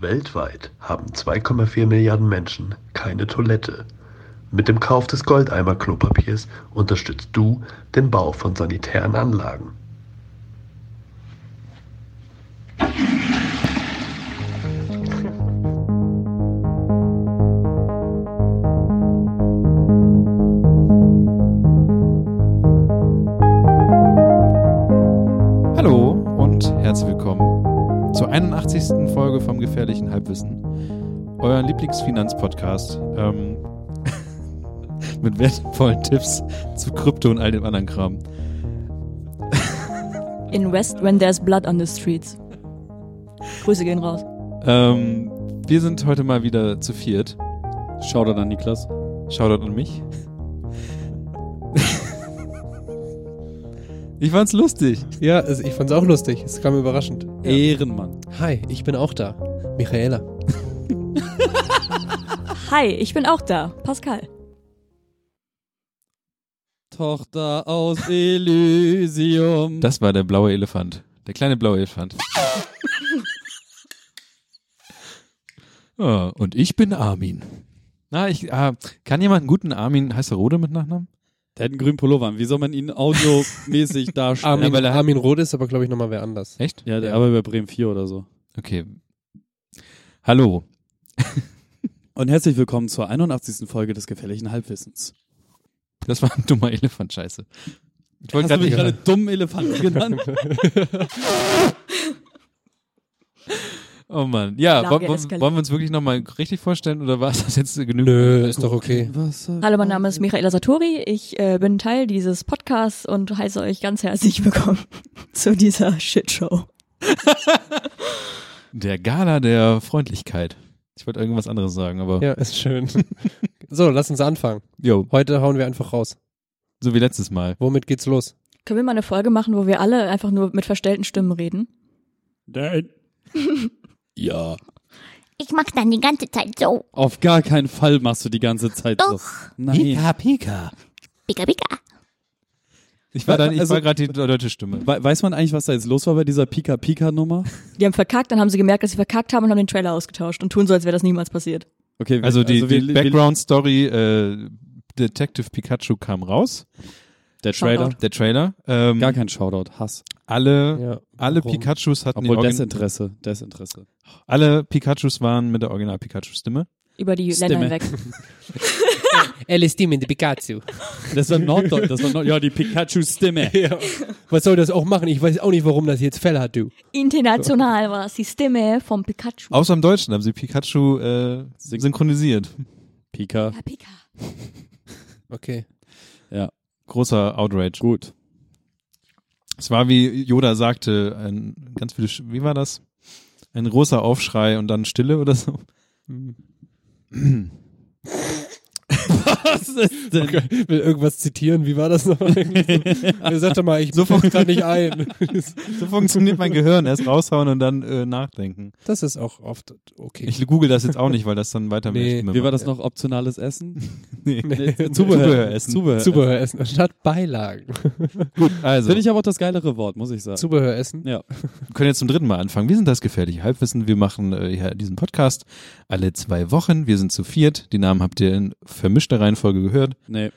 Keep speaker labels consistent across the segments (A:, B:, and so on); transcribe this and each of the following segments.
A: Weltweit haben 2,4 Milliarden Menschen keine Toilette. Mit dem Kauf des Goldeimer-Klopapiers unterstützt du den Bau von sanitären Anlagen.
B: Hallo und herzlich willkommen zur 81. Folge vom Gefährlichen Halbwissen, euren Lieblingsfinanzpodcast ähm, mit wertvollen Tipps zu Krypto und all dem anderen Kram.
C: Invest when there's blood on the streets. Grüße gehen raus.
B: Ähm, wir sind heute mal wieder zu viert.
D: Shoutout an Niklas.
B: Shoutout an mich. Ich fand's lustig.
E: Ja, also ich fand's auch lustig. Es kam überraschend.
D: Ehrenmann.
E: Hi, ich bin auch da. Michaela.
C: Hi, ich bin auch da. Pascal.
D: Tochter aus Elysium.
B: Das war der blaue Elefant. Der kleine blaue Elefant. ja, Ah, und ich bin Armin. Na, ich, ah, kann jemand einen guten Armin Heißerode mit Nachnamen?
D: Der hat einen grünen Pullover an. Wie soll man ihn audiomäßig darstellen?
E: Armin,
B: Ja, weil er-
E: Armin Roth ist aber, glaube ich, nochmal wer anders.
B: Echt?
D: ja, der arbeitet bei Bremen 4 oder so.
B: Okay. Hallo.
D: Und herzlich willkommen zur 81. Folge des gefährlichen Halbwissens.
B: Das war ein dummer Elefant, scheiße. Ich wollte gerade
D: Hast du mich
B: nicht.
D: gerade dummen Elefanten genannt?
B: Oh Mann. Ja,
C: Lage
B: wollen, wollen,
C: eskaliert.
B: wollen wir uns wirklich nochmal richtig vorstellen oder war es das jetzt genügend?
E: Nö, ist doch okay.
C: Hallo, mein Name ist Michaela Satori. Ich äh, bin Teil dieses Podcasts und heiße euch ganz herzlich willkommen zu dieser Shitshow.
B: Der Gala der Freundlichkeit. Ich wollte irgendwas anderes sagen, aber.
E: Ja, ist schön. so, lass uns anfangen.
B: Jo,
E: Heute hauen wir einfach raus.
B: so wie letztes Mal.
E: Womit geht's los?
C: Können wir mal eine Folge machen, wo wir alle einfach nur mit verstellten Stimmen reden?
D: Nein. ja.
F: Ich mach dann die ganze Zeit so.
D: Auf gar keinen Fall machst du die ganze Zeit
F: Doch.
D: so. Nein.
B: pika.
F: Pika, pika.
B: Ich war, dann- ich
D: Also-
B: war gerade die deutsche Stimme.
D: We weiß man eigentlich, was da jetzt los war bei dieser Pika-Pika-Nummer?
C: Die haben verkackt, dann haben sie gemerkt, dass sie verkackt haben und haben den Trailer ausgetauscht und tun so, als wäre das niemals passiert.
D: Okay, wir-
B: Also die,
D: wir-
B: die
D: wir-
B: Background-Story äh, Detective Pikachu kam raus.
D: Der Trailer.
C: Shoutout.
B: Der Trailer. Ähm,
D: Gar kein Shoutout, Hass.
B: alle
E: Ja.
B: alle
E: warum?
B: Pikachus hatten
D: Obwohl
B: die Origin-
D: Desinteresse, Desinteresse.
B: alle Pikachus waren mit der Original Pikachu Stimme.
C: Über die
D: Stimme.
C: Länder hinweg.
E: LSD mit Pikachu.
D: Das war Norddeutsch, das war Nord ja die Pikachu-Stimme.
E: ja. Was soll das auch machen? Ich weiß auch nicht, warum das jetzt Fell hat, du.
C: International war es die Stimme vom Pikachu.
B: Außer im Deutschen haben sie Pikachu äh, synchronisiert.
D: Pika,
C: Ja, Pika.
E: Okay.
B: Großer Outrage.
D: gut.
B: Es war wie Yoda sagte, ein ganz viele Sch- wie war das? Ein großer Aufschrei und dann Stille oder so.
D: Was ist denn?
E: Ich will irgendwas zitieren. Wie war das noch? Er sagte mal, ich so gerade nicht ein.
B: So funktioniert mein Gehirn, erst raushauen und dann äh, nachdenken.
E: Das ist auch oft okay.
B: Ich google das jetzt auch nicht, weil das dann weiter
E: Nee,
D: Wie war das noch? Optionales Essen?
B: Nee.
D: Nee, Zubehör.
E: Nee.
B: Zubehör essen.
D: Zubehör.
E: Zubehör essen statt Beilagen.
B: Also,
D: Finde ich aber auch das geilere Wort, muss ich sagen.
E: Zubehör essen.
D: ja.
B: wir können jetzt zum dritten Mal anfangen. Wir sind das gefährliche Halbwissen. Wir machen äh, ja, diesen Podcast alle zwei Wochen. Wir sind zu viert. Die Namen habt ihr in vermischter Reihenfolge gehört.
D: Nee.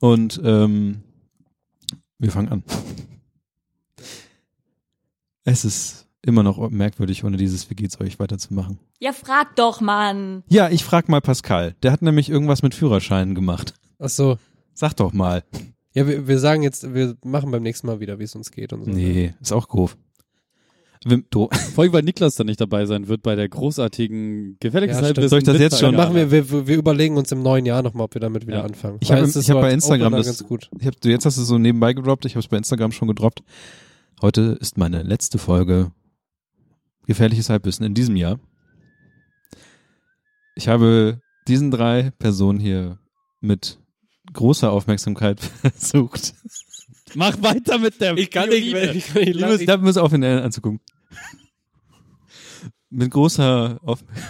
B: Und ähm, wir fangen an. Es ist immer noch merkwürdig, ohne dieses Wie geht's euch weiterzumachen.
C: Ja, frag doch, Mann.
B: Ja, ich frag mal Pascal. Der hat nämlich irgendwas mit Führerscheinen gemacht.
E: Ach so.
B: Sag doch mal.
E: Ja, wir, wir sagen jetzt, wir machen beim nächsten Mal wieder, wie es uns geht und so.
B: Nee, ist auch doof. Wim, do,
D: Vor allem, weil Niklas dann nicht dabei sein wird bei der großartigen gefährliches
E: Ja, stimmt.
D: Halbwissen
B: Soll ich das jetzt
D: Mittag-
B: schon?
E: Dann machen wir, wir, wir überlegen uns im neuen Jahr nochmal, ob wir damit wieder
D: Ja.
E: anfangen.
B: Ich hab
E: Weil
B: im-
E: es ist
B: ich hab bei
E: so als
B: Instagram
E: Opener
B: das-
E: ganz gut.
B: Ich hab, du jetzt hast du es so nebenbei gedroppt, ich habe es bei Instagram schon gedroppt. Heute ist meine letzte Folge Gefährliches Halbwissen in diesem Jahr. Ich habe diesen drei Personen hier mit großer Aufmerksamkeit versucht.
D: Mach weiter mit der Violine.
E: ich kann nicht
B: Ich muss, da muss auf den Ellen anzugucken. Mit großer Aufmerksamkeit.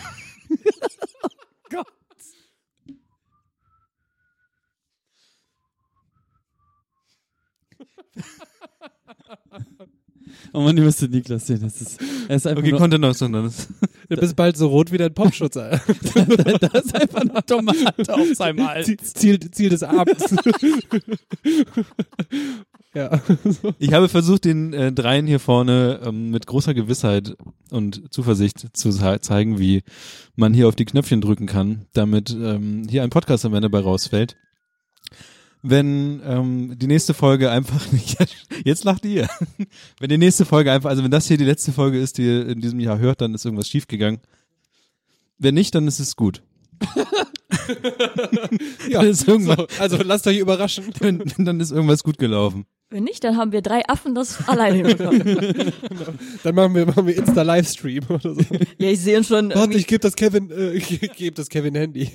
D: Oh Mann, ihr müsstet Niklas sehen. Das ist, er ist einfach
B: Okay,
D: nur,
B: konnte noch, sondern das.
E: Du bist bald so rot wie dein Popschutz, Alter.
D: da ist einfach nur Tomate auf seinem Hals.
E: Ziel, Ziel, Ziel des Abends. ja.
B: Ich habe versucht, den äh, Dreien hier vorne ähm, mit großer Gewissheit und Zuversicht zu ze- zeigen, wie man hier auf die Knöpfchen drücken kann, damit ähm, hier ein Podcast am Ende bei rausfällt. Wenn ähm, die nächste Folge einfach nicht, jetzt lacht ihr. Wenn die nächste Folge einfach, also wenn das hier die letzte Folge ist, die ihr in diesem Jahr hört, dann ist irgendwas schiefgegangen. Wenn nicht, dann ist es gut.
E: ja.
B: Dann ist irgendwas,
E: So, also lasst euch überraschen.
B: dann, dann ist irgendwas gut gelaufen.
C: Wenn nicht, dann haben wir drei Affen das alleine hinbekommen.
E: Dann machen wir, machen wir Insta-Livestream oder so.
C: ja, ich sehe uns schon,
E: Warte,
C: irgendwie-
E: ich gebe das Kevin, äh, ich geb das Kevin Handy.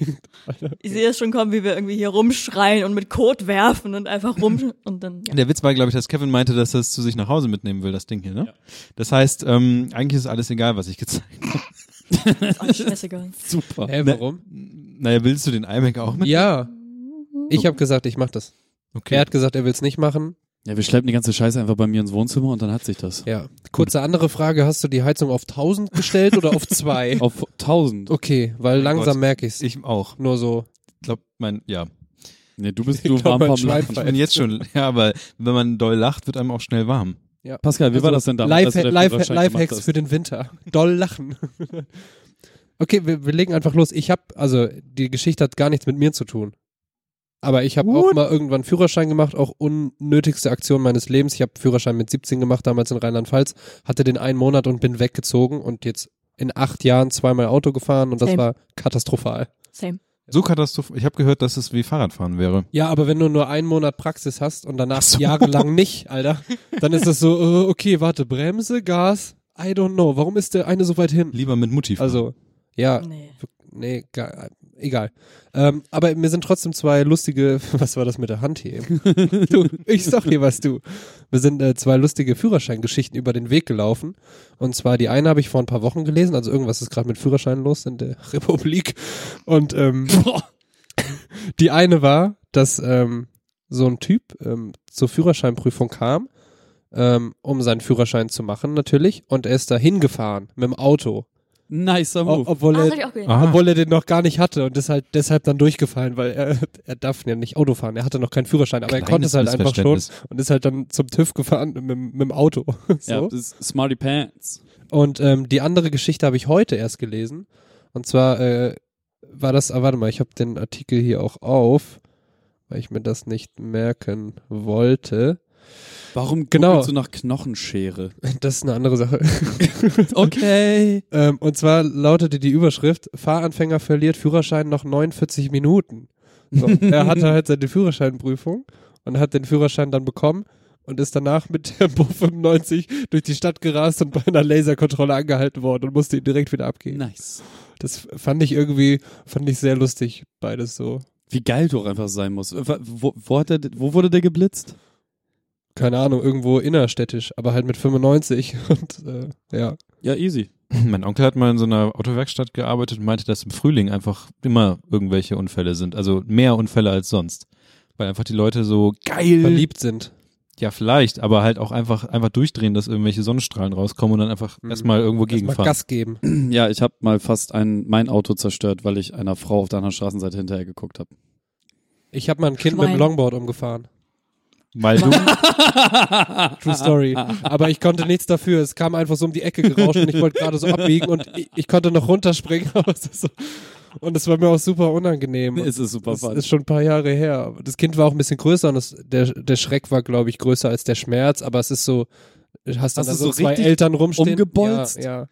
C: ich sehe es schon kommen, wie wir irgendwie hier rumschreien und mit Kot werfen und einfach rum und dann, ja.
B: Der Witz war, glaube ich, dass Kevin meinte, dass er es zu sich nach Hause mitnehmen will, das Ding hier, ne? Das heißt, ähm, eigentlich ist alles egal, was ich gezeigt habe.
C: ist alles scheißegal.
D: Super.
B: Ne.
E: Hä, warum?
B: Naja, willst du den iMac auch mit?
E: Ja. Ich habe gesagt, ich mach das.
B: Okay.
E: Er hat gesagt, er will es nicht machen.
D: Ja, wir schleppen die ganze Scheiße einfach bei mir ins Wohnzimmer und dann hat sich das.
E: Ja. Kurze andere Frage, hast du die Heizung auf 1000 gestellt oder auf 2?
D: Auf 1000.
E: Okay, weil langsam merke ich's.
B: Oh Ich auch.
E: Nur so.
B: Glaub, mein, ja.
D: Nee, du bist
E: Ich
D: nur
E: glaub,
D: warm
E: mein
D: vom
E: Schwein
D: Lachen.
B: Ich bin jetzt schon, ja, aber wenn man doll lacht, wird einem auch schnell warm.
E: Ja.
D: Pascal, wie war das denn damals? als
E: Also
D: du
E: Live,
D: deinen
E: live,
D: Führerschein
E: Lifehacks
D: gemacht
E: für den Winter. Doll lachen. okay, wir, wir legen einfach los. Ich habe, also die Geschichte hat gar nichts mit mir zu tun. Aber ich habe auch mal irgendwann einen Führerschein gemacht, auch unnötigste Aktion meines Lebens. Ich habe Führerschein mit 17 gemacht, damals in Rheinland-Pfalz, hatte den einen Monat und bin weggezogen und jetzt in acht Jahren zweimal Auto gefahren und das
C: Same.
E: war katastrophal.
C: Same.
B: So katastrophal. Ich habe gehört, dass es wie Fahrradfahren wäre.
E: Ja, aber wenn du nur einen Monat Praxis hast und danach jahrelang nicht, Alter, dann ist das so, äh, okay, warte, Bremse, Gas, I don't know. Warum ist der eine so weit hin?
B: Lieber mit Mutti. fahren.
E: Also, ja,
C: Nee.
E: nee, ga- egal. Ähm, aber mir sind trotzdem zwei lustige, was war das mit der Hand hier eben? du, ich sag dir was, du. Mir sind äh, zwei lustige Führerscheingeschichten über den Weg gelaufen. Und zwar die eine habe ich vor ein paar Wochen gelesen, also irgendwas ist gerade mit Führerschein los in der Republik. Und ähm, die eine war, dass ähm, so ein Typ ähm, zur Führerscheinprüfung kam, ähm, um seinen Führerschein zu machen natürlich. Und er ist da hingefahren mit dem Auto.
D: hast? Nicer
E: Ob-
D: Move.
E: Obwohl
C: Ah,
E: er,
C: soll ich auch gehen?
B: Aha.
E: obwohl er den noch gar nicht hatte und ist halt deshalb dann durchgefallen, weil er, er darf ja nicht Auto fahren. Er hatte noch keinen Führerschein, aber er
B: Kleines
E: konnte es halt einfach schon
B: Missverständnis.
E: und ist halt dann zum TÜV gefahren mit, mit dem Auto.
D: Ja,
E: So.
D: das ist Smarty Pants.
E: Und ähm, die andere Geschichte habe ich heute erst gelesen. Und zwar äh, war das, ah, warte mal, ich habe den Artikel hier auch auf, weil ich mir das nicht merken wollte.
D: Warum
E: Genau.
D: googelst du nach Knochenschere?
E: Das ist eine andere Sache.
D: Okay.
E: Ähm, und zwar lautete die Überschrift: Fahranfänger verliert Führerschein nach 49 Minuten. So, er hatte halt seine Führerscheinprüfung und hat den Führerschein dann bekommen und ist danach mit Tempo 95 durch die Stadt gerast und bei einer Laserkontrolle angehalten worden und musste ihn direkt wieder abgeben.
D: Nice.
E: Das fand ich irgendwie, fand ich sehr lustig, beides so.
D: Wie geil du auch einfach sein musst. Wa- Wo, wo, hat der, wo wurde der geblitzt?
E: Keine Ahnung, irgendwo innerstädtisch, aber halt mit 95 und äh, ja.
D: Ja, easy.
B: Mein Onkel hat mal in so einer Autowerkstatt gearbeitet und meinte, dass im Frühling einfach immer irgendwelche Unfälle sind. Also mehr Unfälle als sonst. Weil einfach die Leute so geil
E: Verliebt sind.
B: Ja, vielleicht, aber halt auch einfach, einfach durchdrehen, dass irgendwelche Sonnenstrahlen rauskommen und dann einfach
E: Mhm.
B: erstmal irgendwo
E: Erstmal
B: gegenfahren.
E: Gas geben.
D: Ja, ich habe mal fast ein, mein Auto zerstört, weil ich einer Frau auf der anderen Straßenseite hinterher geguckt habe.
E: Ich habe mal ein Kind mit
C: Schwein.
E: dem Longboard umgefahren.
B: Weil
C: Oh
B: du,
E: True Story. Aber ich konnte nichts dafür. Es kam einfach so um die Ecke gerauscht und ich wollte gerade so abbiegen und ich, ich konnte noch runterspringen. Aber es ist so- Und es war mir auch super unangenehm.
D: Es ist super
E: das
D: fun.
E: ist schon ein paar Jahre her. Aber Das Kind war auch ein bisschen größer und das, der, der Schreck war, glaube ich, größer als der Schmerz. Aber es ist so, du hast dann
D: Hast
E: da
D: du
E: so,
D: so
E: zwei
D: richtig
E: Eltern rumstehen.
D: umgebolzt?
E: Ja, ja.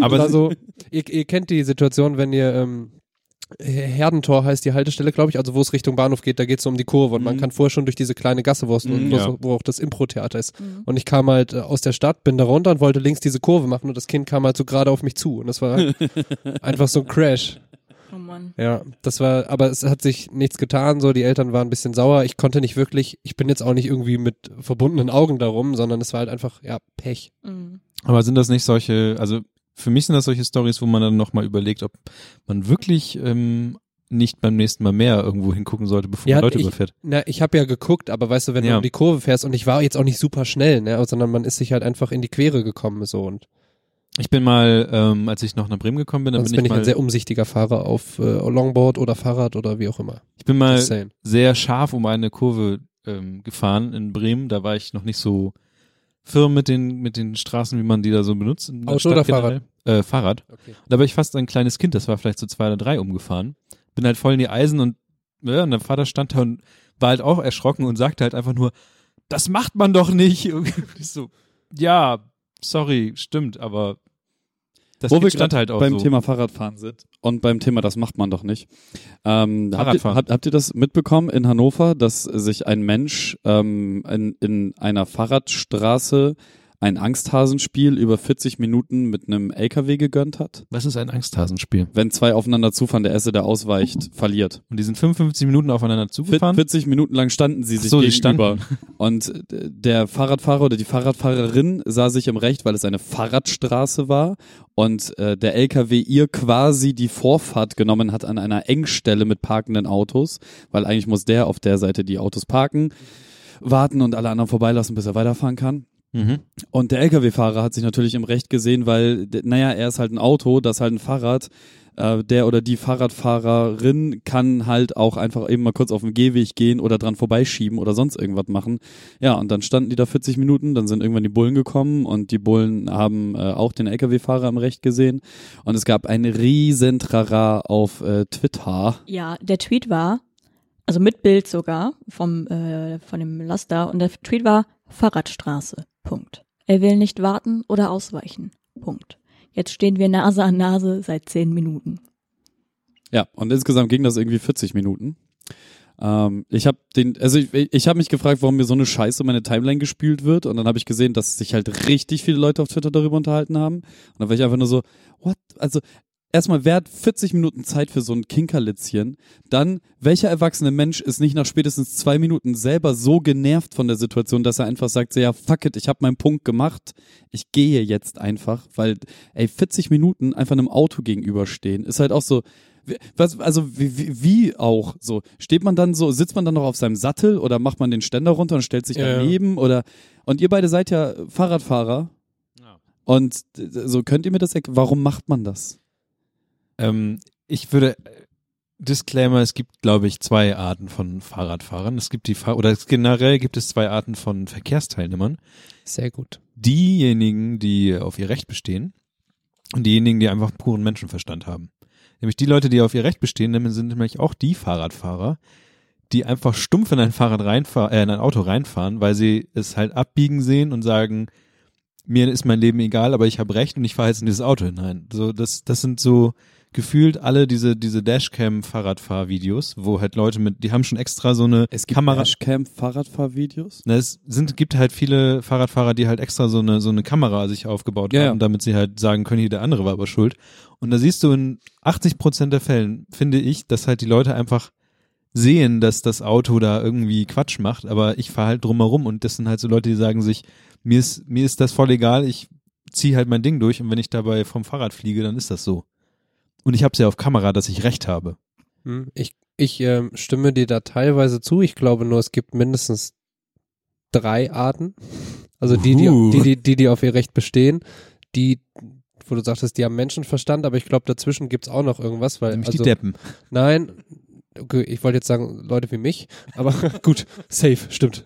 B: aber
E: Aber so, ihr, ihr kennt die Situation, wenn ihr ähm, Herdentor heißt die Haltestelle, glaube ich, also wo es Richtung Bahnhof geht, da geht es so um die Kurve und man
D: Mhm.
E: kann vorher schon durch diese kleine Gasse, wo, es,
D: Mhm,
E: wo,
B: ja.
E: wo auch das Impro-Theater ist.
C: Mhm.
E: Und ich kam halt äh, aus der Stadt, bin da runter und wollte links diese Kurve machen und das Kind kam halt so gerade auf mich zu und das war halt einfach so ein Crash.
C: Oh Mann.
E: Ja, das war, aber es hat sich nichts getan, so die Eltern waren ein bisschen sauer. Ich konnte nicht wirklich, ich bin jetzt auch nicht irgendwie mit verbundenen Augen darum, sondern es war halt einfach, ja, Pech.
C: Mhm.
B: aber sind das nicht solche, also für mich sind das solche Stories, wo man dann nochmal überlegt, ob man wirklich ähm, nicht beim nächsten Mal mehr irgendwo hingucken sollte, bevor
E: Ja,
B: man Leute
E: ich-
B: überfährt.
E: Na, ich habe ja geguckt, aber weißt du, wenn
B: Ja.
E: du um die Kurve fährst und ich war jetzt auch nicht super schnell, ne, sondern man ist sich halt einfach in die Quere gekommen so und
B: Ich bin mal, ähm, als ich noch nach Bremen gekommen bin, dann
E: sonst
B: bin,
E: bin ich
B: ich mal,
E: ein sehr umsichtiger Fahrer auf äh, Longboard oder Fahrrad oder wie auch immer.
B: ich bin mal
E: Insane.
B: sehr scharf um eine Kurve ähm, gefahren in Bremen. Da war ich noch nicht so firm mit den, mit den Straßen, wie man die da so benutzt. in der
E: Auto
B: Stadt
E: oder
B: generell. Äh, Fahrrad.
E: Okay.
B: Da war ich fast ein kleines Kind, das war vielleicht so zwei oder drei umgefahren. Bin halt voll in die Eisen und, ja, und der Vater stand da und war halt auch erschrocken und sagte halt einfach nur, das macht man doch nicht. Und ich so, ja, sorry, stimmt, aber das
D: Wo wir
B: Kind stand
D: grad
B: halt auch
D: beim
B: so.
D: Thema Fahrradfahren sind und beim Thema, das macht man doch nicht. Ähm, habt, ihr,
B: Fahrradfahren.
D: habt, habt ihr das mitbekommen in Hannover, dass sich ein Mensch ähm, in, in einer Fahrradstraße ein Angsthasenspiel über 40 Minuten mit einem LKW gegönnt hat?
B: Was ist ein Angsthasenspiel?
D: Wenn zwei aufeinander zufahren, der erste, der ausweicht, verliert.
B: Und die sind 55 Minuten aufeinander
D: Vier-
B: zugefahren.
D: 40 Minuten lang standen sie
B: Ach
D: sich
B: so, die
D: gegenüber. Und äh, der Fahrradfahrer oder die Fahrradfahrerin sah sich im Recht, weil es eine Fahrradstraße war und äh, der LKW ihr quasi die Vorfahrt genommen hat an einer Engstelle mit parkenden Autos, weil eigentlich muss der auf der Seite die Autos parken, warten und alle anderen vorbeilassen, bis er weiterfahren kann.
B: Mhm.
D: Und der LKW-Fahrer hat sich natürlich im Recht gesehen, weil, d- naja, er ist halt ein Auto, das ist halt ein Fahrrad. Äh, der oder die Fahrradfahrerin kann halt auch einfach eben mal kurz auf den Gehweg gehen oder dran vorbeischieben oder sonst irgendwas machen. Ja, und dann standen die da 40 Minuten, dann sind irgendwann die Bullen gekommen und die Bullen haben äh, auch den LKW-Fahrer im Recht gesehen. Und es gab ein riesen Trara auf äh, Twitter.
C: Ja, der Tweet war, also mit Bild sogar, vom, äh, von dem Laster, und der Tweet war Fahrradstraße, Punkt. Er will nicht warten oder ausweichen, Punkt. Jetzt stehen wir Nase an Nase seit zehn Minuten.
D: Ja, und insgesamt ging das irgendwie 40 Minuten. Ähm, ich habe den, also ich, ich habe mich gefragt, warum mir so eine Scheiße in meine Timeline gespült wird. Und dann habe ich gesehen, dass sich halt richtig viele Leute auf Twitter darüber unterhalten haben. Und dann war ich einfach nur so, what? Also erstmal, wer hat 40 Minuten Zeit für so ein Kinkerlitzchen? Dann, welcher erwachsene Mensch ist nicht nach spätestens zwei Minuten selber so genervt von der Situation, dass er einfach sagt, so, ja, fuck it, ich habe meinen Punkt gemacht. Ich gehe jetzt einfach, weil, ey, 40 Minuten einfach einem Auto gegenüberstehen, ist halt auch so, wie- Was, also wie, wie, wie auch so? Steht man dann so, sitzt man dann noch auf seinem Sattel oder macht man den Ständer runter und stellt sich
E: Ja, ja.
D: daneben oder und ihr beide seid ja Fahrradfahrer. Und d- d- so könnt ihr mir das erklären, warum macht man das?
B: Ähm, ich würde äh, Disclaimer, es gibt, glaube ich, zwei Arten von Fahrradfahrern. Es gibt die Fahr oder es, generell gibt es zwei Arten von Verkehrsteilnehmern.
E: Sehr gut.
B: Diejenigen, die auf ihr Recht bestehen und diejenigen, die einfach puren Menschenverstand haben. Nämlich die Leute, die auf ihr Recht bestehen, nämlich- sind nämlich auch die Fahrradfahrer, die einfach stumpf in ein Fahrrad reinfahren, äh, in ein Auto reinfahren, weil sie es halt abbiegen sehen und sagen, mir ist mein Leben egal, aber ich habe recht und ich fahre jetzt in dieses Auto hinein. So, das, das sind so gefühlt alle diese, diese Dashcam-Fahrradfahrvideos, wo halt Leute mit, die haben schon extra so eine Kamera.
D: Dashcam Fahrradfahrvideos?
B: Na, Ne, es sind, gibt halt viele Fahrradfahrer, die halt extra so eine, so eine Kamera sich aufgebaut
D: Ja,
B: haben,
D: ja.
B: damit sie halt sagen können, hier der andere war aber schuld. Und da siehst du in 80 Prozent der Fällen, finde ich, dass halt die Leute einfach sehen, dass das Auto da irgendwie Quatsch macht, aber ich fahre halt drumherum und das sind halt so Leute, die sagen sich, mir ist, mir ist das voll egal, ich ziehe halt mein Ding durch und wenn ich dabei vom Fahrrad fliege, dann ist das so. Und ich habe es ja auf Kamera, dass ich recht habe.
E: Hm. Ich, ich ähm, stimme dir da teilweise zu. Ich glaube nur, es gibt mindestens drei Arten. Also die, die,
B: Uhu.
E: die, die, die, die auf ihr Recht bestehen, die, wo du sagtest, die haben Menschenverstand, aber ich glaube, dazwischen gibt's auch noch irgendwas, weil
B: Nämlich
E: also,
B: die Deppen.
E: Nein. Okay, ich wollte jetzt sagen, Leute wie mich, aber gut, safe, stimmt.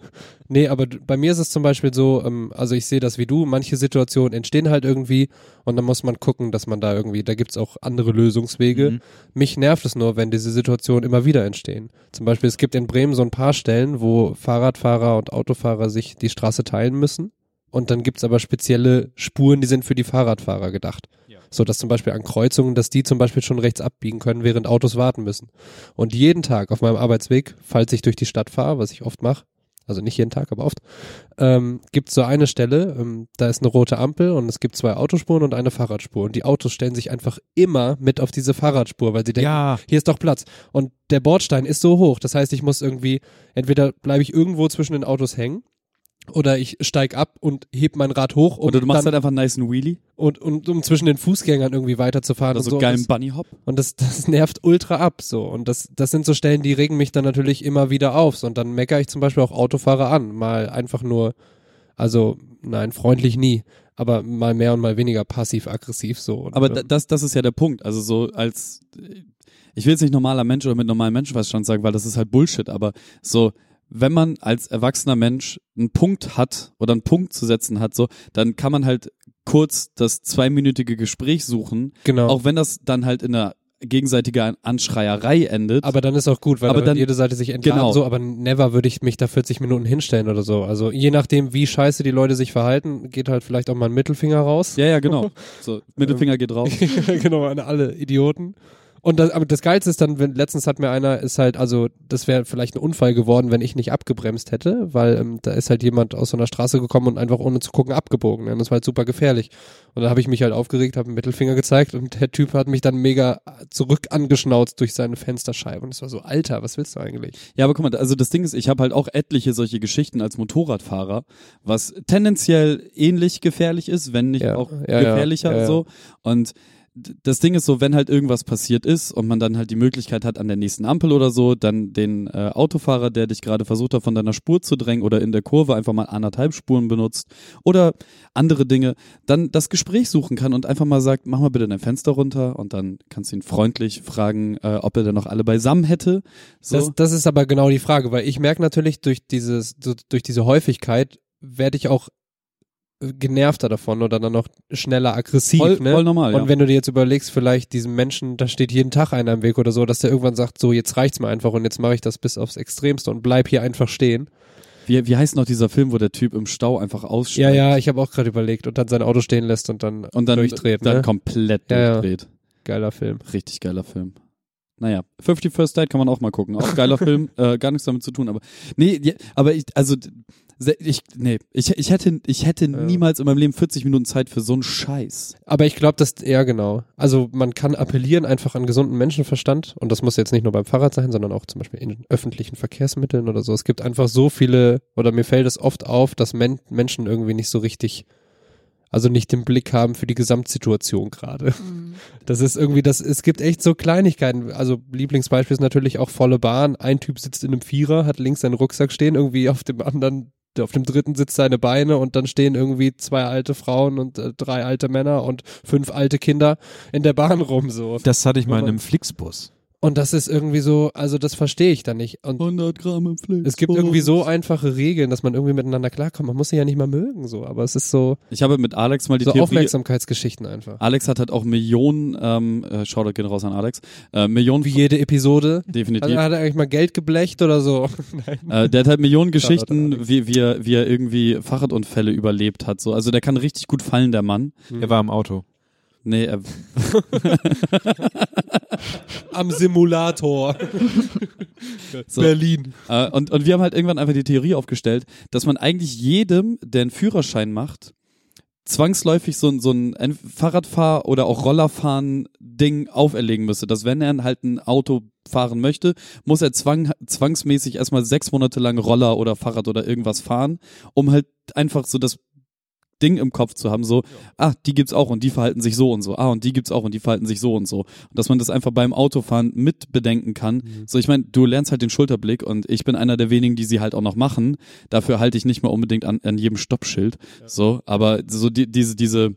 E: Nee, aber d- bei mir ist es zum Beispiel so, ähm, also ich sehe das wie du, manche Situationen entstehen halt irgendwie und dann muss man gucken, dass man da irgendwie, da gibt's auch andere Lösungswege.
B: Mhm.
E: Mich nervt es nur, wenn diese Situationen immer wieder entstehen. Zum Beispiel, es gibt in Bremen so ein paar Stellen, wo Fahrradfahrer und Autofahrer sich die Straße teilen müssen. Und dann gibt's aber spezielle Spuren, die sind für die Fahrradfahrer gedacht. So dass zum Beispiel an Kreuzungen, dass die zum Beispiel schon rechts abbiegen können, während Autos warten müssen. Und jeden Tag auf meinem Arbeitsweg, falls ich durch die Stadt fahre, was ich oft mache, also nicht jeden Tag, aber oft, ähm, gibt so eine Stelle, ähm, da ist eine rote Ampel und es gibt zwei Autospuren und eine Fahrradspur. Und die Autos stellen sich einfach immer mit auf diese Fahrradspur, weil sie denken,
B: Ja,
E: hier ist doch Platz. Und der Bordstein ist so hoch. Das heißt, ich muss irgendwie, entweder bleibe ich irgendwo zwischen den Autos hängen Oder ich steig ab und heb mein Rad hoch, um,
D: Oder du machst
E: dann,
D: halt einfach einen niceen Wheelie
E: und, und um zwischen den Fußgängern irgendwie weiterzufahren.
D: oder so
E: und so
D: einen Also geilen
E: Das-
D: Bunny Hop.
E: Und das, das nervt ultra ab so. Und das, das sind so Stellen, die regen mich dann natürlich immer wieder auf. So, Und dann meckere ich zum Beispiel auch Autofahrer an. Mal einfach nur, also nein, freundlich nie, aber mal mehr und mal weniger passiv-aggressiv so. Und,
D: Aber da-
E: ähm,
D: das, das ist ja der Punkt. Also so als, äh, ich will jetzt nicht normaler Mensch oder mit normalem Menschenverstand sagen, weil das ist halt Bullshit, aber so, wenn man als erwachsener Mensch einen Punkt hat oder einen Punkt zu setzen hat, so, dann kann man halt kurz das zweiminütige Gespräch suchen,
E: genau.
D: auch wenn das dann halt in einer gegenseitigen Anschreierei endet.
E: aber dann ist auch gut, weil
D: Aber
E: dann wird
D: dann-
E: jede Seite sich entladen
D: genau.
E: so, aber never würde ich mich da 40 Minuten hinstellen oder so. Also je nachdem, wie scheiße die Leute sich verhalten, geht halt vielleicht auch mal ein Mittelfinger raus.
D: ja, ja, genau. So,
E: Ähm,
D: Mittelfinger geht raus.
E: genau, an alle Idioten. Und das, aber das Geilste ist dann, wenn letztens hat mir einer, ist halt, also das wäre vielleicht ein Unfall geworden, wenn ich nicht abgebremst hätte, weil ähm, da ist halt jemand aus so einer Straße gekommen und einfach ohne zu gucken abgebogen. Und das war halt super gefährlich. Und da habe ich mich halt aufgeregt, habe einen Mittelfinger gezeigt und der Typ hat mich dann mega zurück angeschnauzt durch seine Fensterscheibe. Und es war so, Alter, was willst du eigentlich?
D: Ja, aber guck mal, also das Ding ist, ich habe halt auch etliche solche Geschichten als Motorradfahrer, was tendenziell ähnlich gefährlich ist, wenn nicht
E: Ja,
D: auch
E: ja, ja,
D: gefährlicher
E: ja, ja.
D: so. Und d- das Ding ist so, wenn halt irgendwas passiert ist und man dann halt die Möglichkeit hat, an der nächsten Ampel oder so, dann den äh, Autofahrer, der dich gerade versucht hat, von deiner Spur zu drängen oder in der Kurve einfach mal anderthalb Spuren benutzt oder andere Dinge, dann das Gespräch suchen kann und einfach mal sagt, mach mal bitte dein Fenster runter und dann kannst du ihn freundlich fragen, äh, ob er denn noch alle beisammen hätte. So.
E: Das, das ist aber genau die Frage, weil ich merke natürlich durch dieses, du- durch diese Häufigkeit werde ich auch äh, genervter davon oder dann noch schneller aggressiv.
D: voll,
E: ne?
D: voll normal, ja.
E: Und wenn du dir jetzt überlegst, vielleicht diesem Menschen, da steht jeden Tag einer im Weg oder so, dass der irgendwann sagt, so jetzt reicht's mir einfach und jetzt mache ich das bis aufs Extremste und bleib hier einfach stehen.
D: Wie, wie heißt noch dieser Film, wo der Typ im Stau einfach
E: Ja,
D: aussteigt?
E: ja, ich habe auch gerade überlegt und dann sein Auto stehen lässt und dann
D: Und dann,
E: durchdreht.
D: dann
E: ne?
D: komplett
E: Ja, ja.
D: durchdreht.
E: Geiler Film.
D: Richtig geiler Film. Naja, 50 First Date kann man auch mal gucken. Auch geiler Film, äh, gar nichts damit zu tun, aber nee, ja, aber ich, also d- se- ich, nee, ich, ich hätte, ich hätte niemals in meinem Leben 40 Minuten Zeit für so einen Scheiß.
E: Aber ich glaube, dass, ja genau. Also man kann appellieren einfach an gesunden Menschenverstand und das muss jetzt nicht nur beim Fahrrad sein, sondern auch zum Beispiel in öffentlichen Verkehrsmitteln oder so. Es gibt einfach so viele, oder mir fällt es oft auf, dass Men Menschen irgendwie nicht so richtig, also nicht den Blick haben für die Gesamtsituation gerade.
C: Mhm.
E: Das ist irgendwie, das, es gibt echt so Kleinigkeiten. Also Lieblingsbeispiel ist natürlich auch volle Bahn. Ein Typ sitzt in einem Vierer, hat links seinen Rucksack stehen, irgendwie auf dem anderen, auf dem dritten sitzt seine Beine und dann stehen irgendwie zwei alte Frauen und äh, drei alte Männer und fünf alte Kinder in der Bahn rum so.
B: Das hatte ich mal in
E: Aber-
B: einem Flixbus.
E: Und das ist irgendwie so, also das verstehe ich dann nicht. Und
D: 100 Gramm im Flix.
E: es gibt irgendwie so einfache Regeln, dass man irgendwie miteinander klarkommt. Man muss sie ja nicht mal mögen so, aber es ist so,
D: Ich habe mit Alex mal die
E: so
D: Theorie
E: Aufmerksamkeitsgeschichten einfach.
D: Alex hat halt auch Millionen, ähm, äh, Shoutout gehen raus an Alex, äh, Millionen,
E: Wie Also jede Episode. Hat,
D: definitiv.
E: hat er eigentlich mal Geld geblecht oder so?
D: Äh, der hat halt Millionen
E: Shoutout an
D: Geschichten,
E: Alex.
D: wie, wie, er, wie er irgendwie Fahrradunfälle überlebt hat. So. Also der kann richtig gut fallen, der Mann.
B: Er war im Auto.
D: Nee, er,
E: Am Simulator.
D: So.
E: Berlin.
D: äh, und, und wir haben halt irgendwann einfach die Theorie aufgestellt, dass man eigentlich jedem, der einen Führerschein macht, zwangsläufig so ein, so ein Ent- Fahrradfahr- oder auch Rollerfahren-Ding auferlegen müsste. Dass wenn er halt ein Auto fahren möchte, muss er zwang, zwangsmäßig erstmal sechs Monate lang Roller oder Fahrrad oder irgendwas fahren, um halt einfach so das Ding im Kopf zu haben, so, ah, die gibt's auch und die verhalten sich so und so, ah, und die gibt's auch und die verhalten sich so und so. Und dass man das einfach beim Autofahren mit bedenken kann. So, ich meine, du lernst halt den Schulterblick und ich bin einer der wenigen, die sie halt auch noch machen. Dafür halte ich nicht mehr unbedingt an, an jedem Stoppschild. So, aber so die, diese, diese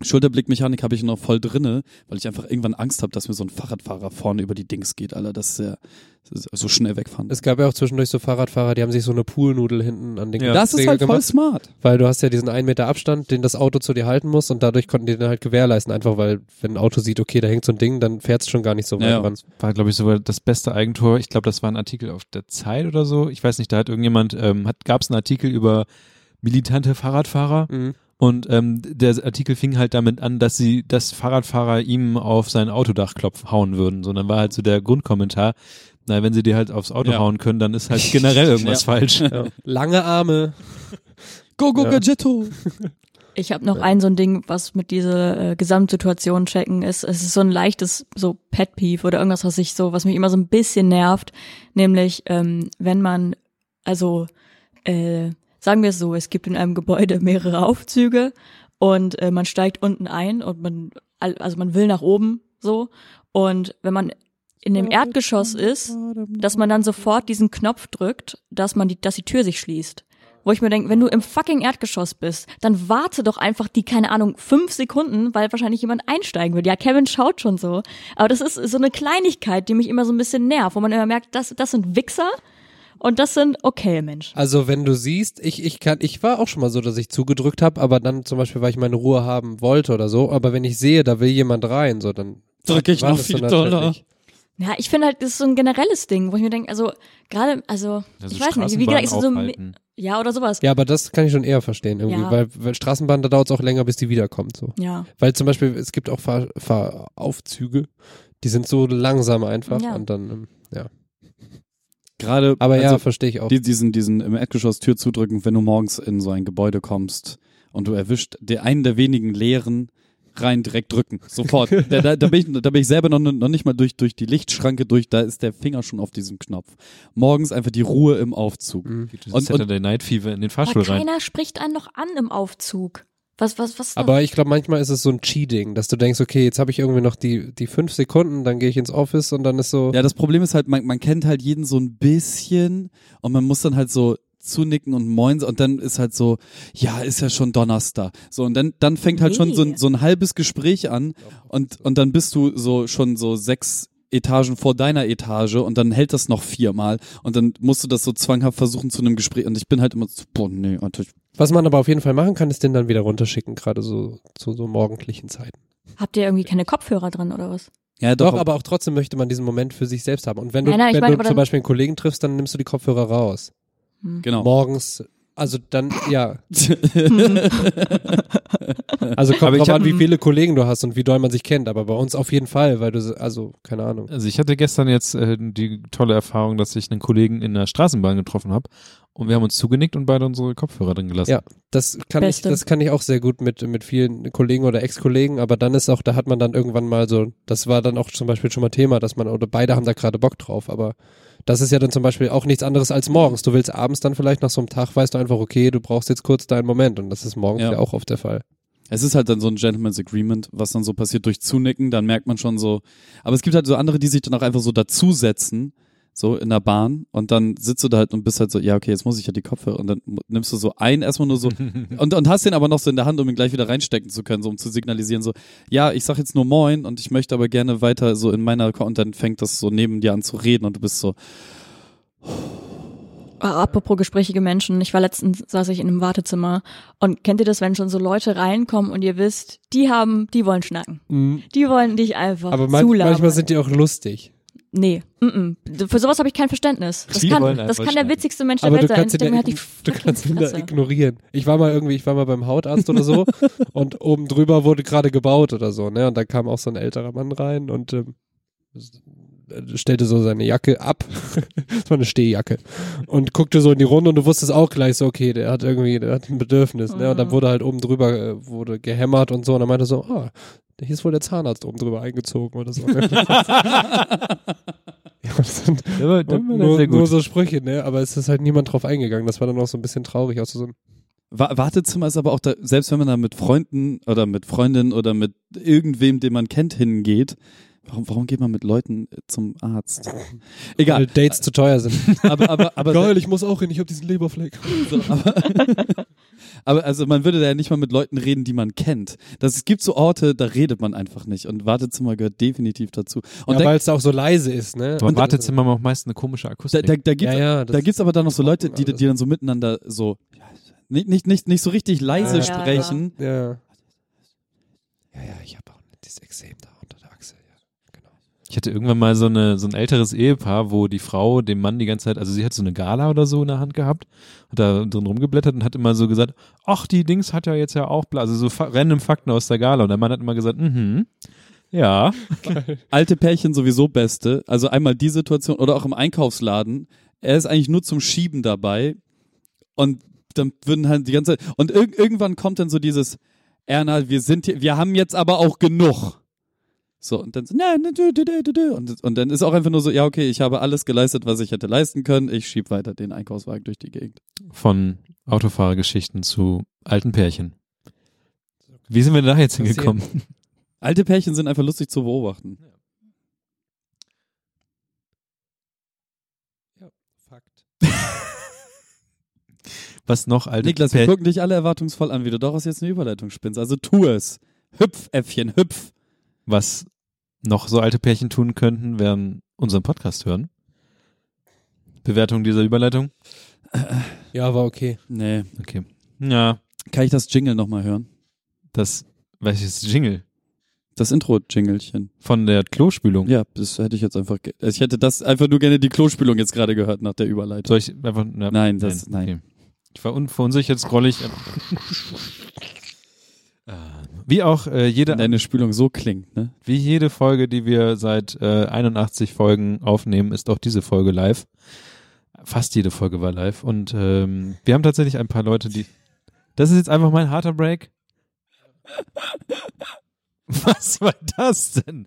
D: Schulterblickmechanik habe ich noch voll drinne, weil ich einfach irgendwann Angst habe, dass mir so ein Fahrradfahrer vorne über die Dings geht, Alter, das ist ja das ist so schnell wegfahren.
E: Es gab ja auch zwischendurch so Fahrradfahrer, die haben sich so eine Poolnudel hinten an den
B: Ja.
D: das ist
E: Gepäckträger
D: halt voll smart.
E: Weil du hast ja diesen einen Meter Abstand, den das Auto zu dir halten muss und dadurch konnten die den halt gewährleisten. Einfach weil, wenn ein Auto sieht, okay, da hängt so ein Ding, dann fährt es schon gar nicht so weit
D: Ja.
E: ran.
B: War, glaube ich, sogar das beste Eigentor. Ich glaube, das war ein Artikel auf der Zeit oder so. Ich weiß nicht, da hat irgendjemand, ähm, hat, gab es einen Artikel über militante Fahrradfahrer
E: Mhm.
B: und ähm, der Artikel fing halt damit an, dass sie, dass Fahrradfahrer ihm auf sein Autodach klopf hauen würden. So, und dann war halt so der Grundkommentar, na, wenn sie dir halt aufs Auto
D: Ja.
B: hauen können, dann ist halt generell irgendwas
D: Ja.
B: falsch.
E: Ja. Lange Arme.
D: Go, go,
E: Ja.
D: Gadgetto!
C: Ich habe noch ein so ein Ding, was mit dieser äh, Gesamtsituation checken ist. Es ist so ein leichtes so Pet Peeve oder irgendwas, was ich so, was mich immer so ein bisschen nervt, nämlich ähm, wenn man also äh, sagen wir es so, es gibt in einem Gebäude mehrere Aufzüge und äh, man steigt unten ein und man, al- also man will nach oben so. Und wenn man in dem Erdgeschoss ist, dass man dann sofort diesen Knopf drückt, dass man die, dass die Tür sich schließt. Wo ich mir denke, wenn du im fucking Erdgeschoss bist, dann warte doch einfach die, keine Ahnung, fünf Sekunden, weil wahrscheinlich jemand einsteigen wird. Ja, Kevin schaut schon so. Aber das ist so eine Kleinigkeit, die mich immer so ein bisschen nervt, wo man immer merkt, das, das sind Wichser und das sind okay Mensch.
E: Also wenn du siehst, ich, ich kann, ich war auch schon mal so, dass ich zugedrückt habe, aber dann zum Beispiel, weil ich meine Ruhe haben wollte oder so, aber wenn ich sehe, da will jemand rein, so dann
D: Drück ich noch
E: wartest du
D: viel doller.
E: natürlich.
C: Ja, ich finde halt, das ist so ein generelles Ding, wo ich mir denke, also gerade, also,
B: Also
C: ich weiß nicht, wie
B: Straßenbahn
C: gesagt, ist so,
B: aufhalten.
C: ja oder sowas.
E: Ja, aber das kann ich schon eher verstehen irgendwie,
C: Ja.
E: weil, weil Straßenbahn, da dauert es auch länger, bis die wiederkommt so.
C: Ja.
E: Weil zum Beispiel, es gibt auch Fahr Fahr Aufzüge, die sind so langsam einfach
C: Ja.
E: und dann, ähm, ja.
D: Gerade,
E: Aber
D: also,
E: ja, verstehe ich auch.
D: Die, diesen, diesen im Erdgeschoss Tür zudrücken, wenn du morgens in so ein Gebäude kommst und du erwischt der einen der wenigen leeren rein direkt drücken. Sofort. da, da, da, bin ich, da bin ich selber noch, noch nicht mal durch, durch die Lichtschranke durch, da ist der Finger schon auf diesem Knopf. Morgens einfach die Ruhe im Aufzug.
E: Mhm.
B: Geht dieses
D: Und- und-
B: Saturday Night Fever in den Fahrstuhl
C: Aber
B: rein.
C: keiner spricht einen noch an im Aufzug. Was, was, was?
E: Aber ich glaube, manchmal ist es so ein Cheating, dass du denkst, okay, jetzt habe ich irgendwie noch die, die fünf Sekunden, dann gehe ich ins Office und dann ist so,
D: Ja, das Problem ist halt, man, man kennt halt jeden so ein bisschen und man muss dann halt so zunicken und moins und dann ist halt so, ja, ist ja schon Donnerstag. So, und dann, dann fängt halt schon so, ein-
C: Nee.
D: so ein halbes Gespräch an und, und dann bist du so schon so sechs Etagen vor deiner Etage und dann hält das noch viermal und dann musst du das so zwanghaft versuchen zu einem Gespräch und ich bin halt immer so, boah, nee, Alter, ich-
E: Was man aber auf jeden Fall machen kann, ist den dann wieder runterschicken, gerade so zu so morgendlichen Zeiten.
C: Habt ihr irgendwie keine Kopfhörer dran oder was?
D: ja,
E: Doch,
D: doch,
E: aber auch trotzdem möchte man diesen Moment für sich selbst haben. Und wenn du,
C: Nein, nein, ich
E: wenn
C: meine,
E: du
C: aber
E: zum
C: dann-
E: Beispiel einen Kollegen triffst, dann nimmst du die Kopfhörer raus.
D: genau.
E: Morgens, also dann, ja. Also kommt drauf an, wie viele Kollegen du hast und wie doll man sich kennt, aber bei uns auf jeden Fall, weil du, so- also, keine Ahnung.
B: Also ich hatte gestern jetzt äh, die tolle Erfahrung, dass ich einen Kollegen in der Straßenbahn getroffen habe und wir haben uns zugenickt und beide unsere Kopfhörer drin gelassen.
E: Ja, das kann ich,
C: Beste.
E: das kann ich auch sehr gut mit, mit vielen Kollegen oder Ex-Kollegen, aber dann ist auch, da hat man dann irgendwann mal so, das war dann auch zum Beispiel schon mal Thema, dass man, oder beide haben da gerade Bock drauf, aber das ist ja dann zum Beispiel auch nichts anderes als morgens. Du willst abends dann vielleicht nach so einem Tag, weißt du einfach, okay, du brauchst jetzt kurz deinen Moment und das ist morgens ja,
D: Ja.
E: auch oft der Fall.
D: Es ist halt dann so ein Gentleman's Agreement, was dann so passiert durch Zunicken, dann merkt man schon so. Aber es gibt halt so andere, die sich dann auch einfach so dazusetzen, so in der Bahn und dann sitzt du da halt und bist halt so, ja okay, jetzt muss ich ja die Kopfhörer und dann mu- nimmst du so ein, erstmal nur so und, und hast den aber noch so in der Hand, um ihn gleich wieder reinstecken zu können, so um zu signalisieren, so, ja, ich sag jetzt nur Moin und ich möchte aber gerne weiter so in meiner, Ko- und dann fängt das so neben dir an zu reden und du bist so,
C: Ah, Apropos gesprächige Menschen, ich war letztens, saß ich in einem Wartezimmer und kennt ihr das, wenn schon so Leute reinkommen und ihr wisst, die haben, die wollen schnacken. Die wollen dich einfach
E: Aber man,
C: zulabern.
E: manchmal sind die auch lustig.
C: Nee, mm -mm. für sowas habe ich kein Verständnis. Das
B: Die
C: kann,
B: wollen
C: das
B: einfach
C: kann der
B: schnacken.
C: witzigste Mensch der
E: Aber du
C: Welt sein.
E: kannst,
C: Ich
E: ihn
C: denke
E: ja,
C: mir halt die
E: ign- du
C: fucking
E: kannst ihn da
C: Fresse.
E: ignorieren. Ich war mal irgendwie, ich war mal beim Hautarzt oder so und oben drüber wurde gerade gebaut oder so, ne? Und da kam auch so ein älterer Mann rein und ähm, s- äh, stellte so seine Jacke ab. das war eine Stehjacke. Und guckte so in die Runde und du wusstest auch gleich so, okay, der hat irgendwie, der hat ein Bedürfnis, ne?
C: Mhm.
E: Und dann wurde halt oben drüber, äh, wurde gehämmert und so und dann meinte er so, ah, hier ist wohl der Zahnarzt oben drüber eingezogen oder so. Ne? ja, das sind,
B: Der war, der
E: und
B: war
E: nur,
B: sehr
E: nur
B: gut.
E: so Sprüche, ne? Aber es ist halt niemand drauf eingegangen. Das war dann auch so ein bisschen traurig. Auch so ein
D: Wa- Wartezimmer ist aber auch da, selbst wenn man da mit Freunden oder mit Freundinnen oder mit irgendwem, den man kennt, hingeht. Warum, warum geht man mit Leuten äh, zum Arzt?
E: weil
D: Egal,
E: Dates zu teuer sind.
D: aber, aber, aber,
E: Geil, ich muss auch hin, ich habe diesen Leberfleck.
D: so, aber, aber also man würde da ja nicht mal mit Leuten reden, die man kennt. Das, es gibt so Orte, da redet man einfach nicht und Wartezimmer gehört definitiv dazu. Und
E: ja,
D: da,
E: weil es da auch so leise ist, ne?
B: Aber Wartezimmer haben auch meist eine komische
D: da,
B: Akustik.
D: da, da gibt
E: Ja, ja, das
D: da gibt's aber dann noch so Leute, die,
E: alles.
D: die dann so miteinander so nicht, nicht, nicht, nicht so richtig leise
C: ja.
E: Ja,
D: sprechen.
E: Ja. Ja, ja, ich habe auch dieses Exem da unter der Achsel. Ja, genau.
B: Ich hatte irgendwann mal so, eine, so ein älteres Ehepaar, wo die Frau dem Mann die ganze Zeit, also sie hat so eine Gala oder so in der Hand gehabt, hat da drin rumgeblättert und hat immer so gesagt, ach, die Dings hat ja jetzt ja auch, bla-" also so fa random Fakten aus der Gala. Und der Mann hat immer gesagt, mhm, ja.
D: alte Pärchen sowieso beste. Also einmal die Situation oder auch im Einkaufsladen. Er ist eigentlich nur zum Schieben dabei und dann würden halt die ganze Zeit und irg irgendwann kommt dann so dieses Erna, wir sind hier, wir haben jetzt aber auch genug. So, und dann so, na, na, dü, dü, dü, dü, dü. Und, und dann ist auch einfach nur so, ja, okay, ich habe alles geleistet, was ich hätte leisten können. Ich schieb weiter den Einkaufswagen durch die Gegend.
B: Von Autofahrergeschichten zu alten Pärchen. Wie sind wir da jetzt hingekommen?
D: Alte Pärchen sind einfach lustig zu beobachten.
E: Fakt.
B: Was noch alte
D: Niklas, wir
B: Pärchen?
D: gucken dich alle erwartungsvoll an, wie du daraus jetzt eine Überleitung spinnst. Also tu es. Hüpf, Äffchen, hüpf.
B: Was noch so alte Pärchen tun könnten, wären unseren Podcast hören. Bewertung dieser Überleitung?
E: Ja, war okay.
D: Nee.
B: Okay. Ja,
D: Kann ich das Jingle nochmal hören?
B: das, welches Jingle?
D: Das Intro-Jingelchen.
B: Von der Klospülung.
D: Ja, das hätte ich jetzt einfach. ge- Ich hätte das einfach nur gerne die Klospülung jetzt gerade gehört nach der Überleitung.
B: Soll ich einfach, na,
D: Nein, das- nein.
B: Okay. Ich war un- verunsichert, scroll ich. Äh, Wie auch äh, jede
D: Wenn deine Spülung so klingt, ne?
B: Wie jede Folge, die wir seit äh, 81 Folgen aufnehmen, ist auch diese Folge live. Fast jede Folge war live. Und ähm, wir haben tatsächlich ein paar Leute, die. Das ist jetzt einfach mein harter Break. Was war das denn?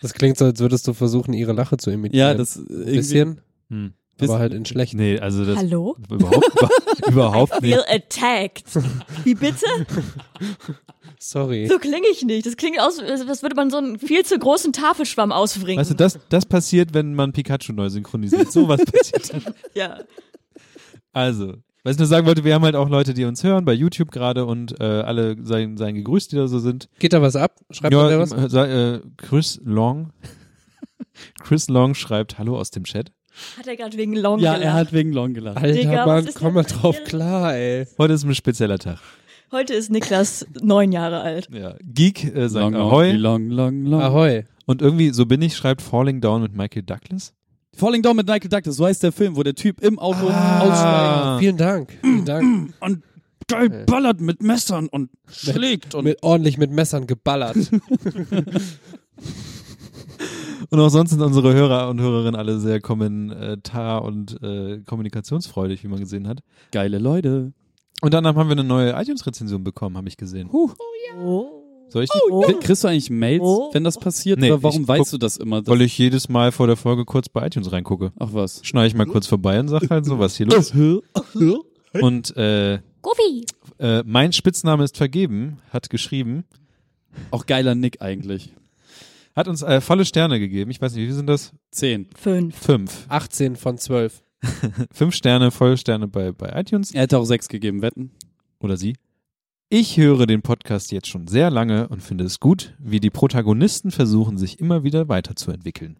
E: Das klingt so, als würdest du versuchen, ihre Lache zu imitieren.
D: Ja, das äh,
E: ein
D: irgendwie.
E: bisschen,
B: Hm,
E: aber halt in schlecht.
B: nee, also das
C: Hallo?
B: überhaupt, überhaupt nicht.
C: Feel attacked. Wie bitte?
E: Sorry.
C: So klinge ich nicht. Das klingt aus, als würde man so einen viel zu großen Tafelschwamm auswringen.
B: Weißt du, das, das passiert, wenn man Pikachu neu synchronisiert. So was passiert dann.
C: ja.
B: Also, was ich nur sagen wollte, wir haben halt auch Leute, die uns hören, bei YouTube gerade und äh, alle seien, seien gegrüßt, die da so sind.
E: Geht da was ab? Schreibt
B: ja,
E: ja, da was?
B: äh, sa- äh, Chris Long. Chris Long schreibt Hallo aus dem Chat.
C: Hat er gerade wegen Long
D: Ja,
C: gelacht.
D: er hat wegen Long gelacht.
E: Alter,
C: Digga, was
E: Mann,
C: ist
E: komm
C: denn
E: mal drauf
C: passiert?
E: klar, ey.
B: Heute ist ein spezieller Tag.
C: Heute ist Niklas neun Jahre alt.
B: Ja. Geek äh, sagt
D: Long, long,
B: Ahoi.
D: long, long, long.
E: Ahoi.
B: Und irgendwie, so bin ich, schreibt Falling Down mit Michael Douglas.
D: Falling Down mit Michael Douglas, so heißt der Film, wo der Typ im Auto aussteigt
B: Ah,
E: Vielen Dank. Vielen Dank.
D: und geil ballert mit Messern und schlägt und
E: Mit, ordentlich mit Messern geballert.
B: und auch sonst sind unsere Hörer und Hörerinnen alle sehr kommentar- und äh, kommunikationsfreudig, wie man gesehen hat.
D: geile Leute.
B: Und dann haben wir eine neue iTunes-Rezension bekommen, habe ich gesehen.
E: Oh
C: Oh.
B: Soll ich die?
D: Krie- Kriegst du eigentlich Mails,
C: Oh.
D: wenn das passiert?
B: Nee,
D: Oder warum
B: ich
D: weißt
B: guck-
D: du das immer? Dass,
B: Weil ich jedes Mal vor der Folge kurz bei iTunes reingucke.
D: ach was.
B: Schneide ich mal kurz vorbei und sag halt so, was hier
E: Äh,
B: los Und äh,
F: Goofy.
B: äh, mein Spitzname ist vergeben, hat geschrieben,
D: Auch geiler Nick eigentlich.
B: hat uns äh, volle Sterne gegeben. Ich weiß nicht, wie viel sind das?
D: Zehn.
C: Fünf.
B: Fünf.
E: 18 von 12.
B: Fünf Sterne, volle Sterne bei, bei iTunes.
D: Er hätte auch sechs gegeben, wetten.
B: Oder sie. Ich höre den Podcast jetzt schon sehr lange und finde es gut, wie die Protagonisten versuchen, sich immer wieder weiterzuentwickeln.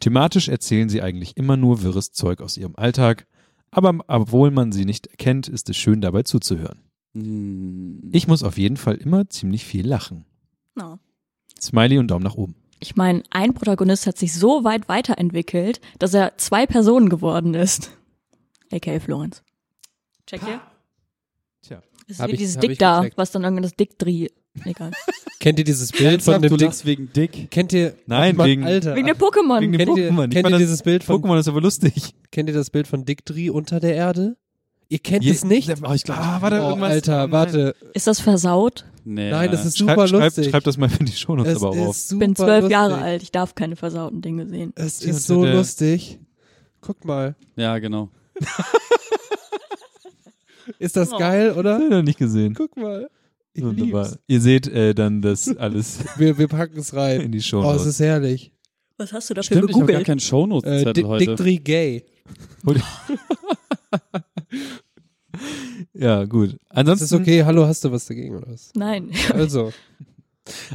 B: Thematisch erzählen sie eigentlich immer nur wirres Zeug aus ihrem Alltag, aber obwohl man sie nicht erkennt, ist es schön dabei zuzuhören.
D: Hm.
B: Ich muss auf jeden Fall immer ziemlich viel lachen.
C: No.
B: Smiley und Daumen nach oben.
C: Ich meine, ein Protagonist hat sich so weit weiterentwickelt, dass er zwei Personen geworden ist. A.k.a. Florenz. Check ihr?
B: Tja.
C: Es ist
E: Hab
C: wie
E: ich-
C: dieses
E: hab
C: Dick
E: ich
C: da,
E: gecheckt.
C: was dann irgendwann das Dick drie. Egal.
E: Kennt ihr dieses Bild von
D: du
E: dem Dick?
D: lachst wegen Dick.
E: Kennt ihr?
B: Nein,
E: Ach, Mann,
B: wegen-
E: Alter.
C: Wegen der Pokémon.
B: Wegen dem
E: kennt ihr,
B: Pokémon. Ich
E: kennt
B: fand
E: ihr
B: das-
E: dieses Bild von
B: Pokémon ist aber lustig.
E: Kennt ihr das Bild von Dick Dri unter der Erde? Ihr kennt es nicht?
B: Oh, ich glaub, ah, warte,
E: oh,
B: irgendwas.
E: Alter,
B: nein.
E: warte.
C: Ist das versaut?
D: Nee. äh,
E: Nein, das ist super
B: Schreib, schreib,
E: lustig.
B: schreib das mal für die Shownotes
E: es
B: aber auch auf.
E: ist
C: Ich
E: super
C: bin zwölf
E: lustig.
C: Jahre alt. Ich darf keine versauten Dinge sehen.
E: Es
B: Die
E: ist
B: unter
E: so
B: der-
E: lustig. Guckt mal.
D: Ja, genau.
E: Ist das
C: Oh.
E: geil, oder?
B: Nein, noch nicht gesehen.
E: Guck mal. Ich
B: Wunderbar.
E: lieb's.
B: Ihr seht äh, dann das alles
E: Wir, wir packen es rein.
B: in die
E: Oh, es
B: Shownotes.
E: ist herrlich.
C: Was hast du dafür
D: Stimmt, ich habe gar
C: gegoogelt?
D: keinen
E: Äh,
D: Shownotes-Zettel
E: Dick, Dick
D: heute.
E: Dri gay.
B: ja, gut.
E: Das ist
B: Ansonsten,
C: Mhm.
E: okay. Hallo, hast du was dagegen oder was?
C: Nein.
E: Also,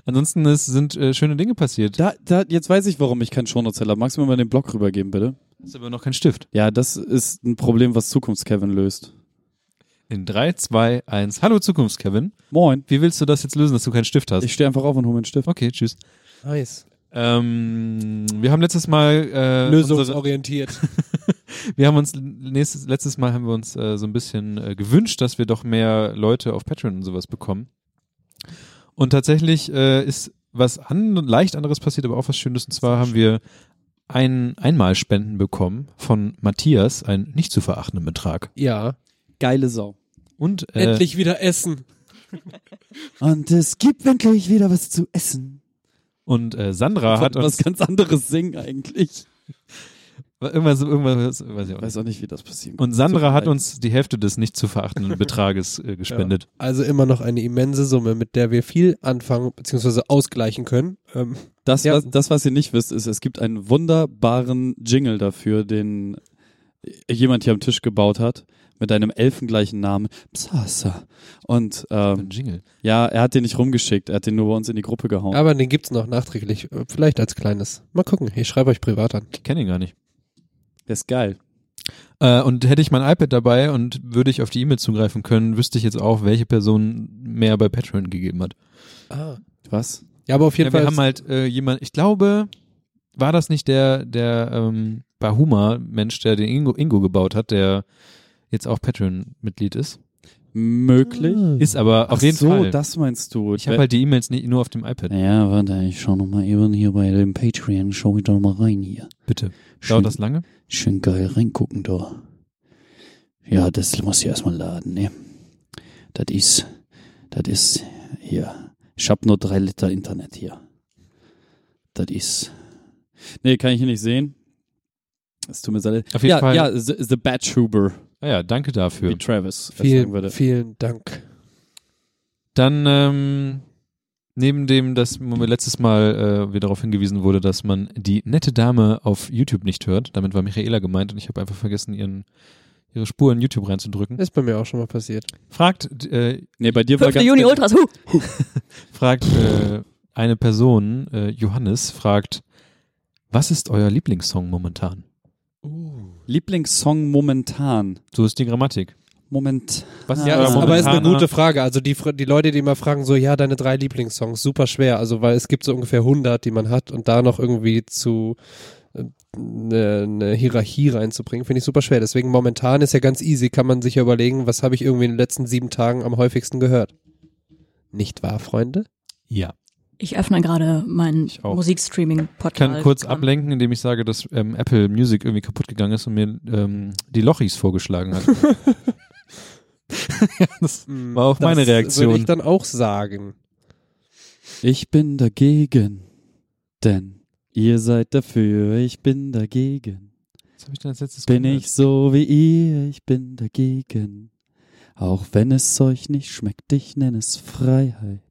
B: ansonsten ist, sind äh, schöne Dinge passiert.
D: Da, da, jetzt weiß ich, warum ich keinen Shownotes-Zettel habe. Magst du mir mal den Blog rübergeben, bitte?
B: Ist aber noch kein Stift.
D: Ja, das ist ein Problem, was Zukunfts-Kevin löst.
B: In 3, 2, 1. Hallo Zukunft, Kevin.
D: Moin.
B: Wie willst du das jetzt lösen, dass du keinen Stift hast?
D: Ich stehe einfach auf und hole mir einen Stift.
B: okay, tschüss.
E: nice.
B: Ähm, wir haben letztes Mal äh, unsere,
E: Lösungsorientiert.
B: Wir haben uns nächstes, letztes Mal haben wir uns äh, so ein bisschen äh, gewünscht, dass wir doch mehr Leute auf Patreon und sowas bekommen. Und tatsächlich äh, ist was an, leicht anderes passiert, aber auch was Schönes. Und zwar haben wir ein Einmalspenden bekommen von Matthias, ein nicht zu verachtenden Betrag.
E: ja.
D: Geile Sau.
B: Und äh,
E: Endlich wieder essen.
D: Und es gibt endlich wieder was zu essen.
B: Und äh, Sandra
D: Ich
B: hat
D: wollte was
B: uns
D: ganz anderes singen eigentlich.
B: irgendwas, irgendwas, weiß ich auch
D: Ich
B: nicht.
D: weiß auch nicht, wie das passiert.
B: Und Sandra hat uns die Hälfte des nicht zu verachtenden Betrages äh, gespendet.
E: Also immer noch eine immense Summe, mit der wir viel anfangen bzw. ausgleichen können. Ähm,
D: Das,
E: Ja.
D: was, das, was ihr nicht wisst, ist, es gibt einen wunderbaren Jingle dafür, den jemand hier am Tisch gebaut hat, mit einem elfengleichen Namen. Psasa. Und ähm,
B: Ein Jingle.
D: ja, er hat den nicht rumgeschickt, er hat den nur bei uns in die Gruppe gehauen.
E: aber den gibt's noch nachträglich, äh, vielleicht als kleines. Mal gucken, ich schreibe euch privat an.
B: Ich kenne ihn gar nicht.
D: Der ist geil.
B: Äh, und hätte ich mein iPad dabei und würde ich auf die E-Mail zugreifen können, wüsste ich jetzt auch, welche Person mehr bei Patreon gegeben hat.
E: Ah.
D: Was?
E: Ja, aber auf jeden
B: Ja, wir
E: Fall.
B: haben halt äh, jemand, ich glaube, war das nicht der, der ähm, Bahuma-Mensch, der den Ingo, Ingo gebaut hat, der jetzt auch Patreon-Mitglied ist.
D: Möglich?
B: Ist aber Ah. auf
D: Hm. Ach
B: jeden
D: so,
B: Fall.
D: das meinst du.
B: ich habe halt die E-Mails nicht nur auf dem iPad.
D: Naja, warte, ich schau nochmal eben hier bei dem Patreon, schau ich doch mal rein hier.
B: Bitte.
D: Schön,
B: Dauert das lange?
D: schön geil reingucken da. Ja, das muss ich erstmal laden, ne? Das ist, das ist, hier. Ich hab nur drei Liter Internet hier. Das ist. Nee, kann ich hier nicht sehen. Es tut mir sehr leid.
B: Auf jeden
D: ja,
B: Fall-
D: ja, The, the Batchuber,
B: Ah ja, danke dafür.
D: wie Travis es sagen
E: vielen,
D: würde.
E: vielen Dank.
B: Dann ähm, neben dem, dass mir letztes Mal äh, wir darauf hingewiesen wurde, dass man die nette Dame auf YouTube nicht hört. Damit war Michaela gemeint und ich habe einfach vergessen, ihren, ihre Spur in YouTube reinzudrücken.
E: Ist bei mir auch schon mal passiert.
B: Fragt, äh,
D: Nee, Ne, bei dir war
C: 5.
D: ganz
C: Juni Ultras, huh!
B: fragt äh, eine Person, äh, Johannes, fragt, was ist euer Lieblingssong momentan?
D: Lieblingssong momentan.
B: So ist die Grammatik.
D: Moment.
B: Was
D: Ja,
E: Ja,
B: euer
E: ist, aber ist eine
B: momentaner-
E: gute Frage. Also die, Fr- die Leute, die immer fragen, so, ja, deine drei Lieblingssongs, super schwer. Also, weil es gibt so ungefähr 100, die man hat und da noch irgendwie zu äh, eine eine Hierarchie reinzubringen, finde ich super schwer. Deswegen momentan ist ja ganz easy, kann man sich ja überlegen, was habe ich irgendwie in den letzten sieben Tagen am häufigsten gehört. Nicht wahr, Freunde?
B: Ja.
C: Ich öffne gerade meinen
B: Ich auch.
C: Musikstreaming-Podcast.
B: Ich kann kurz ablenken, indem ich sage, dass ähm, Apple Music irgendwie kaputt gegangen ist und mir ähm, die Lochis vorgeschlagen hat. ja, das
E: Hm.
B: war auch meine
E: Würde ich
B: Reaktion.
E: dann auch sagen.
D: Ich bin dagegen, denn ihr seid dafür, ich bin dagegen.
B: Was habe ich denn als letztes
D: Bin
B: gehört?
D: ich so wie ihr, ich bin dagegen. Auch wenn es euch nicht schmeckt, ich nenne es Freiheit.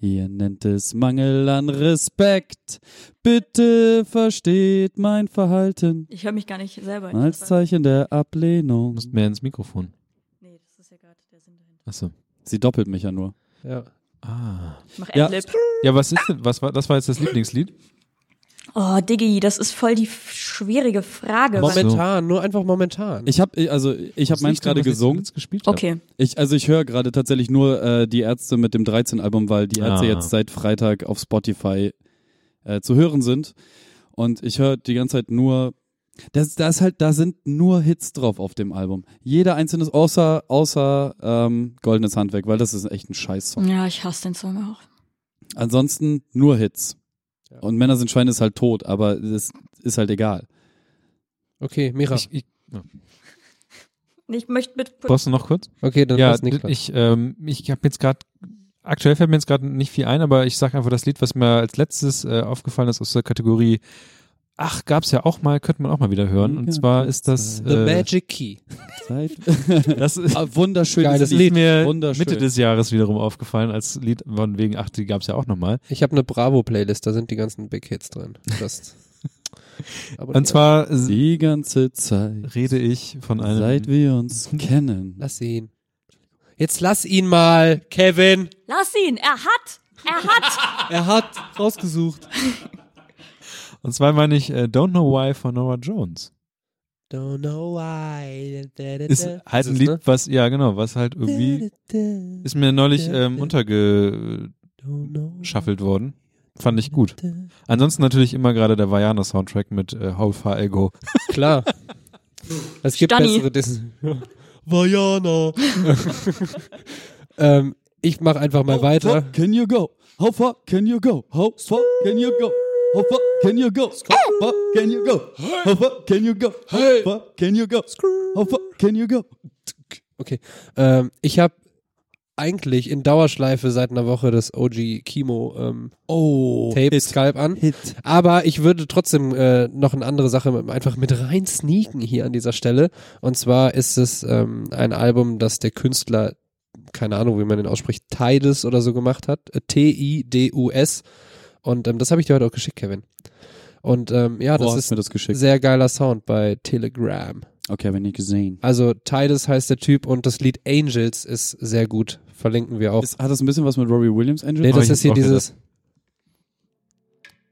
D: Ihr nennt es Mangel an Respekt. Bitte versteht mein Verhalten
C: Ich höre mich gar nicht selber.
D: als Zeichen der
B: Du
D: Ablehnung.
B: musst mehr ins Mikrofon.
C: Nee, das ist ja gerade der Sinn dahinter.
B: Achso.
D: Sie doppelt mich ja nur.
E: Ja.
B: Ah.
C: Ich mach
D: Ja.
C: Adlib.
B: Ja, was ist denn, was war, das war jetzt das Lieblingslied?
C: Oh, Diggi, das ist voll die f- schwierige Frage.
B: Moment.
C: weil-
E: Momentan, nur einfach momentan.
D: Ich habe also ich habe
B: Das
D: meins
B: Lied,
D: gerade
B: was ich
D: gesungen.
B: zuletzt Gespielt habe.
C: Okay,
D: Ich, also ich höre gerade tatsächlich nur äh, die Ärzte mit dem 13-Album, weil die Ärzte
B: Ah.
D: jetzt seit Freitag auf Spotify äh, zu hören sind. Und ich höre die ganze Zeit nur. Das, da ist halt, da sind nur Hits drauf auf dem Album. Jeder einzelne, außer, außer ähm, Goldenes Handwerk, weil das ist echt ein Scheiß-Song.
C: ja, ich hasse den Song auch.
D: Ansonsten nur Hits.
E: Ja.
D: Und Männer sind Schweine ist halt tot, aber das ist halt egal.
E: Okay, Mira.
B: Ich, ich,
C: Ich möchte mit kurz
B: brauchst du noch kurz?
E: Okay, dann
B: ja,
E: passt Niklas.
B: ich, ähm, ich habe jetzt gerade, aktuell fällt mir jetzt gerade nicht viel ein, aber ich sage einfach das Lied, was mir als letztes äh, aufgefallen ist aus der Kategorie, ach, gab's ja auch mal, könnte man auch mal wieder hören. Und
D: Ja,
B: zwar ist
D: das
B: das,
E: The
B: äh,
E: Magic Key.
D: Seid-
B: das ist
D: Ah, Wunderschönes
E: Geiles
B: ist mir
D: Wunderschön.
B: Mitte des Jahres wiederum aufgefallen als Lied von wegen, ach, die gab's ja auch nochmal.
E: Ich habe eine Bravo-Playlist, da sind die ganzen Big Hits drin. Das Aber
B: Und zwar s-
D: Die ganze Zeit.
B: rede ich von einem,
D: Seit wir uns kennen.
E: Lass ihn. Jetzt lass ihn mal, Kevin.
C: Lass ihn, er hat, er hat.
E: Er hat rausgesucht.
B: und zwar meine ich äh, Don't Know Why von Nora Jones.
E: Don't know why.
B: Ist halt ein Lied,
E: ne?
B: was, ja genau, was halt irgendwie, ist mir neulich ähm, unterge geschaffelt worden. Fand ich gut. Ansonsten natürlich immer gerade der Vajana-Soundtrack mit äh, How Far I Go.
E: Klar. Es gibt
C: Stani.
E: bessere Dissen. Vajana. ähm, ich mache einfach
B: Oh,
E: mal
D: How
E: weiter.
D: far can you go? How far can you go? How far can you go? How far can you go? How far can you go? How far can you go? How far can you go? How far can you go?
E: Okay. Ähm, ich habe eigentlich in Dauerschleife seit einer Woche das OG Chemo ähm,
G: Oh,
E: Tape Skype an.
G: Hit.
E: Aber ich würde trotzdem äh, noch eine andere Sache mit, einfach mit rein sneaken hier an dieser Stelle. Und zwar ist es ähm, ein Album, das der Künstler, keine Ahnung, wie man den ausspricht, Tidus oder so gemacht hat. Äh, T-I-D-U-S. Und ähm, das habe ich dir heute auch geschickt, Kevin. Und ähm, ja,
D: Wo
E: das
D: hast
E: ist
D: du mir
E: ein
D: das geschickt?
E: sehr geiler Sound bei Telegram.
D: Okay, habe ich nicht gesehen.
E: Also Tidus heißt der Typ und das Lied Angels ist sehr gut. Verlinken wir auch.
D: Ist, hat das ein bisschen was mit Robbie Williams, Angel?
E: nee,
B: hab
E: das
B: ich
E: ist hier
B: auch
E: dieses.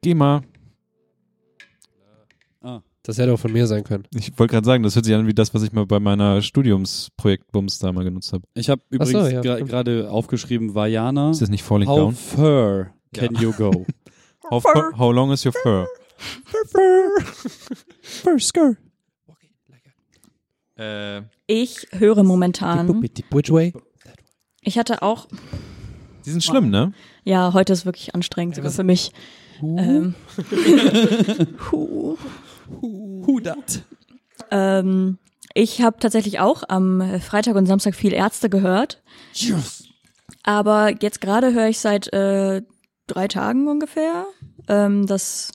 B: Geh mal.
E: Das hätte auch von mir sein können.
B: Ich wollte gerade sagen, das hört sich an wie das, was ich mal bei meiner Studiumsprojektbums da mal genutzt habe.
D: Ich habe übrigens
E: so, ja,
D: gra-
E: stimmt.
D: gerade aufgeschrieben, Vajana,
B: Ist das nicht Falling
D: how
B: Down?
D: far can you go?
B: How, fu- how long is your fur?
D: First girl.
B: Äh,
C: Ich höre momentan.
E: Which way?
C: Ich hatte auch,
B: die sind schlimm, ne?
C: ja, heute ist wirklich anstrengend,
E: Äh,
C: sogar für mich. Ähm, Huh. ähm, ich habe tatsächlich auch am Freitag und Samstag viel Ärzte gehört.
D: Yes.
C: Aber jetzt gerade höre ich seit äh, drei Tagen ungefähr ähm, das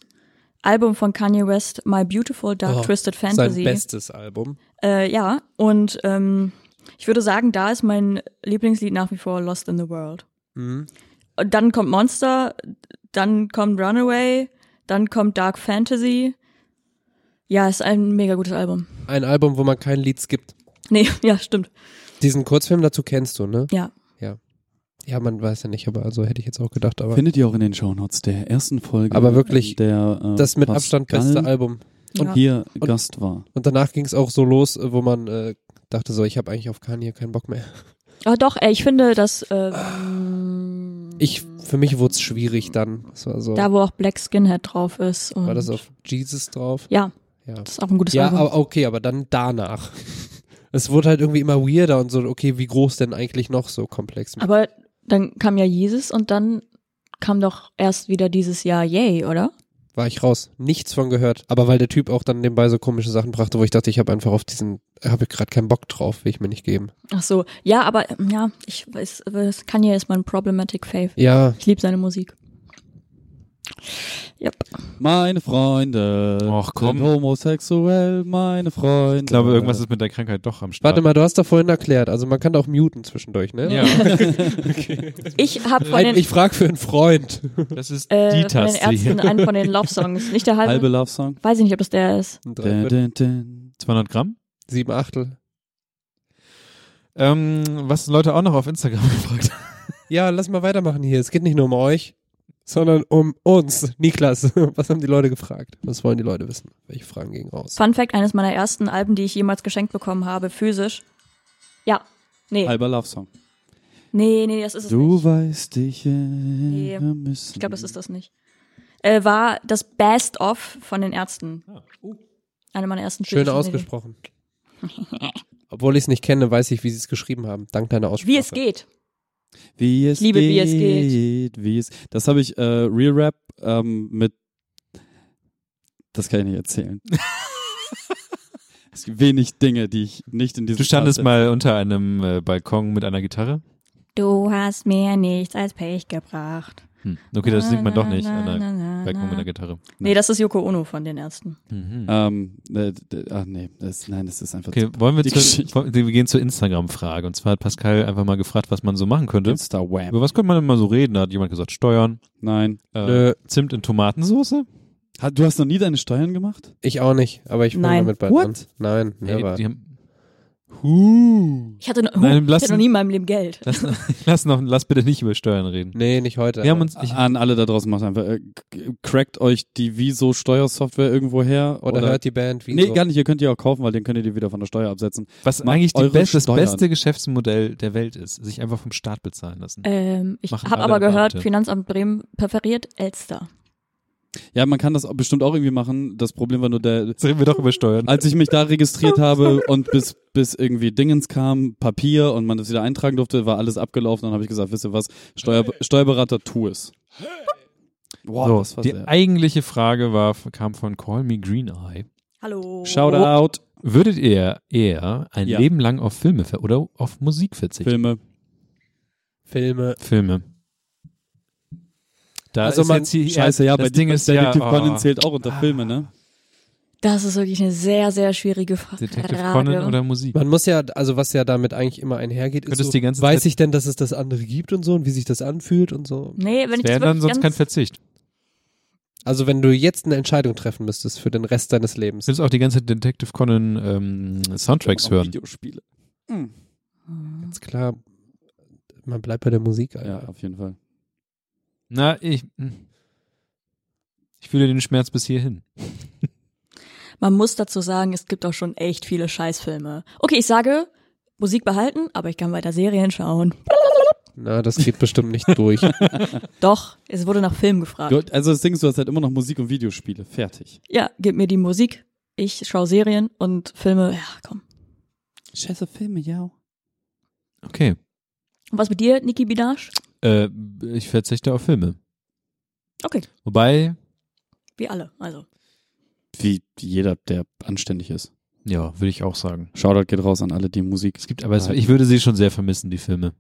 C: Album von Kanye West, My Beautiful Dark
E: Oh,
C: Twisted
E: Sein
C: Fantasy.
E: bestes Album.
C: Äh, ja, und ähm, ich würde sagen, da ist mein Lieblingslied nach wie vor Lost in the World.
E: Mhm.
C: Und dann kommt Monster, dann kommt Runaway, dann kommt Dark Fantasy. Ja, ist ein mega gutes Album.
E: Ein Album, wo man kein Lied skippt.
C: Nee, ja, stimmt.
E: Diesen Kurzfilm dazu kennst du, ne?
C: Ja.
E: Ja. Ja, man weiß ja nicht, aber also hätte ich jetzt auch gedacht, aber
D: Findet ihr auch in den Shownotes der ersten Folge.
E: Aber wirklich,
D: der, äh,
E: das mit Abstand
D: Pascal
E: beste Album.
C: ja.
D: Hier Gast war.
E: Und danach ging es auch so los, äh, wo man äh, dachte so, ich habe eigentlich auf Kanye keinen Bock mehr.
C: Ah, doch, ey, ich finde, dass ähm,
E: Ich, für mich wurde es schwierig dann. Das war so,
C: da, wo auch Black Skinhead drauf ist. Und
E: war das auf Jesus drauf?
C: Ja,
E: Ja.
C: das ist auch ein gutes
E: Ja,
C: Album.
E: aber okay, aber dann danach. Es wurde halt irgendwie immer weirder und so, okay, wie groß denn eigentlich noch so komplex?
C: Aber dann kam ja Jesus und dann kam doch erst wieder dieses Jahr Yay, oder?
E: war ich raus. Nichts von gehört. Aber weil der Typ auch dann nebenbei so komische Sachen brachte, wo ich dachte, ich habe einfach auf diesen, habe ich gerade keinen Bock drauf, will ich mir nicht geben.
C: Ach so, ja, aber ähm, ja, ich weiß, weiß, Kanye ist mein problematic Fave.
E: Ja,
C: Ich liebe seine Musik. Yep.
D: Meine Freunde.
B: Och, komm.
D: sind Homosexuell, meine Freunde.
B: Ich glaube, irgendwas ist mit der Krankheit doch am Start.
E: warte mal, du hast da vorhin erklärt, also man kann da auch muten zwischendurch, ne?
B: Ja,
C: Ich habe von
E: Ein,
C: den,
E: ich frage für einen Freund.
B: das ist die
C: äh, von den
B: Taste
C: Ärzten
B: hier.
C: einen von den Love Songs, nicht der halbe.
D: Halbe Love Song.
C: Weiß ich nicht, ob das der ist.
D: Dun,
E: Ein Dreiviertel,
D: dun, dun.
B: 200 Gramm?
E: Sieben Achtel.
B: Ähm, was Leute auch noch auf Instagram gefragt haben.
E: Ja, lass mal weitermachen hier. Es geht nicht nur um euch, sondern um uns. Niklas, was haben die Leute gefragt? Was wollen die Leute wissen? Welche Fragen gingen raus?
C: Fun Fact, eines meiner ersten Alben, die ich jemals geschenkt bekommen habe, physisch. Ja. Nee.
D: Halber Love Song.
C: Nee, nee, das ist es
D: Du
C: nicht.
D: weißt dich äh, müssen.
C: Ich glaube, das ist das nicht. Äh, war das Best of von den Ärzten.
B: Ah, uh.
C: Eine meiner ersten
E: Schön
C: physischen
E: ausgesprochen. Obwohl ich es nicht kenne, weiß ich, wie sie es geschrieben haben. Dank deiner
C: CDs.
E: Aussprache.
C: Wie es geht.
D: Wie es
C: Liebe,
D: geht,
C: wie es geht.
D: Wie es, das habe ich äh, Real Rap ähm, mit. Das kann ich nicht erzählen. es gibt wenig Dinge, die ich nicht in diesem.
B: Du standest
D: Podcast-
B: mal unter einem äh, Balkon mit einer Gitarre.
F: Du hast mir nichts als Pech gebracht.
B: Hm. Okay, das singt man doch nicht Äh, an einem Balkon mit einer
F: Nein,
B: Gitarre.
C: Nee, das ist Yoko Ono von den Ärzten.
B: Mhm.
D: Ähm, äh, d- ach nee, das, nein, das ist einfach
B: Okay, wollen wir,
D: Die
B: zu,
D: Geschichte.
B: wollen, wir gehen zur Instagram-Frage. Und zwar hat Pascal einfach mal gefragt, was man so machen
D: zu
B: könnte.
D: Insta Wham.
B: Über was könnte man immer so reden? Da hat jemand gesagt, Steuern,
D: Nein.
B: äh,
E: Nö.
B: Zimt in Tomatensoße.
D: Ha- Du hast noch nie deine Steuern gemacht?
E: Ich auch nicht, aber ich fange
C: Nein.
E: damit bald
D: What?
E: an. Nein, never.
B: Ey, die haben,
C: Ich hatte, noch,
B: Nein,
C: ich
B: lass-
C: hatte noch nie in meinem Leben Geld.
B: lass, lass, noch, lass bitte nicht über Steuern reden.
E: nee, nicht heute.
B: Wir haben
E: aber-
B: uns, ich,
D: An alle da draußen macht einfach, äh, k- crackt euch die Wieso Steuersoftware irgendwo her.
E: oder, hört die Band wie
D: Nee,
E: so.
D: gar nicht, ihr könnt die auch kaufen, weil den könnt ihr die wieder von der Steuer absetzen.
B: was
D: macht
B: eigentlich die
D: eure
B: best, das
D: Steuern.
B: beste Geschäftsmodell der Welt ist, sich einfach vom Staat bezahlen lassen.
C: Ähm, ich
B: Machen
C: habe
B: alle
C: aber gehört,
B: Beamte.
C: Finanzamt Bremen präferiert Elster.
D: Ja, man kann das auch bestimmt auch irgendwie machen. Das Problem war nur der,
B: Jetzt reden wir doch über Steuern.
D: als ich mich da registriert habe und bis, bis irgendwie Dingens kam, Papier und man das wieder eintragen durfte, war alles abgelaufen. Dann habe ich gesagt, wisst ihr was, Steuer, Steuerberater, tu es. Wow,
B: So,
D: das war
B: die
D: sehr.
B: eigentliche Frage war, kam von Call Me Green Eye.
C: Hallo.
D: Shoutout,
B: Würdet ihr eher ein
D: Ja.
B: Leben lang auf Filme ver- oder auf Musik verzichten?
D: Filme.
E: Filme.
B: Filme. Da
E: Also
B: ist
E: man-
B: jetzt hier,
D: Scheiße, ja, Ah.
B: das
D: bei
B: Ding ist ja,
D: Detective Conan
B: oh,
D: zählt auch unter Filme, ne?
C: Das ist wirklich eine sehr, sehr schwierige Fra- Frage.
B: Detective Conan oder Musik.
E: Man muss ja, also was ja damit eigentlich immer einhergeht, ist
B: Könntest
E: so,
B: die ganze
E: weiß
B: Zeit-
E: ich denn, dass es das andere gibt und so und wie sich das anfühlt und so.
C: Nee, wenn ich
B: Wäre
C: das
B: dann
C: wirklich
B: sonst kein
C: ganz,
B: Verzicht.
E: Also wenn du jetzt eine Entscheidung treffen müsstest für den Rest deines Lebens.
B: Könntest auch die ganze Zeit Detective Conan ähm, Soundtracks
D: Auch
B: hören.
D: Videospiele.
C: Hm.
E: Ganz klar, man bleibt bei der Musik.
D: Ja,
E: Alter.
D: auf jeden Fall.
B: Na, ich. hm. Ich fühle den Schmerz bis hierhin.
C: man muss dazu sagen, es gibt auch schon echt viele Scheißfilme. Okay, ich sage, Musik behalten, aber ich kann weiter Serien schauen.
E: Na, das geht bestimmt nicht durch.
C: Doch, es wurde nach Film gefragt.
D: Du, also das Ding ist, du hast halt immer noch Musik und Videospiele. Fertig.
C: Ja, gib mir die Musik. Ich schaue Serien und Filme. Ja, komm.
D: Scheiße Filme, ja.
B: Okay.
C: Und was mit dir, Niki Binage?
B: Äh, ich verzichte auf Filme.
C: Okay,
B: Wobei,
C: wie alle. Also,
D: Wie jeder, der anständig ist.
B: ja, würde ich auch sagen.
D: Shoutout geht raus an alle, die Musik.
B: Es gibt, aber es, ich würde sie schon sehr vermissen, die Filme.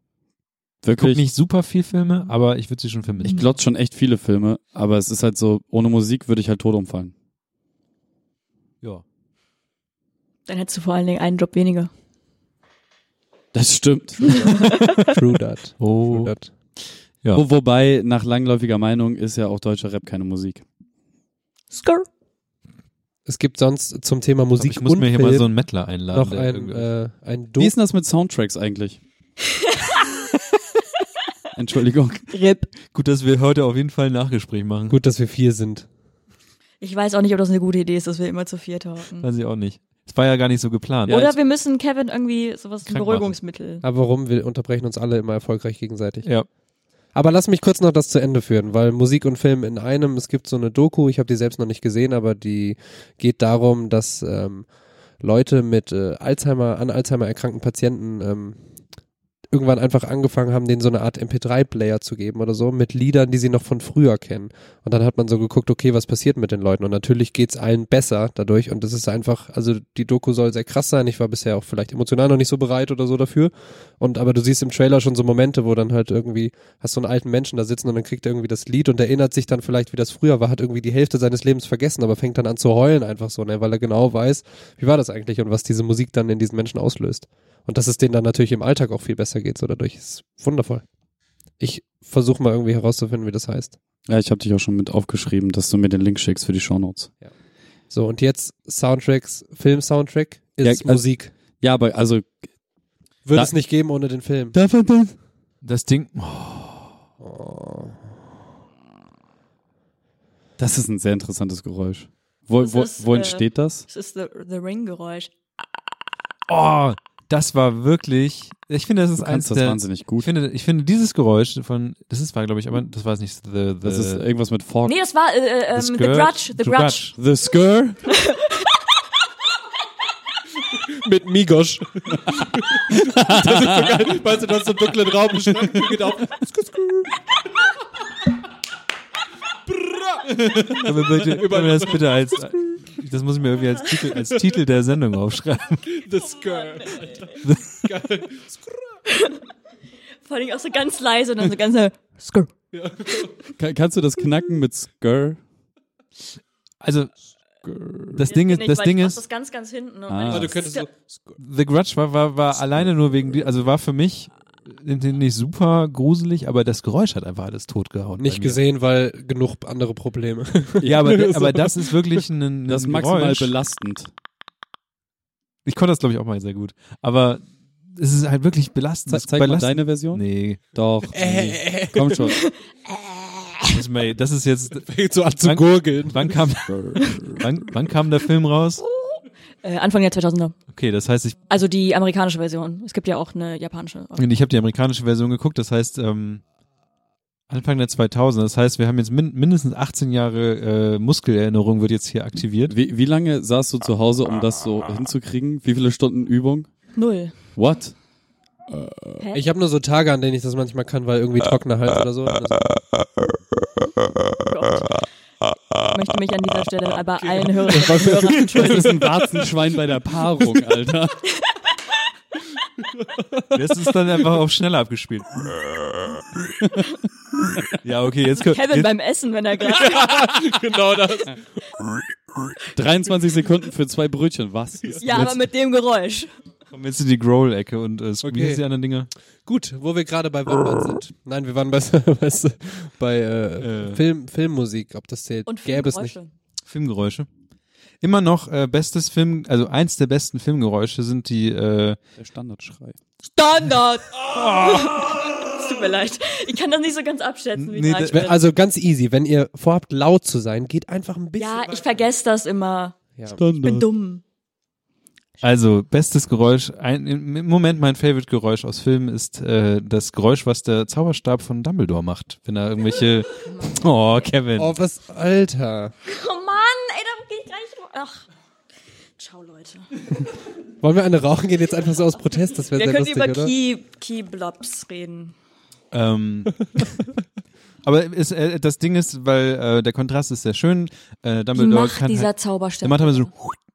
B: Ich gucke
D: wirklich.
B: nicht super viel Filme, aber ich würde sie schon vermissen.
D: Ich glotze schon echt viele Filme, aber es ist halt so, ohne Musik würde ich halt tot umfallen.
B: ja.
C: dann hättest du vor allen Dingen einen Job weniger.
D: Das stimmt.
E: True that. True
B: Oh,
E: that.
B: Ja.
D: Wo, wobei, nach langläufiger Meinung ist ja auch deutscher Rap keine Musik.
C: Skrr.
E: Es gibt sonst zum Thema Musik
B: ich muss
E: und
B: mir hier
E: Film
B: mal so einen Mettler einladen.
E: noch
B: der
E: ein,
B: irgendwie-
E: äh, ein
D: Wie
E: Doku.
D: ist denn das mit Soundtracks eigentlich? Entschuldigung.
C: Rip.
B: Gut, dass wir heute auf jeden Fall ein Nachgespräch machen.
E: Gut, dass wir vier sind.
C: Ich weiß auch nicht, ob das eine gute Idee ist, dass wir immer zu viert talken.
B: Weiß ich auch nicht. Es war ja gar nicht so geplant.
C: Oder wir müssen Kevin irgendwie sowas, ein
B: Krank
C: Beruhigungsmittel.
E: Aber warum? Wir unterbrechen uns alle immer erfolgreich gegenseitig.
B: ja.
E: Aber lass mich kurz noch das zu Ende führen, weil Musik und Film in einem, es gibt so eine Doku, ich habe die selbst noch nicht gesehen, aber die geht darum, dass ähm, Leute mit äh, Alzheimer, an Alzheimer erkrankten Patienten ähm, irgendwann einfach angefangen haben, denen so eine Art MP3-Player zu geben oder so, mit Liedern, die sie noch von früher kennen. Und dann hat man so geguckt, okay, was passiert mit den Leuten? Und natürlich geht's allen besser dadurch. Und das ist einfach, also die Doku soll sehr krass sein. Ich war bisher auch vielleicht emotional noch nicht so bereit oder so dafür. Und aber du siehst im Trailer schon so Momente, wo dann halt irgendwie hast so einen alten Menschen da sitzen und dann kriegt er irgendwie das Lied und erinnert sich dann vielleicht, wie das früher war, hat irgendwie die Hälfte seines Lebens vergessen, aber fängt dann an zu heulen einfach so, ne, weil er genau weiß, wie war das eigentlich und was diese Musik dann in diesen Menschen auslöst. Und dass es denen dann natürlich im Alltag auch viel besser geht so dadurch. Ist wundervoll. Ich versuche mal irgendwie herauszufinden, wie das heißt.
D: Ja, ich habe dich auch schon mit aufgeschrieben, dass du mir den Link schickst für die Shownotes.
E: So, und jetzt Soundtracks, Film-Soundtrack ist
D: Ja, also-
E: Musik.
D: Ja, aber also
E: Würde
D: da-
E: es nicht geben ohne den Film.
B: Das Ding. Oh,
D: Das ist ein sehr interessantes Geräusch. Wo,
C: Das
D: wo,
C: ist,
D: wo
C: äh,
D: entsteht das?
C: Das ist The, the Ring-Geräusch.
B: oh, das war wirklich. Ich finde, das ist
D: Du
B: eins
D: kannst das
B: der.
D: wahnsinnig
B: Ich
D: gut.
B: finde, ich finde dieses Geräusch von. Das ist war, glaube ich, aber das äh, war es nicht. The, the,
D: Das ist irgendwas mit Fork.
C: Nee, das war äh, ähm, The
B: Scourge.
C: Grudge. The Grudge.
D: The Skur?
E: Mit Migosch. das ist so geil. Weißt du, du hast so einen dunklen Raum und Schrank geht auf.
B: aber bitte, können wir das bitte als. Das muss ich mir irgendwie als Titel, als Titel der Sendung aufschreiben.
E: Das Girl.
C: Vor allem auch so ganz leise und dann so ganz äh, Skrr.
D: Ka- Kannst du das knacken mit Skur?
B: Also. Das Ding ist,
C: Nee,
B: das
C: weil
B: Ding
C: ich mach das
B: ist,
C: ganz, ganz hinten. ne? Und
D: Ah.
C: wenn
D: Ah,
C: ich
D: du
E: könntest so-
B: The Grudge war, war, war alleine nur wegen, die- also war für mich nicht super gruselig, aber das Geräusch hat einfach alles totgehauen. bei
E: Nicht
B: mir.
E: gesehen, weil genug andere Probleme.
B: Ja, aber, aber das ist wirklich ein, ein
D: Das ist maximal
B: Geräusch.
D: belastend.
B: Ich konnte das, glaube ich, auch mal sehr gut. Aber es ist halt wirklich belastend.
D: Ze
B: Das
D: zeig mal
B: belastend-
D: deine Version.
B: Nee,
D: Doch.
E: Äh,
D: Nee. Komm schon.
B: muss man- das ist jetzt.
E: Fängt so an zu
B: Wann-
E: gurgeln.
B: Wann kam, wann, wann kam der Film raus?
C: Äh, Anfang der 2000er.
B: Okay, das heißt, ich,
C: Also die amerikanische Version. Es gibt ja auch eine japanische.
B: ich habe die amerikanische Version geguckt. Das heißt, ähm, Anfang der 2000. Das heißt, wir haben jetzt min mindestens 18 Jahre äh, Muskelerinnerung wird jetzt hier aktiviert.
D: Wie, wie lange saßt du zu Hause, um das so hinzukriegen? Wie viele Stunden Übung?
C: Null.
D: What?
C: Hä?
E: Ich habe nur so Tage, an denen ich das manchmal kann, weil irgendwie trockener Hals oder so.
C: Gott. Ich möchte mich an dieser Stelle aber allen Hörern, Hörern
D: Das
C: entschuldigen.
D: ist ein Warzenschwein bei der Paarung, Alter.
B: Das ist dann einfach auf schneller abgespielt. Ja, okay, jetzt kommt.
C: Kevin
B: Jetzt,
C: beim Essen, wenn er gerade.
E: genau das.
D: 23 Sekunden für zwei Brötchen, was?
C: ja, aber mit dem Geräusch.
B: kommen jetzt in die Growl-Ecke und äh, wie hieß die anderen Dinger?
E: Gut, wo wir gerade bei Wimpern sind. Nein, wir waren bei, bei, bei äh,
B: Äh.
E: Film, Filmmusik, ob das zählt.
C: Und
E: gäbe es nicht.
C: Geräusche.
B: Filmgeräusche. Immer noch äh, bestes Film, also eins der besten Filmgeräusche sind die äh,
D: Der Standardschrei.
C: Standard! Es tut mir leid. Ich kann das nicht so ganz abschätzen, wie
B: Nee,
C: nah
B: das-
C: ich
E: Wenn-
C: bin.
E: Also ganz easy, wenn ihr vorhabt, laut zu sein, geht einfach ein bisschen.
C: ja, ich
E: weiter.
C: vergesse das immer.
E: Ja.
C: Ich bin dumm.
B: Also, bestes Geräusch, ein, im Moment mein Favorite-Geräusch aus Filmen ist äh, das Geräusch, was der Zauberstab von Dumbledore macht, wenn er irgendwelche... Oh, Kevin.
E: Oh, was, Alter.
C: Oh Mann, ey, da geh ich gleich. Ach. Ciao, Leute.
E: Wollen wir eine rauchen gehen? Jetzt einfach so aus Protest, das wäre
C: Wir
E: sehr
C: können
E: lustig,
C: über
E: oder?
C: Key, Key Blobs reden.
B: Ähm, aber es, äh, das Ding ist, weil äh, der Kontrast ist sehr schön. Äh,
C: Die
B: Dumbledore
C: Macht
B: kann
C: dieser
B: halt, der
C: Zauberstab.
B: macht immer so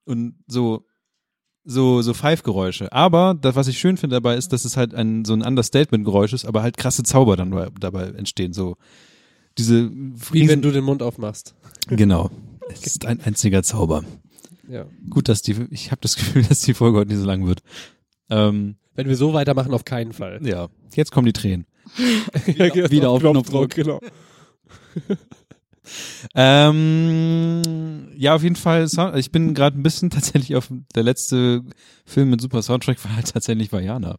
B: und so so so Pfeifgeräusche. Aber das, was ich schön finde dabei, ist, dass es halt ein so ein Understatement-Geräusch ist, aber halt krasse Zauber dann dabei- dabei entstehen. So diese
E: Wie wenn
B: riesen-
E: du den Mund aufmachst.
B: genau. Es ist ein einziger Zauber.
E: Ja.
B: Gut, dass die. Ich habe das Gefühl, dass die Folge heute nicht so lang wird. Ähm,
E: Wenn wir so weitermachen, auf keinen Fall.
B: ja, jetzt kommen die Tränen.
E: Wieder,
D: wieder auf Knopfdruck.
E: genau.
B: Ähm, ja, auf jeden Fall. Sound, ich bin gerade ein bisschen tatsächlich auf der letzte Film mit super Soundtrack war halt tatsächlich Vajana.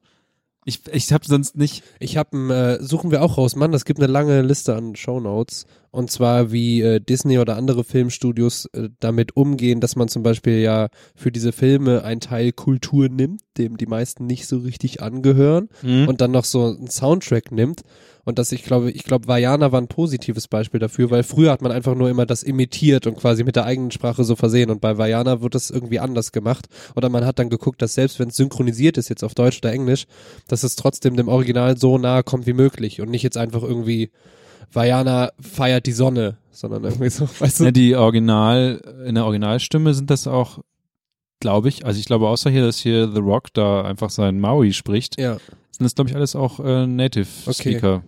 B: Ich, ich habe sonst nicht.
E: Ich habe äh, suchen wir auch raus, Mann, das gibt eine lange Liste an Shownotes. Und zwar, wie äh, Disney oder andere Filmstudios äh, damit umgehen, dass man zum Beispiel ja für diese Filme einen Teil Kultur nimmt, dem die meisten nicht so richtig angehören. und dann noch so einen Soundtrack nimmt und dass ich glaube, ich glaube, Vajana war ein positives Beispiel dafür, weil früher hat man einfach nur immer das imitiert und quasi mit der eigenen Sprache so versehen und bei Vajana wird das irgendwie anders gemacht oder man hat dann geguckt, dass selbst wenn es synchronisiert ist, jetzt auf Deutsch oder Englisch, dass es trotzdem dem Original so nahe kommt wie möglich und nicht jetzt einfach irgendwie Vajana feiert die Sonne, sondern irgendwie so, weißt du,
B: ne, die Original in der Originalstimme sind das auch, glaube ich. Also ich glaube außer hier, dass hier The Rock da einfach sein Maui spricht,
E: ja.
B: sind das glaube ich alles auch äh, Native
E: Okay.
B: Speaker.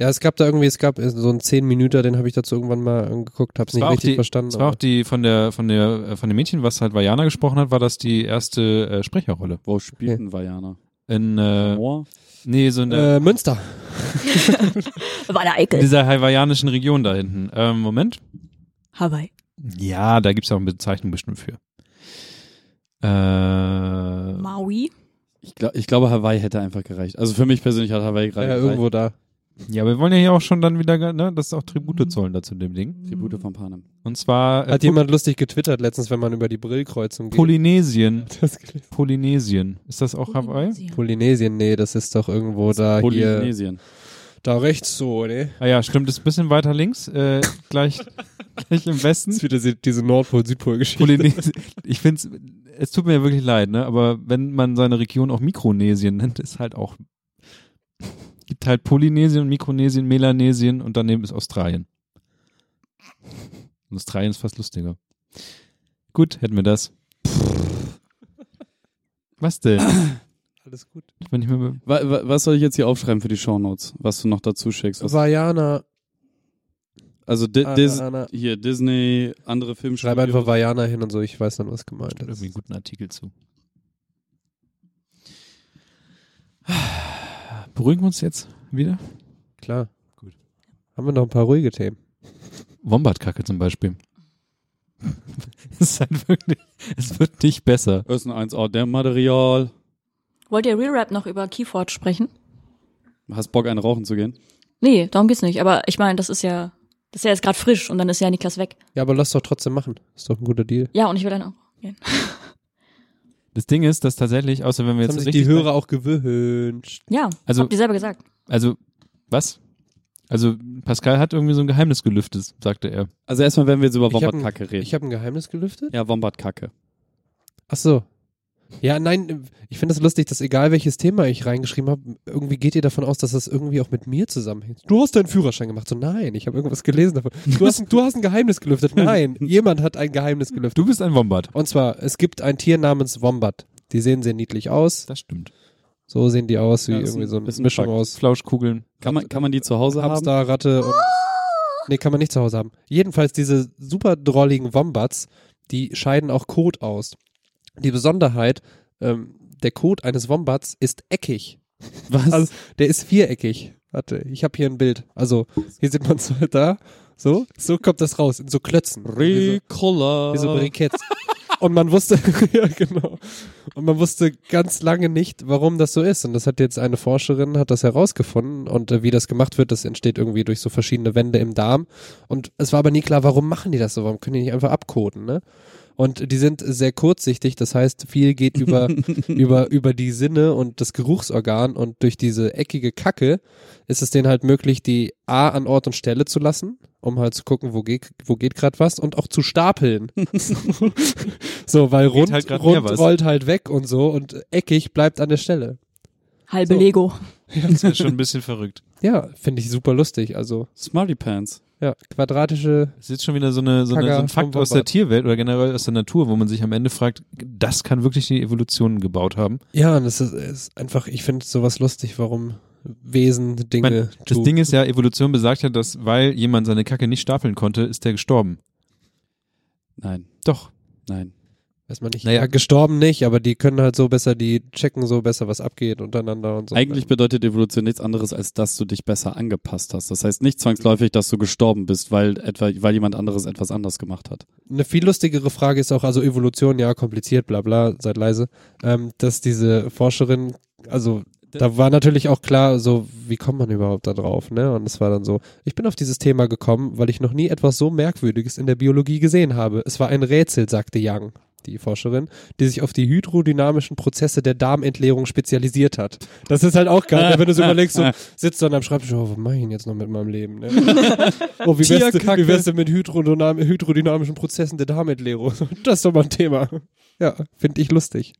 E: Ja, es gab da irgendwie, es gab so einen 10 Minüter, den habe ich dazu irgendwann mal angeguckt, hab's
B: Es
E: nicht
B: war auch
E: richtig
B: die,
E: verstanden.
B: es war auch
E: aber-
B: die von der von der äh, von dem Mädchen, was halt Vajana gesprochen hat, war das die erste äh, Sprecherrolle
D: Wo spielt denn Vajana?
B: in äh,
D: Moor?
B: nee so in der
E: äh, Münster.
C: War der
B: In
C: Eikel.
B: dieser hawaiianischen Region da hinten. Ähm, Moment.
C: Hawaii.
B: Ja, da gibt's auch eine Bezeichnung bestimmt für. Äh,
C: Maui.
D: Ich, glaub, ich glaube, Hawaii hätte einfach gereicht. Also für mich persönlich hat Hawaii gerade
E: Ja, irgendwo da.
B: Äh, ja, wir wollen ja hier auch schon dann wieder, ne, das ist auch Tribute zollen dazu dem Ding.
D: Tribute von Panem.
B: Und zwar äh,
E: Hat jemand lustig getwittert letztens, wenn man über die
B: Pol-
E: Brillkreuzung geht?
B: Polynesien.
E: Das gelesen.
B: Polynesien. Ist das auch Hawaii?
E: Polynesien, nee, das ist doch irgendwo da hier.
D: Polynesien.
E: Da rechts so, ne?
B: Ah ja, stimmt, ist ein bisschen weiter links, äh, gleich, gleich im Westen.
E: Das ist wieder se- diese Nordpol-Südpol-Geschichte.
B: Polynesien. Ich find's, es tut mir ja wirklich leid, ne? Aber wenn man seine Region auch Mikronesien nennt, ist halt auch gibt halt Polynesien, Mikronesien, Melanesien und daneben ist Australien. Und Australien ist fast lustiger. Gut, hätten wir das. Was denn?
E: Alles gut.
B: Ich bin nicht mehr be-
D: Wa wa was soll ich jetzt hier aufschreiben für die Shownotes? Was du noch dazu schickst? Was,
E: Vajana.
D: also
B: Äh,
D: Di
E: Anna,
D: Dis
E: Anna.
D: hier Disney, andere Filmstudios.
E: Schreib einfach Vajana hin und so, ich weiß dann, was gemeint
B: irgendwie einen
E: ist.
B: guten Artikel zu. Beruhigen wir uns jetzt wieder?
E: Klar.
B: Gut.
E: Haben wir noch ein paar ruhige Themen?
B: Wombatkacke zum Beispiel. es ist halt wirklich, es wird nicht besser.
D: Das ist ein 1A oh, der Material.
C: Wollt ihr Real Rap noch über Keyforge sprechen?
D: Hast Bock, einen rauchen zu gehen?
C: Nee, darum geht's nicht. Aber ich meine, das ist ja, das ist ja jetzt gerade frisch und dann ist ja Niklas weg.
E: Ja, aber lass doch trotzdem machen. Ist doch ein guter Deal.
C: Ja, und ich will dann auch gehen.
B: Das Ding ist, dass tatsächlich, außer wenn wir
E: Das
B: jetzt
E: haben sich
B: richtig ne-
E: die Hörer auch gewünscht.
C: Ja,
B: Also-
C: habt ihr selber gesagt.
B: also was? Also Pascal hat irgendwie so ein Geheimnis gelüftet, sagte er.
D: Also erstmal werden wir jetzt über
E: Ich hab ein-
D: Wombat-Kacke reden.
E: Ich habe ein Geheimnis gelüftet?
D: ja, Wombat-Kacke.
E: Ach so. Ja, nein, ich finde es das lustig, dass egal welches Thema ich reingeschrieben habe, irgendwie geht ihr davon aus, dass das irgendwie auch mit mir zusammenhängt. Du hast deinen Führerschein gemacht. So, nein, ich habe irgendwas gelesen davon. Du hast, du hast ein Geheimnis gelüftet. Nein, jemand hat ein Geheimnis gelüftet.
B: Du bist ein Wombat.
E: Und zwar, es gibt ein Tier namens Wombat. Die sehen sehr niedlich aus.
B: Das stimmt.
E: So sehen die aus, wie
D: Ja, ist
E: irgendwie
D: ein-
E: so eine
D: ist ein
E: Mischung
D: Fakt.
E: aus
B: Flauschkugeln.
D: Kann man, kann man die zu Hause haben? Oh!
E: Hamster, Ratte und. Nee, kann man nicht zu Hause haben. Jedenfalls diese super drolligen Wombats, die scheiden auch Kot aus. Die Besonderheit, ähm, der Kot eines Wombats ist eckig.
D: Was?
E: Also, der ist viereckig. Warte, ich habe hier ein Bild. Also, hier sieht man es da. So, so kommt das raus, in so Klötzen. Wie so-
D: Ricola.
E: wie so Briketts. Und man wusste, ja genau, und man wusste ganz lange nicht, warum das so ist. Und das hat jetzt eine Forscherin, hat das herausgefunden und äh, wie das gemacht wird, das entsteht irgendwie durch so verschiedene Wände im Darm. Und es war aber nie klar, warum machen die das so, warum können die nicht einfach abkoten, ne? Und die sind sehr kurzsichtig, das heißt, viel geht über, über, über die Sinne und das Geruchsorgan und durch diese eckige Kacke ist es denen halt möglich, die A an Ort und Stelle zu lassen, um halt zu gucken, wo geht, wo geht gerade was und auch zu stapeln. so, weil rund,
B: halt grad mehr
E: rund
B: was.
E: rollt halt weg und so und eckig bleibt an der Stelle.
C: Halbe
E: So.
C: Lego.
B: Das ist schon ein bisschen verrückt.
E: Ja, finde ich super lustig. Also,
D: Smarty Pants.
E: ja, quadratische.
B: Es ist jetzt schon wieder so, eine, so, eine, so
E: Kacker
B: ein
E: vom
B: Fakt aus der
E: Wombat.
B: Tierwelt oder generell aus der Natur, wo man sich am Ende fragt, das kann wirklich die Evolution gebaut haben.
E: Ja, und es ist, ist einfach, ich finde sowas lustig, warum Wesen
B: Ich
E: Dinge
B: meine, das
E: tun.
B: Ding ist ja, Evolution besagt ja, dass weil jemand seine Kacke nicht stapeln konnte, ist der gestorben.
D: Nein,
B: Doch.
D: nein.
E: Weiß man nicht.
B: Naja.
E: Ja, gestorben nicht, aber die können halt so besser, die checken so besser, was abgeht untereinander und so. Ähm,
D: Eigentlich bedeutet Evolution nichts anderes, als dass du dich besser angepasst hast. Das heißt nicht zwangsläufig, dass du gestorben bist, weil, etwa, weil jemand anderes etwas anders gemacht hat.
E: Eine viel lustigere Frage ist auch, also Evolution, ja, kompliziert, bla bla, seid leise, ähm, dass diese Forscherin, also da war natürlich auch klar, so, wie kommt man überhaupt da drauf, ne? Und es war dann so, ich bin auf dieses Thema gekommen, weil ich noch nie etwas so Merkwürdiges in der Biologie gesehen habe. Es war ein Rätsel, sagte Young, die Forscherin, die sich auf die hydrodynamischen Prozesse der Darmentleerung spezialisiert hat. Das ist halt auch geil, wenn du so überlegst, so, sitzt dann am Schreibtisch, oh, was mache ich denn jetzt noch mit meinem Leben, ne? Oh, wie wär's, denn-
D: Tierkacke.
E: wie wär's denn mit hydrodynam hydrodynamischen Prozessen der Darmentleerung? Das ist doch mal ein Thema. Ja, finde ich lustig.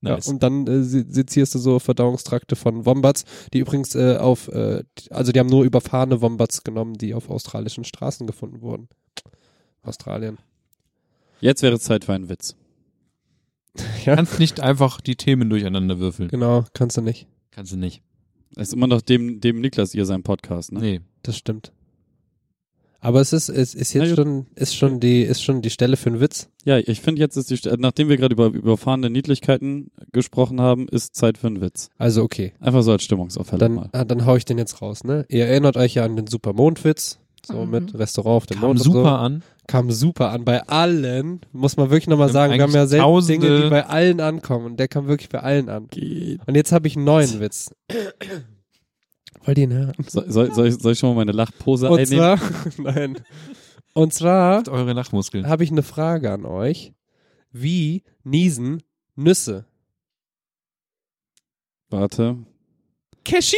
B: Nice.
E: Ja, und dann äh, se- sezierst du so Verdauungstrakte von Wombats, die übrigens äh, auf, äh, die- also die haben nur überfahrene Wombats genommen, die auf australischen Straßen gefunden wurden. Australien.
D: Jetzt wäre Zeit für einen Witz.
B: Du kannst nicht einfach die Themen durcheinander würfeln.
E: Genau, kannst du nicht.
B: Kannst du nicht.
D: Das ist immer noch dem, dem Niklas ihr sein Podcast, ne?
B: Nee.
E: Das stimmt. Aber es ist, es ist
D: Na
E: jetzt
D: gut.
E: schon, ist schon die, ist schon die Stelle für einen Witz.
D: Ja, ich finde jetzt ist die, St- nachdem wir gerade über überfahrene Niedlichkeiten gesprochen haben, ist Zeit für einen Witz.
E: Also okay.
D: Einfach so als Stimmungsaufheller mal.
E: Dann, ah, dann hau ich den jetzt raus, ne? Ihr erinnert euch ja an den Supermondwitz, so
C: Mhm.
E: mit Restaurant auf dem
B: Kam
E: Mond
B: super
E: und so.
B: an.
E: Kam super an. Bei allen, muss man wirklich nochmal
B: Wir haben
E: sagen, wir haben
B: eigentlich
E: ja selten
B: tausende-
E: Dinge, die bei allen ankommen. Und der kam wirklich bei allen an. Und jetzt habe ich einen neuen Witz. Wollt ihr ihn hören?
D: So, soll, soll, ich, soll ich schon mal meine Lachpose
E: Und
D: einnehmen?
E: zwar, nein. Und zwar
B: Eure Lachmuskeln.
E: habe ich eine Frage an euch. Wie niesen Nüsse?
D: Warte.
E: Cashew!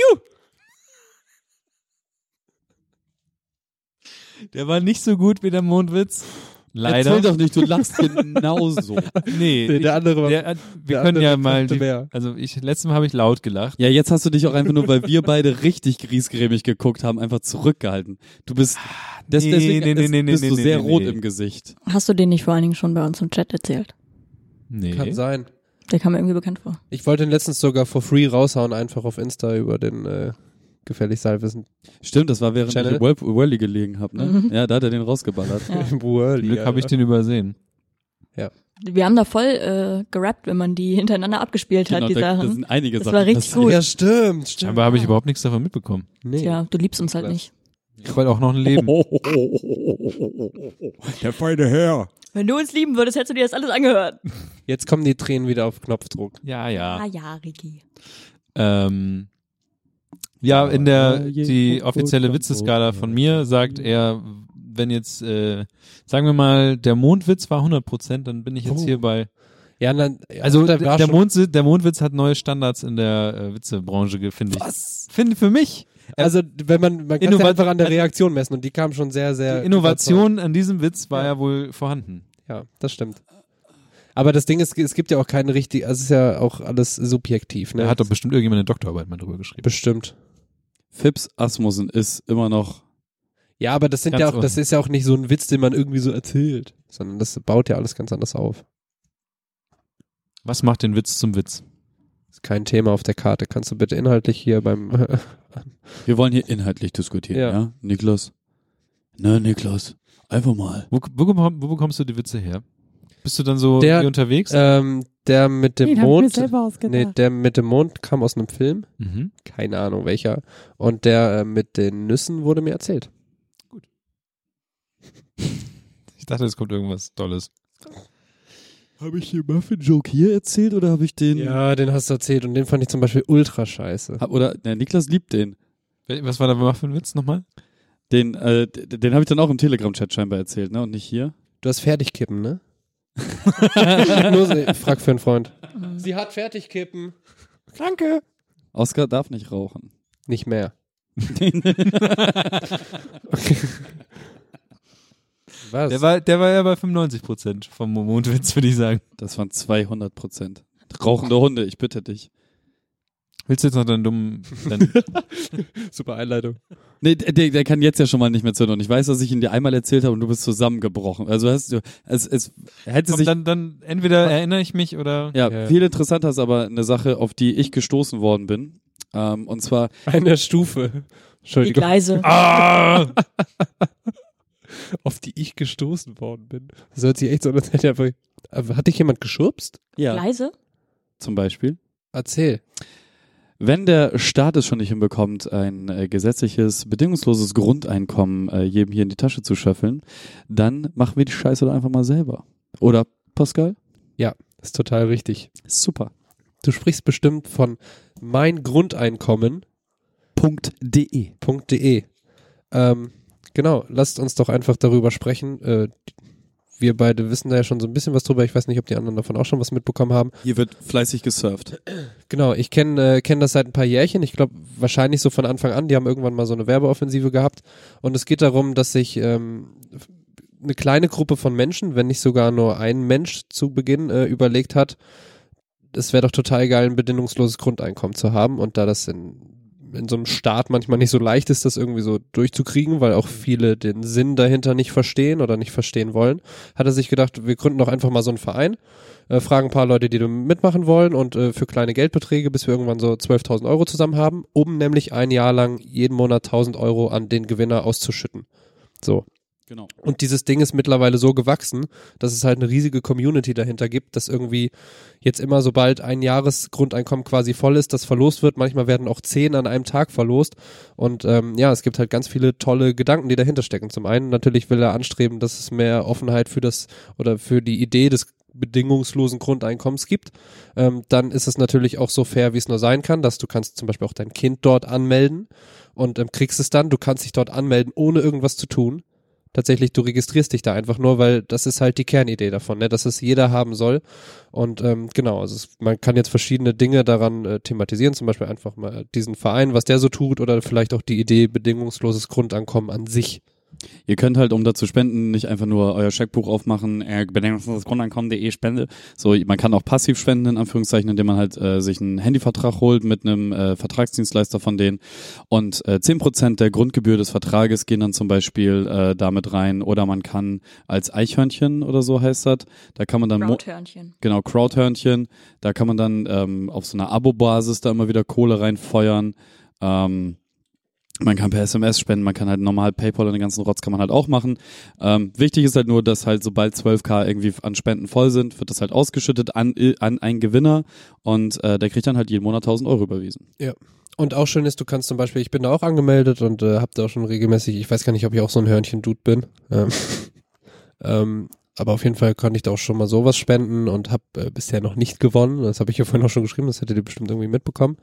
B: Der war nicht so gut wie der Mondwitz. Leider.
D: Erzähl doch nicht, du lachst genauso.
B: Nee.
E: Nee, der andere war.
B: ich, der, wir
E: der
B: können ja
E: andere
B: mal.
E: konnte
B: Die,
E: mehr.
B: also ich letztes Mal habe ich laut gelacht.
D: Ja, jetzt hast du dich auch einfach nur, weil wir beide richtig griesgrämig geguckt haben, einfach zurückgehalten. Du bist, des,
B: nee,
D: deswegen
B: nee,
D: des-
B: nee, nee,
D: bist
B: nee,
D: du
B: nee,
D: sehr
B: nee,
D: rot
B: nee.
D: im Gesicht.
C: Hast du den nicht vor allen Dingen schon bei uns im Chat erzählt?
E: Kann
B: Nee.
E: sein.
C: Der kam mir irgendwie bekannt vor.
E: Ich wollte ihn letztens sogar for free raushauen, einfach auf Insta über den äh, gefällig Salwissen
D: Stimmt, das war während
E: Channel?
D: ich Whirl Whirly gelegen habe, ne?
C: Mhm.
D: Ja, da hat er den rausgeballert.
C: Ja.
B: Zum Glück habe ich den übersehen.
C: Wir haben da voll äh, gerappt, wenn man die hintereinander abgespielt hat,
D: Genau,
C: die
D: da, da
C: Sachen.
D: sind einige
C: Das
D: Sachen.
C: war richtig
D: passiert.
C: gut.
E: Ja, stimmt, stimmt.
B: Aber habe ich überhaupt nichts davon mitbekommen.
E: nee.
C: Tja, du liebst uns halt
E: Niklas.
C: nicht.
B: Ich wollte auch noch ein Leben.
A: Der feine Herr.
C: Wenn du uns lieben würdest, hättest du dir das alles angehört.
E: Jetzt kommen die Tränen wieder auf Knopfdruck.
B: Ja,
C: Ah
B: ja.
C: ja, Ricky.
B: Ähm, ja, in der die offizielle Witzeskala von mir sagt er, wenn jetzt, äh, sagen wir mal, der Mondwitz war 100%, dann bin ich jetzt
E: Oh.
B: hier bei.
E: Ja, dann,
B: Also
E: da
B: der,
E: war
B: der,
E: schon-
B: Mond, der Mondwitz hat neue Standards in der äh, Witzebranche, ge- finde ich. Was? Finde für mich.
E: also wenn man, man kann es
B: Innova- also
E: ja einfach an der Reaktion messen und die kam schon sehr, sehr.
B: Die Innovation an diesem Witz war ja, wohl vorhanden.
E: überzeugt. Ja, das stimmt. Aber das Ding ist, es gibt ja auch keine richtige, also es ist ja auch alles subjektiv, ne?
B: Da hat doch bestimmt irgendjemand eine Doktorarbeit mal drüber geschrieben.
E: bestimmt.
D: Fips Asmussen ist immer noch
E: Ja, aber das sind
B: Ganz
E: ja auch, das
B: unten.
E: ist ja auch nicht so ein Witz, den man irgendwie so erzählt, sondern das baut ja alles ganz anders auf.
B: Was macht den Witz zum Witz?
E: Es kein Thema auf der Karte. Kannst du bitte inhaltlich hier beim
D: Wir wollen hier inhaltlich diskutieren, ja?
E: Ja.
D: Niklas? Na, Niklas, einfach mal.
B: Wo, wo, bekomm- wo bekommst du die Witze her? Bist du dann so
E: Der-
B: hier unterwegs?
E: ähm, der mit dem
H: Den hab ich mir
E: Mond.
H: selber ausgedacht.
E: Nee, der mit dem Mond kam aus einem Film.
B: Mhm.
E: Keine Ahnung welcher. Und der äh, mit den Nüssen wurde mir erzählt.
B: Ich dachte, es kommt irgendwas Tolles.
D: Habe ich den Muffin-Joke hier erzählt oder habe ich den...
E: Ja, den hast du erzählt und den fand ich zum Beispiel ultra scheiße.
D: Hab- Oder, na, Niklas liebt den.
B: Wel- Was war da für ein Witz nochmal?
D: Den, äh, d- den habe ich dann auch im Telegram-Chat scheinbar erzählt, ne? Und nicht hier.
E: Du hast Fertigkippen, ne? Nur so, frag für einen Freund. Sie hat Fertigkippen. Danke.
D: Oskar darf nicht rauchen.
E: Nicht mehr. Was?
B: Der war, der war ja bei 95% vom Mondwitz, würde ich sagen.
D: Das waren 200 Prozent. Rauchende Hunde, ich bitte dich.
B: Willst du jetzt noch deinen dummen. Deinen,
E: Super Einleitung.
D: Nee, der, Ne, der- der kann jetzt ja schon mal nicht mehr zünden. Und ich weiß, dass ich ihn dir einmal erzählt habe und du bist zusammengebrochen. Also hast du, es, es hätte
B: komm,
D: sich,
B: dann, dann entweder erinnere ich mich oder.
D: ja,
E: ja.
D: viel interessanter ist aber eine Sache, auf die ich gestoßen worden bin. Ähm, und zwar,
E: Eine Stufe.
C: Die
E: Entschuldigung,
C: Gleise.
B: Ah!
E: auf die ich gestoßen worden bin. Das hört sich echt so an, als hätte einfach... Aber Hat dich jemand geschubst?
D: ja,
C: Gleise?
D: zum Beispiel.
E: Erzähl.
D: Wenn der Staat es schon nicht hinbekommt, ein äh, gesetzliches, bedingungsloses Grundeinkommen äh, jedem hier in die Tasche zu schöffeln, dann machen wir die Scheiße doch einfach mal selber. Oder, Pascal?
E: Ist total richtig.
D: Super.
E: Du sprichst bestimmt von mein Grundeinkommen.
D: .de.
E: www.ruhrpott.de. Ähm, genau, lasst uns doch einfach darüber sprechen. Äh, wir beide wissen da ja schon so ein bisschen was drüber. Ich weiß nicht, ob die anderen davon auch schon was mitbekommen haben.
D: Hier wird fleißig gesurft.
E: Genau, ich kenne äh, kenn das seit ein paar Jährchen. Ich glaube, wahrscheinlich so von Anfang an. Die haben irgendwann mal so eine Werbeoffensive gehabt. Und es geht darum, dass sich ähm, eine kleine Gruppe von Menschen, wenn nicht sogar nur ein Mensch zu Beginn äh, überlegt hat, es wäre doch total geil, ein bedingungsloses Grundeinkommen zu haben. Und da das in, in so einem Staat manchmal nicht so leicht ist, das irgendwie so durchzukriegen, weil auch viele den Sinn dahinter nicht verstehen oder nicht verstehen wollen, hat er sich gedacht, wir gründen doch einfach mal so einen Verein äh, fragen ein paar Leute, die da mitmachen wollen und äh, für kleine Geldbeträge, bis wir irgendwann so 12.000 Euro zusammen haben, um nämlich ein Jahr lang jeden Monat 1.000 Euro an den Gewinner auszuschütten. So.
D: Genau.
E: Und dieses Ding ist mittlerweile so gewachsen, dass es halt eine riesige Community dahinter gibt, dass irgendwie jetzt immer sobald ein Jahresgrundeinkommen quasi voll ist, das verlost wird. Manchmal werden auch zehn an einem Tag verlost. Und ähm, ja, es gibt halt ganz viele tolle Gedanken, die dahinter stecken. Zum einen natürlich will er anstreben, dass es mehr Offenheit für das oder für die Idee des bedingungslosen Grundeinkommens gibt, ähm, dann ist es natürlich auch so fair, wie es nur sein kann, dass du kannst zum Beispiel auch dein Kind dort anmelden und ähm, kriegst es dann, du kannst dich dort anmelden, ohne irgendwas zu tun. Tatsächlich, du registrierst dich da einfach nur, weil das ist halt die Kernidee davon, ne? dass es jeder haben soll. Und ähm, genau, also es, man kann jetzt verschiedene Dinge daran äh, thematisieren, zum Beispiel einfach mal diesen Verein, was der so tut oder vielleicht auch die Idee bedingungsloses Grundeinkommen an sich.
D: Ihr könnt halt, um da zu spenden, nicht einfach nur euer Scheckbuch aufmachen, äh, bedingungslosesgrundeinkommen.de spende. So, man kann auch passiv spenden, in Anführungszeichen, indem man halt äh, sich einen Handyvertrag holt mit einem äh, Vertragsdienstleister von denen. Und äh, 10% der Grundgebühr des Vertrages gehen dann zum Beispiel äh, damit rein. Oder man kann als Eichhörnchen oder so heißt das, da kann man dann... mo-
C: Brauthörnchen.
D: Genau, Crowdhörnchen. Da kann man dann ähm, auf so einer Abo-Basis da immer wieder Kohle reinfeuern. Ähm, man kann per SMS spenden, man kann halt normal PayPal und den ganzen Rotz kann man halt auch machen. Ähm, wichtig ist halt nur, dass halt sobald 12k irgendwie an Spenden voll sind, wird das halt ausgeschüttet an, an einen Gewinner und äh, der kriegt dann halt jeden Monat 1000 Euro überwiesen.
E: Und auch schön ist, du kannst zum Beispiel, ich bin da auch angemeldet und äh, hab da auch schon regelmäßig, ich weiß gar nicht, ob ich auch so ein Hörnchen-Dude bin. Ähm, ähm, aber auf jeden Fall konnte ich da auch schon mal sowas spenden und habe äh, bisher noch nicht gewonnen. Das habe ich ja vorhin auch schon geschrieben, das hättet ihr bestimmt irgendwie mitbekommen.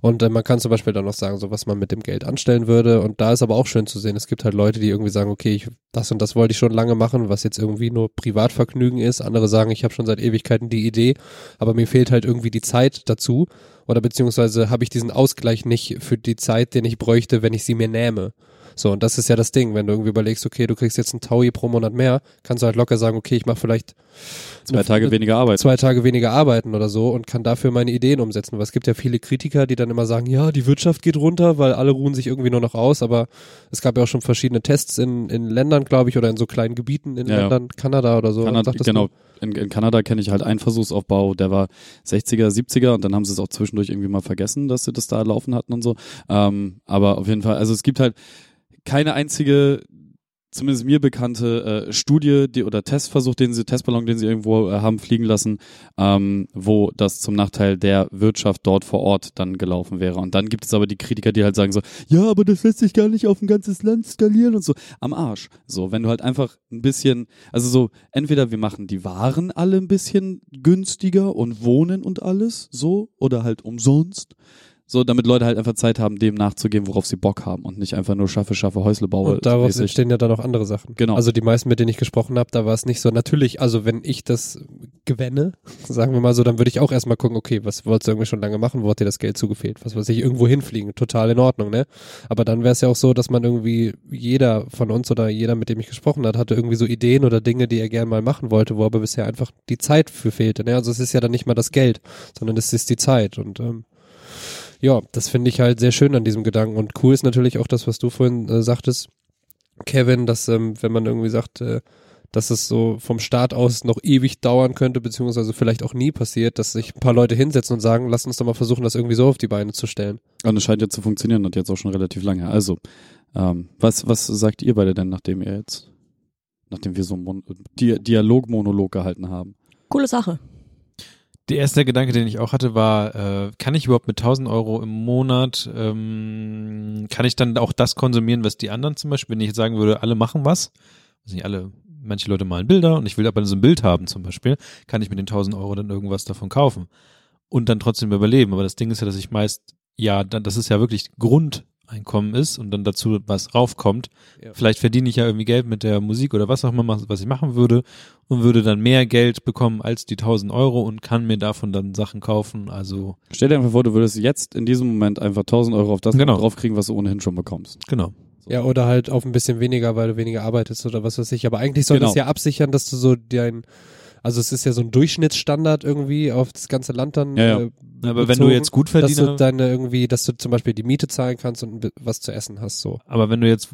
E: Und äh, man kann zum Beispiel dann noch sagen, so was man mit dem Geld anstellen würde. Und da ist aber auch schön zu sehen, es gibt halt Leute, die irgendwie sagen, okay, ich, das und das wollte ich schon lange machen, was jetzt irgendwie nur Privatvergnügen ist. Andere sagen, ich habe schon seit Ewigkeiten die Idee, aber mir fehlt halt irgendwie die Zeit dazu oder beziehungsweise habe ich diesen Ausgleich nicht für die Zeit, den ich bräuchte, wenn ich sie mir nähme. So, und das ist ja das Ding, wenn du irgendwie überlegst, okay, du kriegst jetzt einen Taui pro Monat mehr, kannst du halt locker sagen, okay, ich mache vielleicht
D: Zwei
E: eine-
D: Tage weniger Arbeit.
E: zwei Tage weniger arbeiten oder so und kann dafür meine Ideen umsetzen. Weil es gibt ja viele Kritiker, die dann immer sagen, ja, die Wirtschaft geht runter, weil alle ruhen sich irgendwie nur noch aus. Aber es gab ja auch schon verschiedene Tests in, in Ländern, glaube ich, oder in so kleinen Gebieten in
D: Ja, ja.
E: Ländern, Kanada oder so.
D: Kanada,
E: Sagt das
D: genau. In, in Kanada kenne ich halt einen Versuchsaufbau, der war 60er, 70er und dann haben sie es auch zwischendurch irgendwie mal vergessen, dass sie das da laufen hatten und so. Ähm, aber auf jeden Fall, also es gibt halt keine einzige, zumindest mir bekannte äh, Studie die, oder Testversuch, den sie, Testballon, den sie irgendwo äh, haben fliegen lassen, ähm, wo das zum Nachteil der Wirtschaft dort vor Ort dann gelaufen wäre. Und dann gibt es aber die Kritiker, die halt sagen so, ja, aber das lässt sich gar nicht auf ein ganzes Land skalieren und so. Am Arsch. So, wenn du halt einfach ein bisschen, also so, entweder wir machen die Waren alle ein bisschen günstiger und wohnen und alles, so, oder halt umsonst. So, damit Leute halt einfach Zeit haben, dem nachzugehen, worauf sie Bock haben und nicht einfach nur schaffe, schaffe, Häusle baue.
E: Und daraus
D: mäßig.
E: entstehen ja dann auch andere Sachen.
D: Genau.
E: Also die meisten, mit denen ich gesprochen habe, da war es nicht so. Natürlich, also wenn ich das gewinne, sagen wir mal so, dann würde ich auch erstmal gucken, okay, was wolltest du irgendwie schon lange machen, wo hat dir das Geld zugefehlt? Was weiß ich, irgendwo hinfliegen, total in Ordnung, ne? Aber dann wäre es ja auch so, dass man irgendwie, jeder von uns oder jeder, mit dem ich gesprochen hat, hatte irgendwie so Ideen oder Dinge, die er gern mal machen wollte, wo aber bisher einfach die Zeit für fehlte, ne? Also es ist ja dann nicht mal das Geld, sondern es ist die Zeit und ähm, ja, das finde ich halt sehr schön an diesem Gedanken. Und cool ist natürlich auch das, was du vorhin äh, sagtest, Kevin, dass ähm, wenn man irgendwie sagt, äh, dass es so vom Start aus noch ewig dauern könnte, beziehungsweise vielleicht auch nie passiert, dass sich ein paar Leute hinsetzen und sagen, lass uns doch mal versuchen, das irgendwie so auf die Beine zu stellen.
D: Und es scheint jetzt zu funktionieren und jetzt auch schon relativ lange. Also, ähm, was, was sagt ihr beide denn, nachdem ihr jetzt, nachdem wir so einen Mon Di Dialogmonolog gehalten haben?
C: Coole Sache.
B: Der erste Gedanke, den ich auch hatte, war, äh, kann ich überhaupt mit 1000 Euro im Monat, ähm, kann ich dann auch das konsumieren, was die anderen zum Beispiel, wenn ich jetzt sagen würde, alle machen was, also nicht alle, manche Leute malen Bilder und ich will aber so ein Bild haben zum Beispiel, kann ich mit den 1000 Euro dann irgendwas davon kaufen und dann trotzdem überleben. Aber das Ding ist ja, dass ich meist, ja, dann, dass es ja wirklich Grundeinkommen ist und dann dazu was raufkommt.
E: Ja.
B: Vielleicht verdiene ich ja irgendwie Geld mit der Musik oder was auch immer, was ich machen würde und würde dann mehr Geld bekommen als die 1000 Euro und kann mir davon dann Sachen kaufen. Also
D: Stell dir einfach vor, du würdest jetzt in diesem Moment einfach 1000 Euro auf das
B: Genau.
D: draufkriegen, was du ohnehin schon bekommst.
B: genau.
E: Ja, oder halt auf ein bisschen weniger, weil du weniger arbeitest oder was weiß ich. Aber eigentlich soll
D: Genau.
E: das ja absichern, dass du so dein, also es ist ja so ein Durchschnittsstandard irgendwie auf das ganze Land dann.
D: Ja, ja.
E: Äh,
B: Aber wenn
E: bezogen,
B: du jetzt gut
E: dass du
B: verdienst,
E: deine irgendwie, dass du zum Beispiel die Miete zahlen kannst und ein bi- was zu essen hast, so.
B: aber wenn du jetzt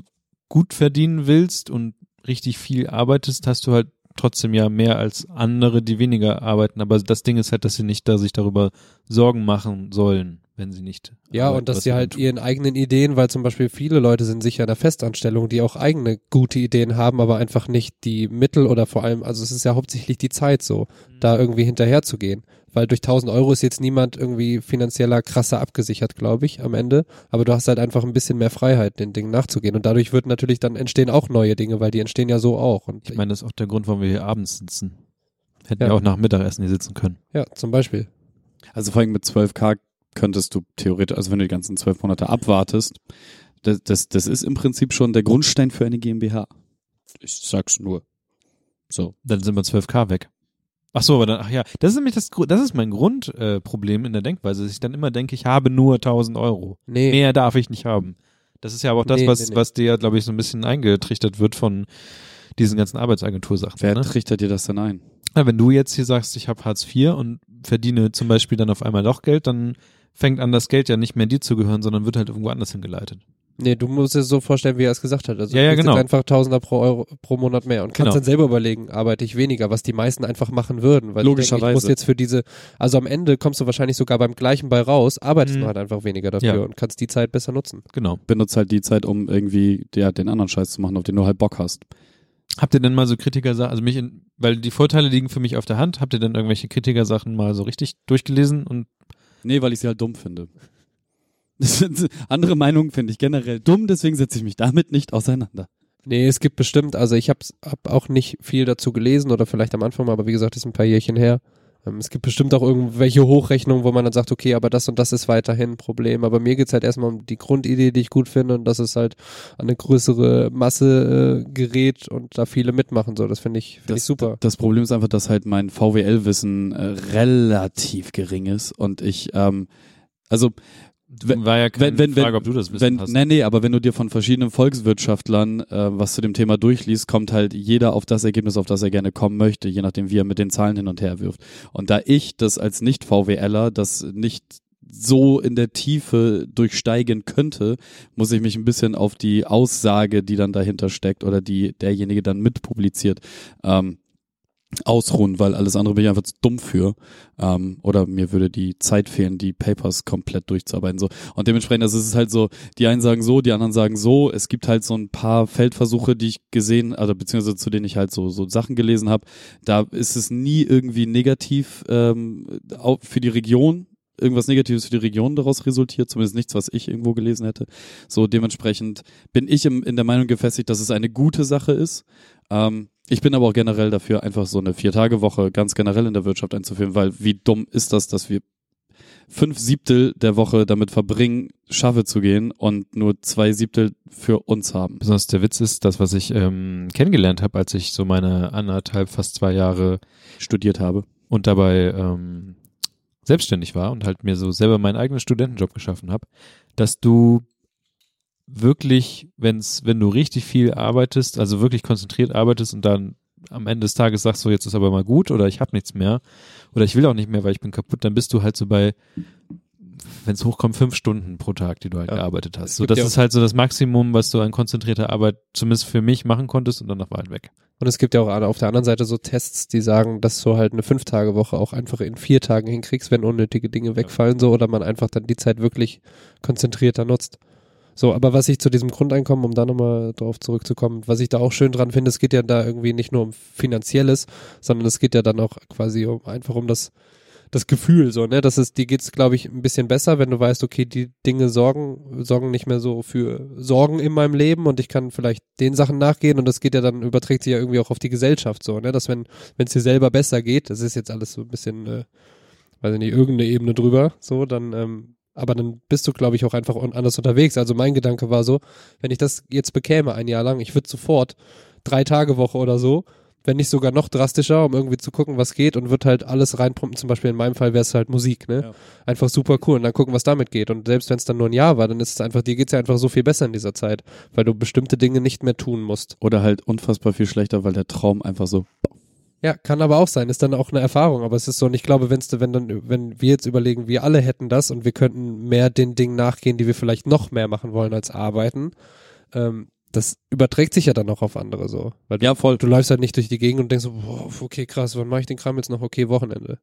B: gut verdienen willst und richtig viel arbeitest, hast du halt trotzdem ja mehr als andere, die weniger arbeiten. Aber das Ding ist halt, dass sie nicht da sich darüber Sorgen machen sollen, wenn sie nicht.
E: Ja,
B: arbeiten,
E: und dass
B: was
E: sie halt
B: tun.
E: ihren eigenen Ideen, weil zum Beispiel viele Leute sind sicher in der Festanstellung, die auch eigene gute Ideen haben, aber einfach nicht die Mittel oder vor allem, also es ist ja hauptsächlich die Zeit so, da irgendwie hinterherzugehen. Weil durch 1000 Euro ist jetzt niemand irgendwie finanzieller krasser abgesichert, glaube ich, am Ende. Aber du hast halt einfach ein bisschen mehr Freiheit, den Dingen nachzugehen. Und dadurch wird natürlich dann entstehen auch neue Dinge, weil die entstehen ja so auch. Und
B: Ich meine, das ist auch der Grund, warum wir hier abends sitzen. Hätten
E: Ja.
B: wir auch nach Mittagessen hier sitzen können.
E: ja, zum Beispiel.
D: Also vor allem mit 12k könntest du theoretisch, also wenn du die ganzen 12 Monate abwartest, das, das, das ist im Prinzip schon der Grundstein für eine GmbH. Ich sag's nur. So.
B: Dann sind wir 12k weg. Ach so, aber dann, ach ja, das ist nämlich das, Gru- das ist mein Grundproblem äh, Problem in der Denkweise, dass ich dann immer denke, ich habe nur 1000 Euro.
E: Nee.
B: Mehr darf ich nicht haben. Das ist ja aber auch das,
E: Nee,
B: was,
E: nee, nee.
B: was dir, glaube ich, so ein bisschen eingetrichtert wird von diesen ganzen Arbeitsagentursachen.
D: Wer
B: ne?
D: trichtert dir das denn ein?
B: Na, wenn du jetzt hier sagst, ich habe Hartz IV und verdiene zum Beispiel dann auf einmal doch Geld, dann fängt an, das Geld ja nicht mehr dir zu gehören, sondern wird halt irgendwo anders hingeleitet.
E: Nee, du musst es so vorstellen, wie er es gesagt hat. Also
B: Ja,
E: du
B: ja,
E: kriegst
B: genau.
E: jetzt einfach Tausender pro, Euro, pro Monat mehr und kannst
B: Genau.
E: dann selber überlegen, arbeite ich weniger, was die meisten einfach machen würden. Weil sie
D: Logischerweise.
E: Denken, ich muss jetzt für diese, also am Ende kommst du wahrscheinlich sogar beim gleichen bei raus, arbeitest
B: Mhm.
E: du halt einfach weniger dafür
B: Ja.
E: und kannst die Zeit besser nutzen.
B: Genau.
D: Benutzt halt die Zeit, um irgendwie ja, den anderen Scheiß zu machen, auf den du halt Bock hast.
B: Habt ihr denn mal so Kritiker, also mich, in, weil die Vorteile liegen für mich auf der Hand, habt ihr denn irgendwelche Kritiker-Sachen mal so richtig durchgelesen und
D: Nee, weil ich sie halt dumm finde. Andere Meinungen finde ich generell dumm, deswegen setze ich mich damit nicht auseinander.
E: Nee, es gibt bestimmt, also ich habe hab auch nicht viel dazu gelesen oder vielleicht am Anfang mal, aber wie gesagt, ist ein paar Jährchen her. Ähm, Es gibt bestimmt auch irgendwelche Hochrechnungen, wo man dann sagt, okay, aber das und das ist weiterhin ein Problem. Aber mir geht's halt erstmal um die Grundidee, die ich gut finde und dass es halt an eine größere Masse äh, gerät und da viele mitmachen. So, das finde ich, find ich super.
D: Das Problem ist einfach, dass halt mein VWL-Wissen äh, relativ gering ist und ich, ähm, also Wenn-
B: War ja keine
D: wenn- wenn-
B: Frage,
D: wenn-
B: ob du das wissen
D: Wenn,
B: hast.
D: nee, nee, aber wenn du dir von verschiedenen Volkswirtschaftlern äh, was zu dem Thema durchliest, kommt halt jeder auf das Ergebnis, auf das er gerne kommen möchte, je nachdem, wie er mit den Zahlen hin und her wirft. Und da ich das als Nicht-VWLer das nicht so in der Tiefe durchsteigen könnte, muss ich mich ein bisschen auf die Aussage, die dann dahinter steckt oder die derjenige dann mitpubliziert, ähm, ausruhen, weil alles andere bin ich einfach zu dumm für. Ähm, oder mir würde die Zeit fehlen, die Papers komplett durchzuarbeiten. So. Und dementsprechend, das ist es halt so, die einen sagen so, die anderen sagen so. Es gibt halt so ein paar Feldversuche, die ich gesehen, also beziehungsweise zu denen ich halt so, so Sachen gelesen habe. Da ist es nie irgendwie negativ ähm, au- für die Region. Irgendwas Negatives für die Region daraus resultiert, zumindest nichts, was ich irgendwo gelesen hätte. So dementsprechend bin ich im, in der Meinung gefestigt, dass es eine gute Sache ist. Ähm, ich bin aber auch generell dafür, einfach so eine Vier-Tage-Woche ganz generell in der Wirtschaft einzuführen, weil wie dumm ist das, dass wir fünf Siebtel der Woche damit verbringen, Schafe zu gehen und nur zwei Siebtel für uns haben.
B: Besonders der Witz ist, das, was ich ähm, kennengelernt habe, als ich so meine anderthalb, fast zwei Jahre
D: Studiert habe.
B: und dabei ähm, selbstständig war und halt mir so selber meinen eigenen Studentenjob geschaffen habe, dass du wirklich, wenn's, wenn du richtig viel arbeitest, also wirklich konzentriert arbeitest und dann am Ende des Tages sagst so, jetzt ist aber mal gut oder ich habe nichts mehr oder ich will auch nicht mehr, weil ich bin kaputt, dann bist du halt so bei, wenn's hochkommt, fünf Stunden pro Tag, die du halt
E: Ja.
B: gearbeitet hast.
E: Es
B: So,
E: gibt
B: das
E: ja auch-
B: ist halt so das Maximum, was du an konzentrierter Arbeit zumindest für mich machen konntest und danach war halt weg.
E: Und es gibt ja auch an- auf der anderen Seite so Tests, die sagen, dass du halt eine Fünf-Tage-Woche auch einfach in vier Tagen hinkriegst, wenn unnötige Dinge wegfallen, so, oder man einfach dann die Zeit wirklich konzentrierter nutzt. So, aber was ich zu diesem Grundeinkommen, um da nochmal drauf zurückzukommen, was ich da auch schön dran finde, es geht ja da irgendwie nicht nur um Finanzielles, sondern es geht ja dann auch quasi um, einfach um das, das Gefühl, so, ne, das ist, dir geht's, glaube ich, ein bisschen besser, wenn du weißt, okay, die Dinge sorgen, sorgen nicht mehr so für Sorgen in meinem Leben und ich kann vielleicht den Sachen nachgehen und das geht ja dann, überträgt sich ja irgendwie auch auf die Gesellschaft so, ne, dass wenn, wenn es dir selber besser geht, das ist jetzt alles so ein bisschen, äh, weiß ich nicht, irgendeine Ebene drüber, so, dann, ähm, aber dann bist du, glaube ich, auch einfach un- anders unterwegs. Also mein Gedanke war so, wenn ich das jetzt bekäme ein Jahr lang, ich würde sofort drei Tage Woche oder so, wenn nicht sogar noch drastischer, um irgendwie zu gucken, was geht und wird halt alles reinpumpen. Zum Beispiel in meinem Fall wäre es halt Musik, ne?
D: Ja.
E: Einfach super cool und dann gucken, was damit geht. Und selbst wenn es dann nur ein Jahr war, dann ist es einfach, dir geht's ja einfach so viel besser in dieser Zeit, weil du bestimmte Dinge nicht mehr tun musst.
D: Oder halt unfassbar viel schlechter, weil der Traum einfach so.
E: Ja, kann aber auch sein, ist dann auch eine Erfahrung, aber es ist so, und ich glaube, wenn's, wenn dann, wenn wir jetzt überlegen, wir alle hätten das und wir könnten mehr den Dingen nachgehen, die wir vielleicht noch mehr machen wollen als arbeiten, ähm, das überträgt sich ja dann auch auf andere so. Weil du
D: Ja, voll.
E: Du läufst halt nicht durch die Gegend und denkst so, boah, okay, krass, wann mache ich den Kram jetzt noch? Okay, Wochenende.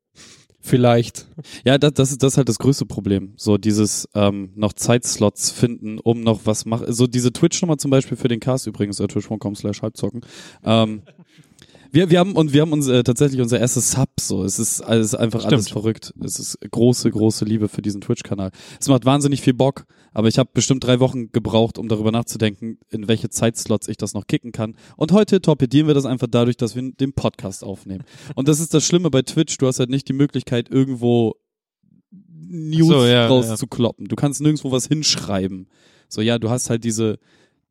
E: Vielleicht.
D: Ja, das, das, ist, das ist halt das größte Problem. So dieses ähm, noch Zeitslots finden, um noch was machen. So diese Twitch-Nummer zum Beispiel für den Cast übrigens, äh, twitch.com slash halbzocken. Ähm, wir, wir haben und wir haben uns äh, tatsächlich unser erstes Sub so. Es ist alles einfach alles
B: Stimmt.
D: verrückt. Es ist große, große Liebe für diesen Twitch-Kanal. Es macht wahnsinnig viel Bock, aber ich habe bestimmt drei Wochen gebraucht, um darüber nachzudenken, in welche Zeitslots ich das noch kicken kann. Und heute torpedieren wir das einfach dadurch, dass wir den Podcast aufnehmen. Und das ist das Schlimme bei Twitch, du hast halt nicht die Möglichkeit, irgendwo News
B: So, ja,
D: rauszukloppen. Du kannst nirgendwo was hinschreiben. So, ja, du hast halt diese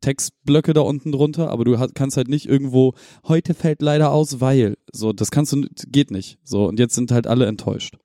D: Textblöcke da unten drunter, aber du ha- kannst halt nicht irgendwo, heute fällt leider aus, weil. So, das kannst du, n- geht nicht. So, und jetzt sind halt alle enttäuscht.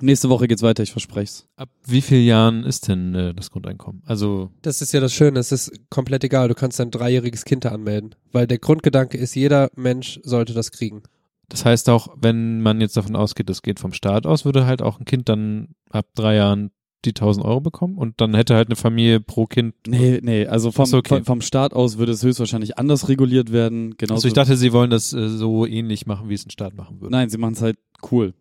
D: Nächste Woche geht's weiter, ich versprech's.
B: Ab wie vielen Jahren ist denn äh, das Grundeinkommen? Also
E: Das ist ja das Schöne, es ist komplett egal, du kannst dein dreijähriges Kind da anmelden. Weil der Grundgedanke ist, jeder Mensch sollte das kriegen.
B: Das heißt auch, wenn man jetzt davon ausgeht, das geht vom Staat aus, würde halt auch ein Kind dann ab drei Jahren die 1000 Euro bekommen und dann hätte halt eine Familie pro Kind.
D: Nee, nee, also vom,
B: Ist okay.
D: vom, vom Staat aus würde es höchstwahrscheinlich anders reguliert werden. Genauso.
B: Also ich dachte, sie wollen das äh, so ähnlich machen, wie es ein Staat machen würde.
D: Nein, sie machen's halt cool.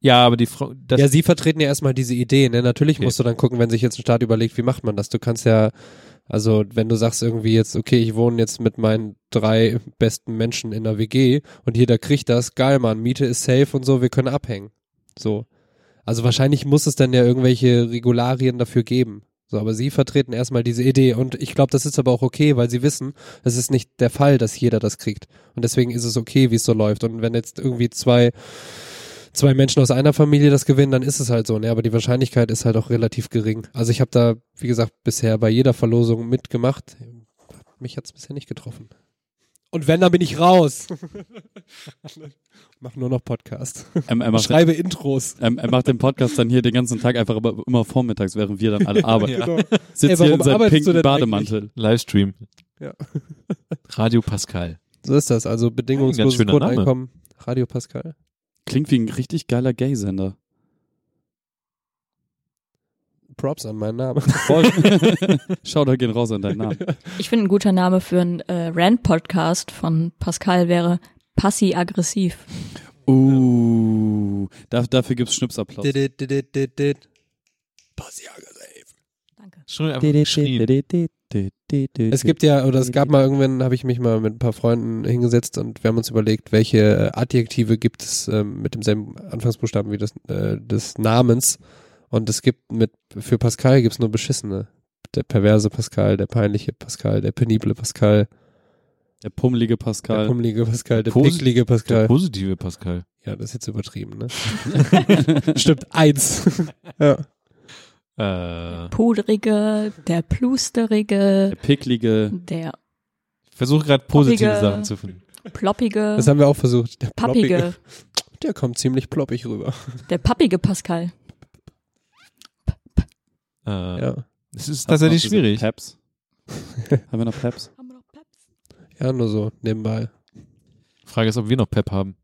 B: Ja, aber die Frau, das
E: ja, sie vertreten ja erstmal diese Idee, ne? Natürlich
B: Okay.
E: musst du dann gucken, wenn sich jetzt ein Staat überlegt, wie macht man das? Du kannst ja, also wenn du sagst irgendwie jetzt, okay, ich wohne jetzt mit meinen drei besten Menschen in einer WG und jeder kriegt das, geil, Mann, Miete ist safe und so, wir können abhängen. So. Also wahrscheinlich muss es dann ja irgendwelche Regularien dafür geben. So, aber sie vertreten erstmal diese Idee und ich glaube, das ist aber auch okay, weil sie wissen, es ist nicht der Fall, dass jeder das kriegt. Und deswegen ist es okay, wie es so läuft. Und wenn jetzt irgendwie zwei zwei Menschen aus einer Familie das gewinnen, dann ist es halt so. Ne? Aber die Wahrscheinlichkeit ist halt auch relativ gering. Also ich habe da, wie gesagt, bisher bei jeder Verlosung mitgemacht. Mich hat's bisher nicht getroffen. Und wenn, dann bin ich raus. Mach nur noch Podcast.
D: Ähm, er, macht,
E: Schreibe Intros.
D: ähm, er macht den Podcast dann hier den ganzen Tag einfach aber immer vormittags, während wir dann alle arbeiten.
E: Genau. Ey,
D: Sitzt hier
E: warum
D: in seinem
E: arbeitest du
D: pinken
E: denn
D: Bademantel.
B: Livestream.
E: Ja.
B: Radio Pascal.
E: So ist das. Also
B: Ein ganz
E: bedingungsloses
B: schöner Name.
E: Grundeinkommen. Radio Pascal.
D: Klingt wie ein richtig geiler Gay-Sender.
E: Props an meinen Namen.
D: Schau da gehen raus an deinen Namen.
C: Ich finde, ein guter Name für einen äh, Rant-Podcast von Pascal wäre Passi-aggressiv.
D: Uh, da, dafür gibt's Schnipsapplaus.
C: Danke.
B: Schon einfach geschrien.
E: Es gibt ja, oder es gab mal irgendwann, habe ich mich mal mit ein paar Freunden hingesetzt und wir haben uns überlegt, welche äh, Adjektive gibt es ähm, mit demselben Anfangsbuchstaben wie das äh, des Namens. Und es gibt mit, für Pascal gibt es nur beschissene. Der perverse Pascal, der peinliche Pascal, der penible Pascal,
D: Der pummelige
E: der
D: Pascal.
E: pummelige Pascal, der
B: Posi-
E: picklige
B: Der
E: Pascal.
B: positive Pascal.
E: Ja, das ist jetzt übertrieben, ne? Stimmt, eins. ja.
B: Äh,
C: Pudrige, der Plusterige,
D: Der picklige.
C: der
B: ich versuche gerade positive
C: Poppige-
B: Sachen zu finden.
C: Ploppige,
E: Das haben wir auch versucht. Der
C: Pappige,
E: ploppige, Der kommt ziemlich ploppig rüber.
C: der Pappige Pascal.
B: Äh,
E: Ja.
B: Es ist tatsächlich
D: Haben wir noch
B: schwierig.
D: Peps. Haben wir noch Peps?
E: Ja, nur so, nebenbei.
B: Frage ist, ob wir noch Pep haben.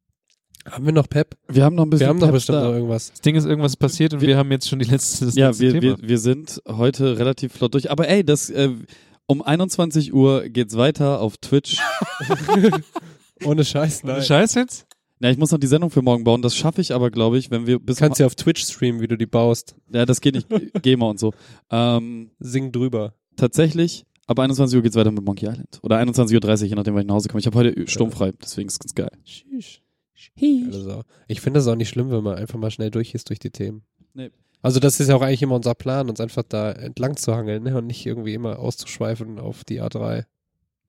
E: Haben wir noch Pep?
D: Wir haben noch ein bisschen
E: Wir haben doch
D: Peps
E: bestimmt
D: da.
E: noch irgendwas.
B: Das Ding ist, irgendwas ist passiert und wir, haben jetzt schon die letzte, das
D: Ja,
B: letzte
D: wir,
B: Thema.
D: wir, wir sind heute relativ flott durch. Aber ey, das, äh, um 21 Uhr geht's weiter auf Twitch.
E: Ohne Scheiß, nein.
B: Scheiß jetzt?
D: Na, ich muss noch die Sendung für morgen bauen. Das schaffe ich aber, glaube ich, wenn wir bis.
E: Du kannst ja auf Twitch streamen, wie du die baust.
D: ja, das geht nicht. GEMA und so. Ähm,
E: Sing drüber.
D: tatsächlich, ab 21 Uhr geht's weiter mit Monkey Island. Oder 21.30 Uhr, je nachdem, wann ich nach Hause komme. Ich habe
E: Äh,
D: heute sturmfrei, deswegen ist ganz geil.
E: Geile Sau. Ich finde das auch nicht schlimm, wenn man einfach mal schnell durch ist durch die Themen.
D: Nee.
E: Also das ist ja auch eigentlich immer unser Plan, uns einfach da entlang zu hangeln ne? und nicht irgendwie immer auszuschweifen auf die A3.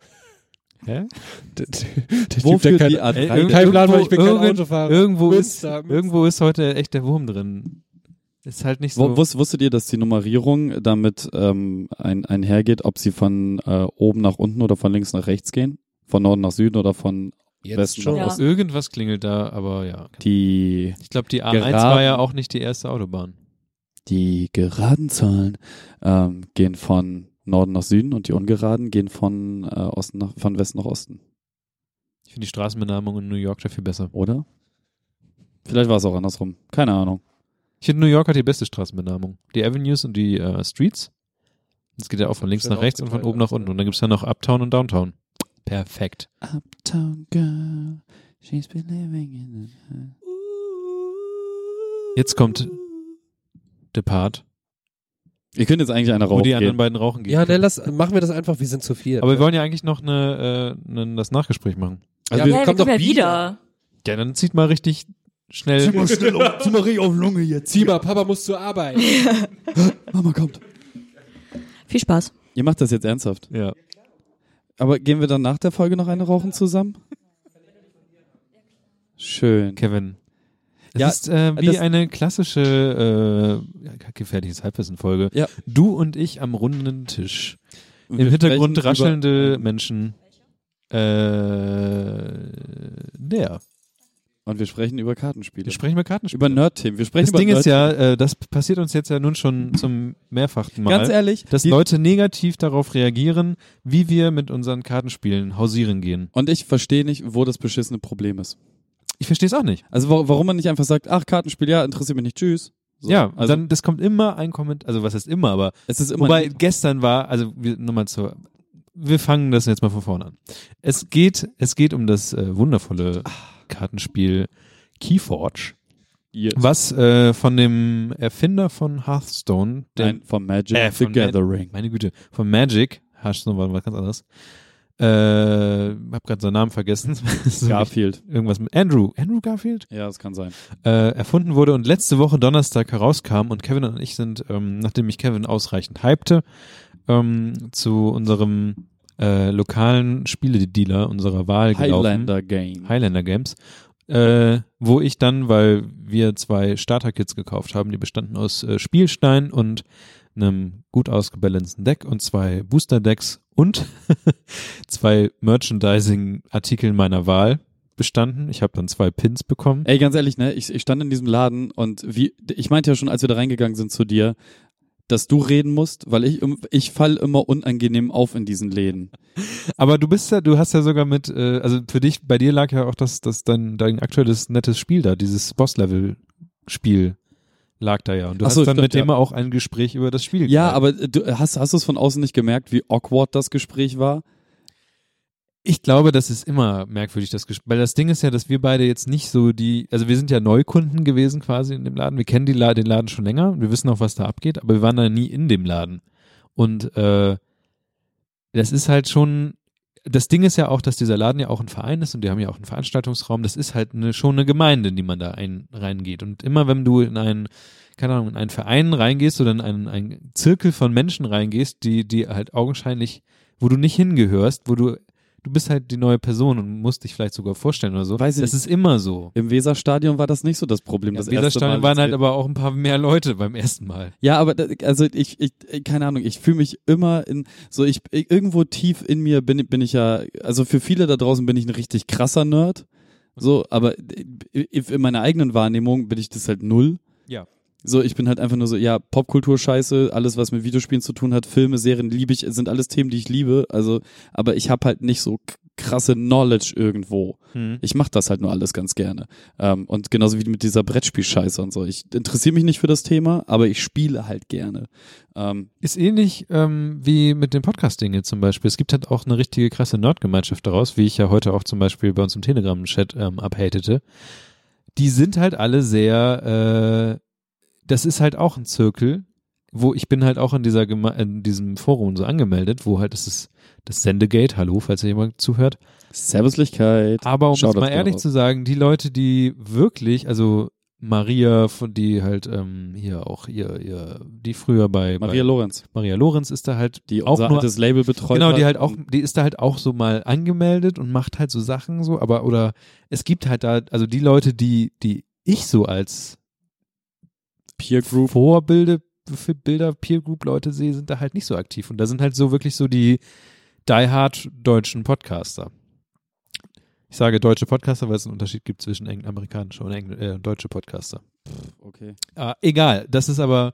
B: Hä?
E: Der, der
D: Wo
E: der
D: führt
E: kein,
D: die Art
B: Ey,
D: rein?
B: irgendwie-
E: kein Plan, weil ich bin kein
B: Irgendwo-
E: Autofahrer.
B: Irgendwo ist,
E: Münster, Münster.
B: irgendwo ist heute echt der Wurm drin. Ist halt nicht so.
D: Wo- wusst- Wusstet ihr, dass die Nummerierung damit ähm, ein, einhergeht, ob sie von äh, oben nach unten oder von links nach rechts gehen? Von Norden nach Süden oder von
E: Jetzt
D: Westen
E: schon.
D: nach
C: Ja.
D: Osten?
B: Irgendwas klingelt da, aber ja.
D: Die,
B: Ich glaube, die A1 war
D: Geraden.
B: ja auch nicht die erste Autobahn.
D: die geraden Zahlen ähm, gehen von Norden nach Süden und die ungeraden gehen von, äh, Osten nach, von Westen nach Osten,
B: Ich finde die Straßenbenahmung in New York dafür besser.
D: oder? Vielleicht war es auch andersrum. Keine Ahnung.
B: Ich finde, New York hat die beste Straßenbenahmung. Die Avenues und die äh, Streets. Das geht ja auch von links
E: Schön
B: nach rechts und von
E: aufgeteilt
B: oben nach
E: alles,
B: unten.
E: ne?
B: Und dann gibt es ja noch Uptown und Downtown. Perfekt.
D: Uptown Girl, she's been living in a-
B: Jetzt kommt The Part,
D: Ihr könnt jetzt eigentlich einer
B: wo die anderen
D: raufgehen.
B: beiden rauchen gehen.
E: Ja, ne, lass, machen wir das einfach, wir sind zu viert.
B: aber wir wollen ja eigentlich noch eine, äh, ne, das Nachgespräch machen.
E: Also
C: Ja,
E: wir
C: wir
E: kommen
C: kommen
E: doch
C: ja wieder.
B: Ja, dann zieht mal richtig schnell.
A: Zieh mal richtig auf die Lunge jetzt.
E: Zieh mal, Papa muss zur Arbeit.
D: Mama kommt.
C: Viel Spaß.
D: Ihr macht das jetzt ernsthaft.
B: Ja.
D: Aber gehen wir dann nach der Folge noch eine rauchen zusammen? Schön.
B: Kevin. Es
D: Ja,
B: ist äh, wie
D: das-
B: eine klassische äh, ja, gefährliches Halbwissen-Folge.
D: Ja.
B: Du und ich am runden Tisch.
D: Wir
B: Im Hintergrund
D: sprechen über-
B: raschelnde Menschen. Äh, der.
D: Und wir sprechen über Kartenspiele.
B: Wir sprechen über Kartenspiele.
D: über Nerd-Themen. Wir sprechen
B: das
D: über
B: Ding ist
D: Nerd-Themen.
B: ja, äh, das passiert uns jetzt ja nun schon zum mehrfachen Mal,
D: Ganz ehrlich,
B: dass
D: die-
B: Leute negativ darauf reagieren, wie wir mit unseren Kartenspielen hausieren gehen.
D: Und ich verstehe nicht, wo das beschissene Problem ist.
B: Ich verstehe es auch nicht.
D: Also wa warum man nicht einfach sagt, ach, Kartenspiel, ja, interessiert mich nicht, tschüss. So,
B: ja,
D: also
B: dann das kommt immer ein Kommentar, also was heißt immer, aber
D: es ist immer
B: Wobei gestern war, also wir, nochmal zur, wir fangen das jetzt mal von vorne an. Es geht, es geht um das äh, wundervolle
D: Ah.
B: Kartenspiel Keyforge,
D: Yes.
B: was äh, von dem Erfinder von Hearthstone,
D: Nein,
B: dem,
D: von Magic
B: Äh,
D: the
B: von Mag-
D: Gathering.
B: meine Güte, von Magic, Hearthstone war was ganz anderes. Äh, hab gerade seinen Namen vergessen. So
D: Garfield.
B: Irgendwas mit Andrew. Andrew Garfield?
D: Ja, das kann sein.
B: äh, erfunden wurde und letzte Woche Donnerstag herauskam und Kevin und ich sind, ähm, nachdem mich Kevin ausreichend hypte, ähm, zu unserem äh, lokalen Spieledealer unserer Wahl gelaufen.
D: Highlander Game.
B: Mhm. Highlander Games. Äh, wo ich dann, weil wir zwei Starter-Kits gekauft haben, die bestanden aus äh, Spielstein und einem gut ausgebalanceten Deck und zwei Booster-Decks und zwei Merchandising-Artikeln meiner Wahl bestanden. Ich habe dann zwei Pins bekommen.
D: Ey, ganz ehrlich, ne? Ich, ich stand in diesem Laden und wie, ich meinte ja schon, als wir da reingegangen sind zu dir, dass du reden musst, weil ich, im- ich fall immer unangenehm auf in diesen Läden.
B: Aber du bist ja, du hast ja sogar mit, äh, also für dich, bei dir lag ja auch das, das dein, dein aktuelles nettes Spiel da, dieses Boss-Level-Spiel lag da ja. Und du
D: Ach so,
B: hast dann
D: stimmt,
B: mit dem
D: ja.
B: auch ein Gespräch über das Spiel.
D: Ja,
B: gehabt.
D: aber äh, du, hast, hast du es von außen nicht gemerkt, wie awkward das Gespräch war?
B: ich glaube, das ist immer merkwürdig, das Gespräch. Weil das Ding ist ja, dass wir beide jetzt nicht so die, also wir sind ja Neukunden gewesen quasi in dem Laden. Wir kennen die La den Laden schon länger und wir wissen auch, was da abgeht, aber wir waren da nie in dem Laden. Und äh, das ist halt schon, das Ding ist ja auch, dass dieser Laden ja auch ein Verein ist und die haben ja auch einen Veranstaltungsraum. Das ist halt eine, schon eine Gemeinde, in die man da ein, reingeht. Und immer wenn du in einen, keine Ahnung, in einen Verein reingehst oder in einen, einen Zirkel von Menschen reingehst, die, die halt augenscheinlich, wo du nicht hingehörst, wo du, du bist halt die neue Person und musst dich vielleicht sogar vorstellen oder so.
D: Weiß ich
B: das
D: nicht.
B: ist immer so.
D: Im Weserstadion war das nicht so das Problem.
B: Ja,
D: das
B: Im Weserstadion
D: erste Mal,
B: waren
D: dass
B: halt
D: wir-
B: aber auch ein paar mehr Leute beim ersten Mal.
D: Ja, aber da- also ich, ich ich- keine Ahnung, ich fühle mich immer in so ich ich- irgendwo tief in mir bin bin ich ja also für viele da draußen bin ich ein richtig krasser Nerd. So, aber i- in meiner eigenen Wahrnehmung bin ich das halt null.
B: Ja.
D: So, ich bin halt einfach nur so, ja, Popkultur scheiße, alles was mit Videospielen zu tun hat, Filme, Serien liebe ich, sind alles Themen, die ich liebe, also aber ich habe halt nicht so k- krasse Knowledge irgendwo. Ich mache das halt nur alles ganz gerne. Ähm, und genauso wie mit dieser Brettspielscheiße und so. Ich interessiere mich nicht für das Thema, aber ich spiele halt gerne. Ähm,
B: Ist ähnlich ähm, wie mit dem Podcasting jetzt zum Beispiel. Es gibt halt auch eine richtige krasse Nerdgemeinschaft daraus, wie ich ja heute auch zum Beispiel bei uns im Telegram-Chat ähm, abhatete. Die sind halt alle sehr, äh, das ist halt auch ein Zirkel, wo ich bin halt auch in dieser Geme in diesem Forum so angemeldet, wo halt das ist das Sendegate, hallo, falls ihr jemand zuhört,
D: Servuslichkeit.
B: aber um es
D: Shoutouts
B: mal
D: gehen
B: ehrlich
D: raus.
B: zu sagen, die Leute, die wirklich, also Maria, von die halt ähm, hier auch ihr, ihr, die früher bei
D: Maria Lorenz,
B: bei Maria Lorenz ist da halt
D: die
B: auch
D: unser
B: nur
D: altes Label betreut
B: Genau,
D: hat.
B: die halt auch,
D: Und
B: die ist da halt auch so mal angemeldet und macht halt so Sachen so, aber oder es gibt halt da, also die Leute, die, die ich so als
D: Peer Group.
B: Vorbilder, für Bilder, Peer Group Leute sehe, sind da halt nicht so aktiv und da sind halt so wirklich so die die hard deutschen Podcaster. Ich sage deutsche Podcaster, weil es einen Unterschied gibt zwischen Eng amerikanische und Engl äh, deutsche Podcaster.
D: Okay.
B: Ah, egal, das ist aber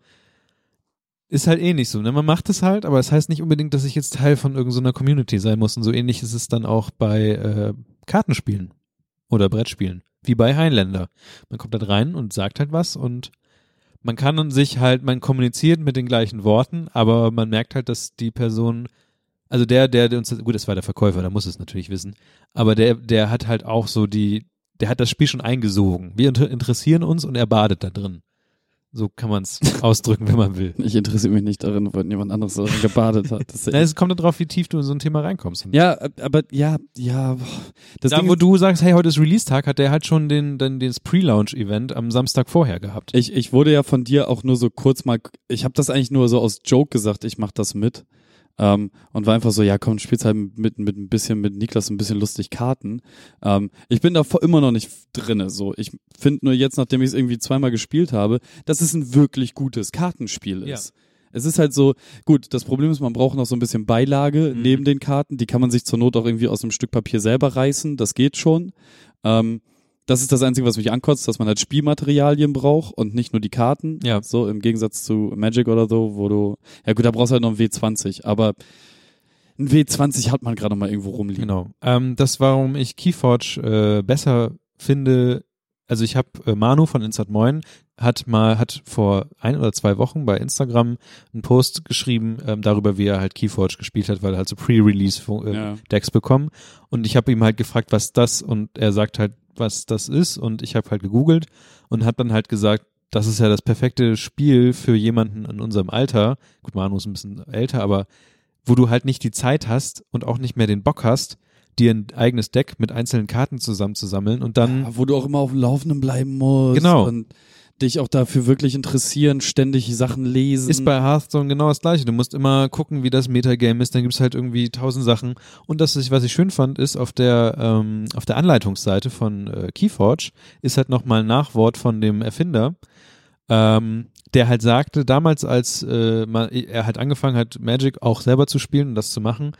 B: ist halt ähnlich so. Ne? Man macht es halt, aber es heißt nicht unbedingt, dass ich jetzt Teil von irgendeiner Community sein muss. Und so ähnlich ist es dann auch bei äh, Kartenspielen oder Brettspielen, wie bei Heinländer. Man kommt halt rein und sagt halt was und man kann an sich halt, man kommuniziert mit den gleichen Worten, aber man merkt halt, dass die Person, also der, der, der uns, gut, das war der Verkäufer, der muss es natürlich wissen, aber der, der hat halt auch so die, der hat das Spiel schon eingesogen. Wir inter interessieren uns und er badet da drin. So kann man es ausdrücken, wenn man will.
D: Ich interessiere mich nicht darin, weil jemand anderes darin gebadet hat. Das ist
B: Na,
D: ja,
B: es kommt darauf, wie tief du in so ein Thema reinkommst. Und
D: ja, aber ja, ja. boah. Das
B: da,
D: Ding
B: wo
D: ist-
B: du sagst, hey, heute ist Release-Tag, hat der halt schon den, den, das Pre-Launch-Event am Samstag vorher gehabt.
D: Ich, ich wurde ja von dir auch nur so kurz mal, ich habe das eigentlich nur so aus Joke gesagt, ich mach das mit. Ähm, und war einfach so, ja komm, spielst halt mit, mit ein bisschen mit Niklas ein bisschen lustig Karten. Ähm, ich bin da vo- immer noch nicht drinne. So, ich finde nur jetzt, nachdem ich es irgendwie zweimal gespielt habe, dass es ein wirklich gutes Kartenspiel
B: Ja.
D: ist. Es ist halt so, gut, das Problem ist, man braucht noch so ein bisschen Beilage
B: Mhm.
D: neben den Karten. Die kann man sich zur Not auch irgendwie aus einem Stück Papier selber reißen. Das geht schon. Ähm, das ist das Einzige, was mich ankotzt, dass man halt Spielmaterialien braucht und nicht nur die Karten.
B: Ja.
D: So im Gegensatz zu Magic oder so, wo du. Ja gut, da brauchst du halt noch ein W20, aber ein W20 hat man gerade mal irgendwo rumliegen.
B: Genau. Ähm, das, warum ich Keyforge äh, besser finde, also ich habe äh, Manu von Insert Moin hat mal hat vor ein oder zwei Wochen bei Instagram einen Post geschrieben ähm, darüber, wie er halt Keyforge gespielt hat, weil er halt so Pre-Release fu- äh,
D: Ja.
B: Decks bekommen und ich habe ihm halt gefragt, was das und er sagt halt, was das ist und ich habe halt gegoogelt und hat dann halt gesagt, das ist ja das perfekte Spiel für jemanden in unserem Alter. Gut, Manu ist ein bisschen älter, aber wo du halt nicht die Zeit hast und auch nicht mehr den Bock hast, dir ein eigenes Deck mit einzelnen Karten zusammenzusammeln und dann
D: Ja, wo du auch immer auf dem Laufenden bleiben musst.
B: Mhm. Genau.
D: Und dich auch dafür wirklich interessieren, ständig Sachen lesen.
B: ist bei Hearthstone genau das gleiche. Du musst immer gucken, wie das Metagame ist. Dann gibt's halt irgendwie tausend Sachen. Und das, ist- was ich schön fand, ist auf der, ähm, auf der Anleitungsseite von äh, Keyforge ist halt nochmal ein Nachwort von dem Erfinder, äh, ähm, der halt sagte, damals, als äh, man, er halt angefangen hat, Magic auch selber zu spielen und das zu machen,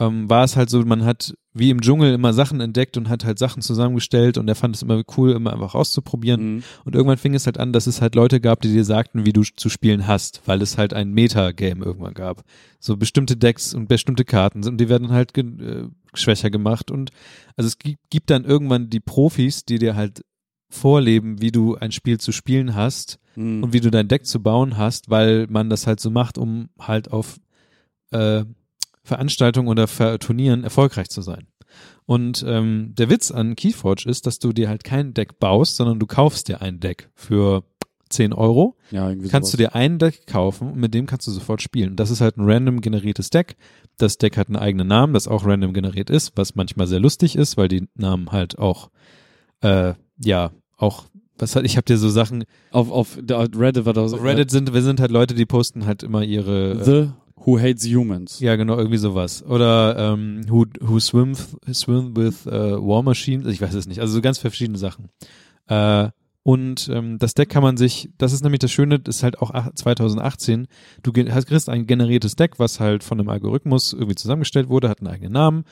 B: ähm, war es halt so, man hat wie im Dschungel immer Sachen entdeckt und hat halt Sachen zusammengestellt und er fand es immer cool, immer einfach auszuprobieren.
D: Mhm.
B: Und irgendwann fing es halt an, dass es halt Leute gab, die dir sagten, wie du zu spielen hast, weil es halt ein Meta-Game irgendwann gab. So bestimmte Decks und bestimmte Karten sind, und die werden halt ge äh, schwächer gemacht und also es gibt, gibt dann irgendwann die Profis, die dir halt vorleben, wie du ein Spiel zu spielen hast
D: Mhm.
B: und wie du dein Deck zu bauen hast, weil man das halt so macht, um halt auf äh, Veranstaltungen oder Ver Turnieren erfolgreich zu sein. Und ähm, der Witz an Keyforge ist, dass du dir halt kein Deck baust, sondern du kaufst dir ein Deck für 10 Euro
D: ja, irgendwie
B: kannst du
D: sowas.
B: dir ein Deck kaufen und mit dem kannst du sofort spielen. Das ist halt ein random generiertes Deck. Das Deck hat einen eigenen Namen, das auch random generiert ist, was manchmal sehr lustig ist, weil die Namen halt auch, äh, ja, auch, was hat, ich habe dir so Sachen,
D: auf, auf der- auf Reddit war das
B: auf Reddit sind, wir sind halt Leute, die posten halt immer ihre, äh,
D: The Who Hates Humans.
B: ja genau, irgendwie sowas. Oder ähm, who, who swim, swim with äh, War Machines, ich weiß es nicht, also so ganz verschiedene Sachen. Äh, und ähm, das Deck kann man sich, das ist nämlich das Schöne, das ist halt auch ach- 2018, du ge- hast, kriegst ein generiertes Deck, was halt von einem Algorithmus irgendwie zusammengestellt wurde, hat einen eigenen Namen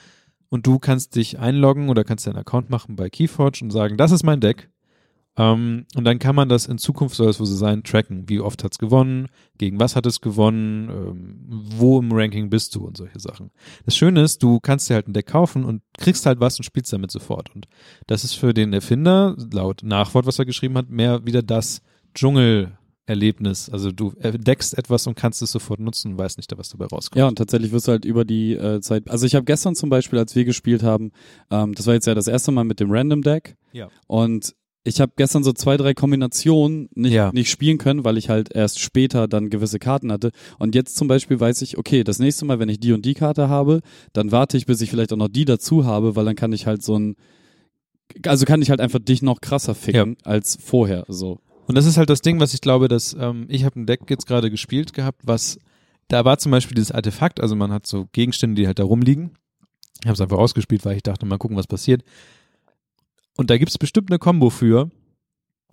B: und du kannst dich einloggen oder kannst deinen Account machen bei Keyforge und sagen, das ist mein Deck. Ähm, und dann kann man das in Zukunft, soll es wo sie sein, tracken. Wie oft hat es gewonnen, gegen was hat es gewonnen, ähm, wo im Ranking bist du und solche Sachen. Das Schöne ist, du kannst dir halt ein Deck kaufen und kriegst halt was und spielst damit sofort. Und das ist für den Erfinder, laut Nachwort, was er geschrieben hat, mehr wieder das Dschungelerlebnis. Also du entdeckst etwas und kannst es sofort nutzen und weißt nicht, was dabei rauskommt.
D: Ja, und tatsächlich wirst du halt über die äh, Zeit. Also ich habe gestern zum Beispiel, als wir gespielt haben, ähm, das war jetzt ja das erste Mal mit dem Random Deck.
B: Ja.
D: Und ich habe gestern so zwei, drei Kombinationen nicht,
B: Ja.
D: nicht spielen können, weil ich halt erst später dann gewisse Karten hatte. Und jetzt zum Beispiel weiß ich, okay, das nächste Mal, wenn ich die und die Karte habe, dann warte ich, bis ich vielleicht auch noch die dazu habe, weil dann kann ich halt so ein. Also kann ich halt einfach dich noch krasser ficken als vorher. So.
B: Und das ist halt das Ding, was ich glaube, dass ähm, ich habe ein Deck jetzt gerade gespielt gehabt, was da war zum Beispiel dieses Artefakt, also man hat so Gegenstände, die halt da rumliegen. Ich habe es einfach ausgespielt, weil ich dachte, mal gucken, was passiert. Und da gibt es bestimmt eine Combo für,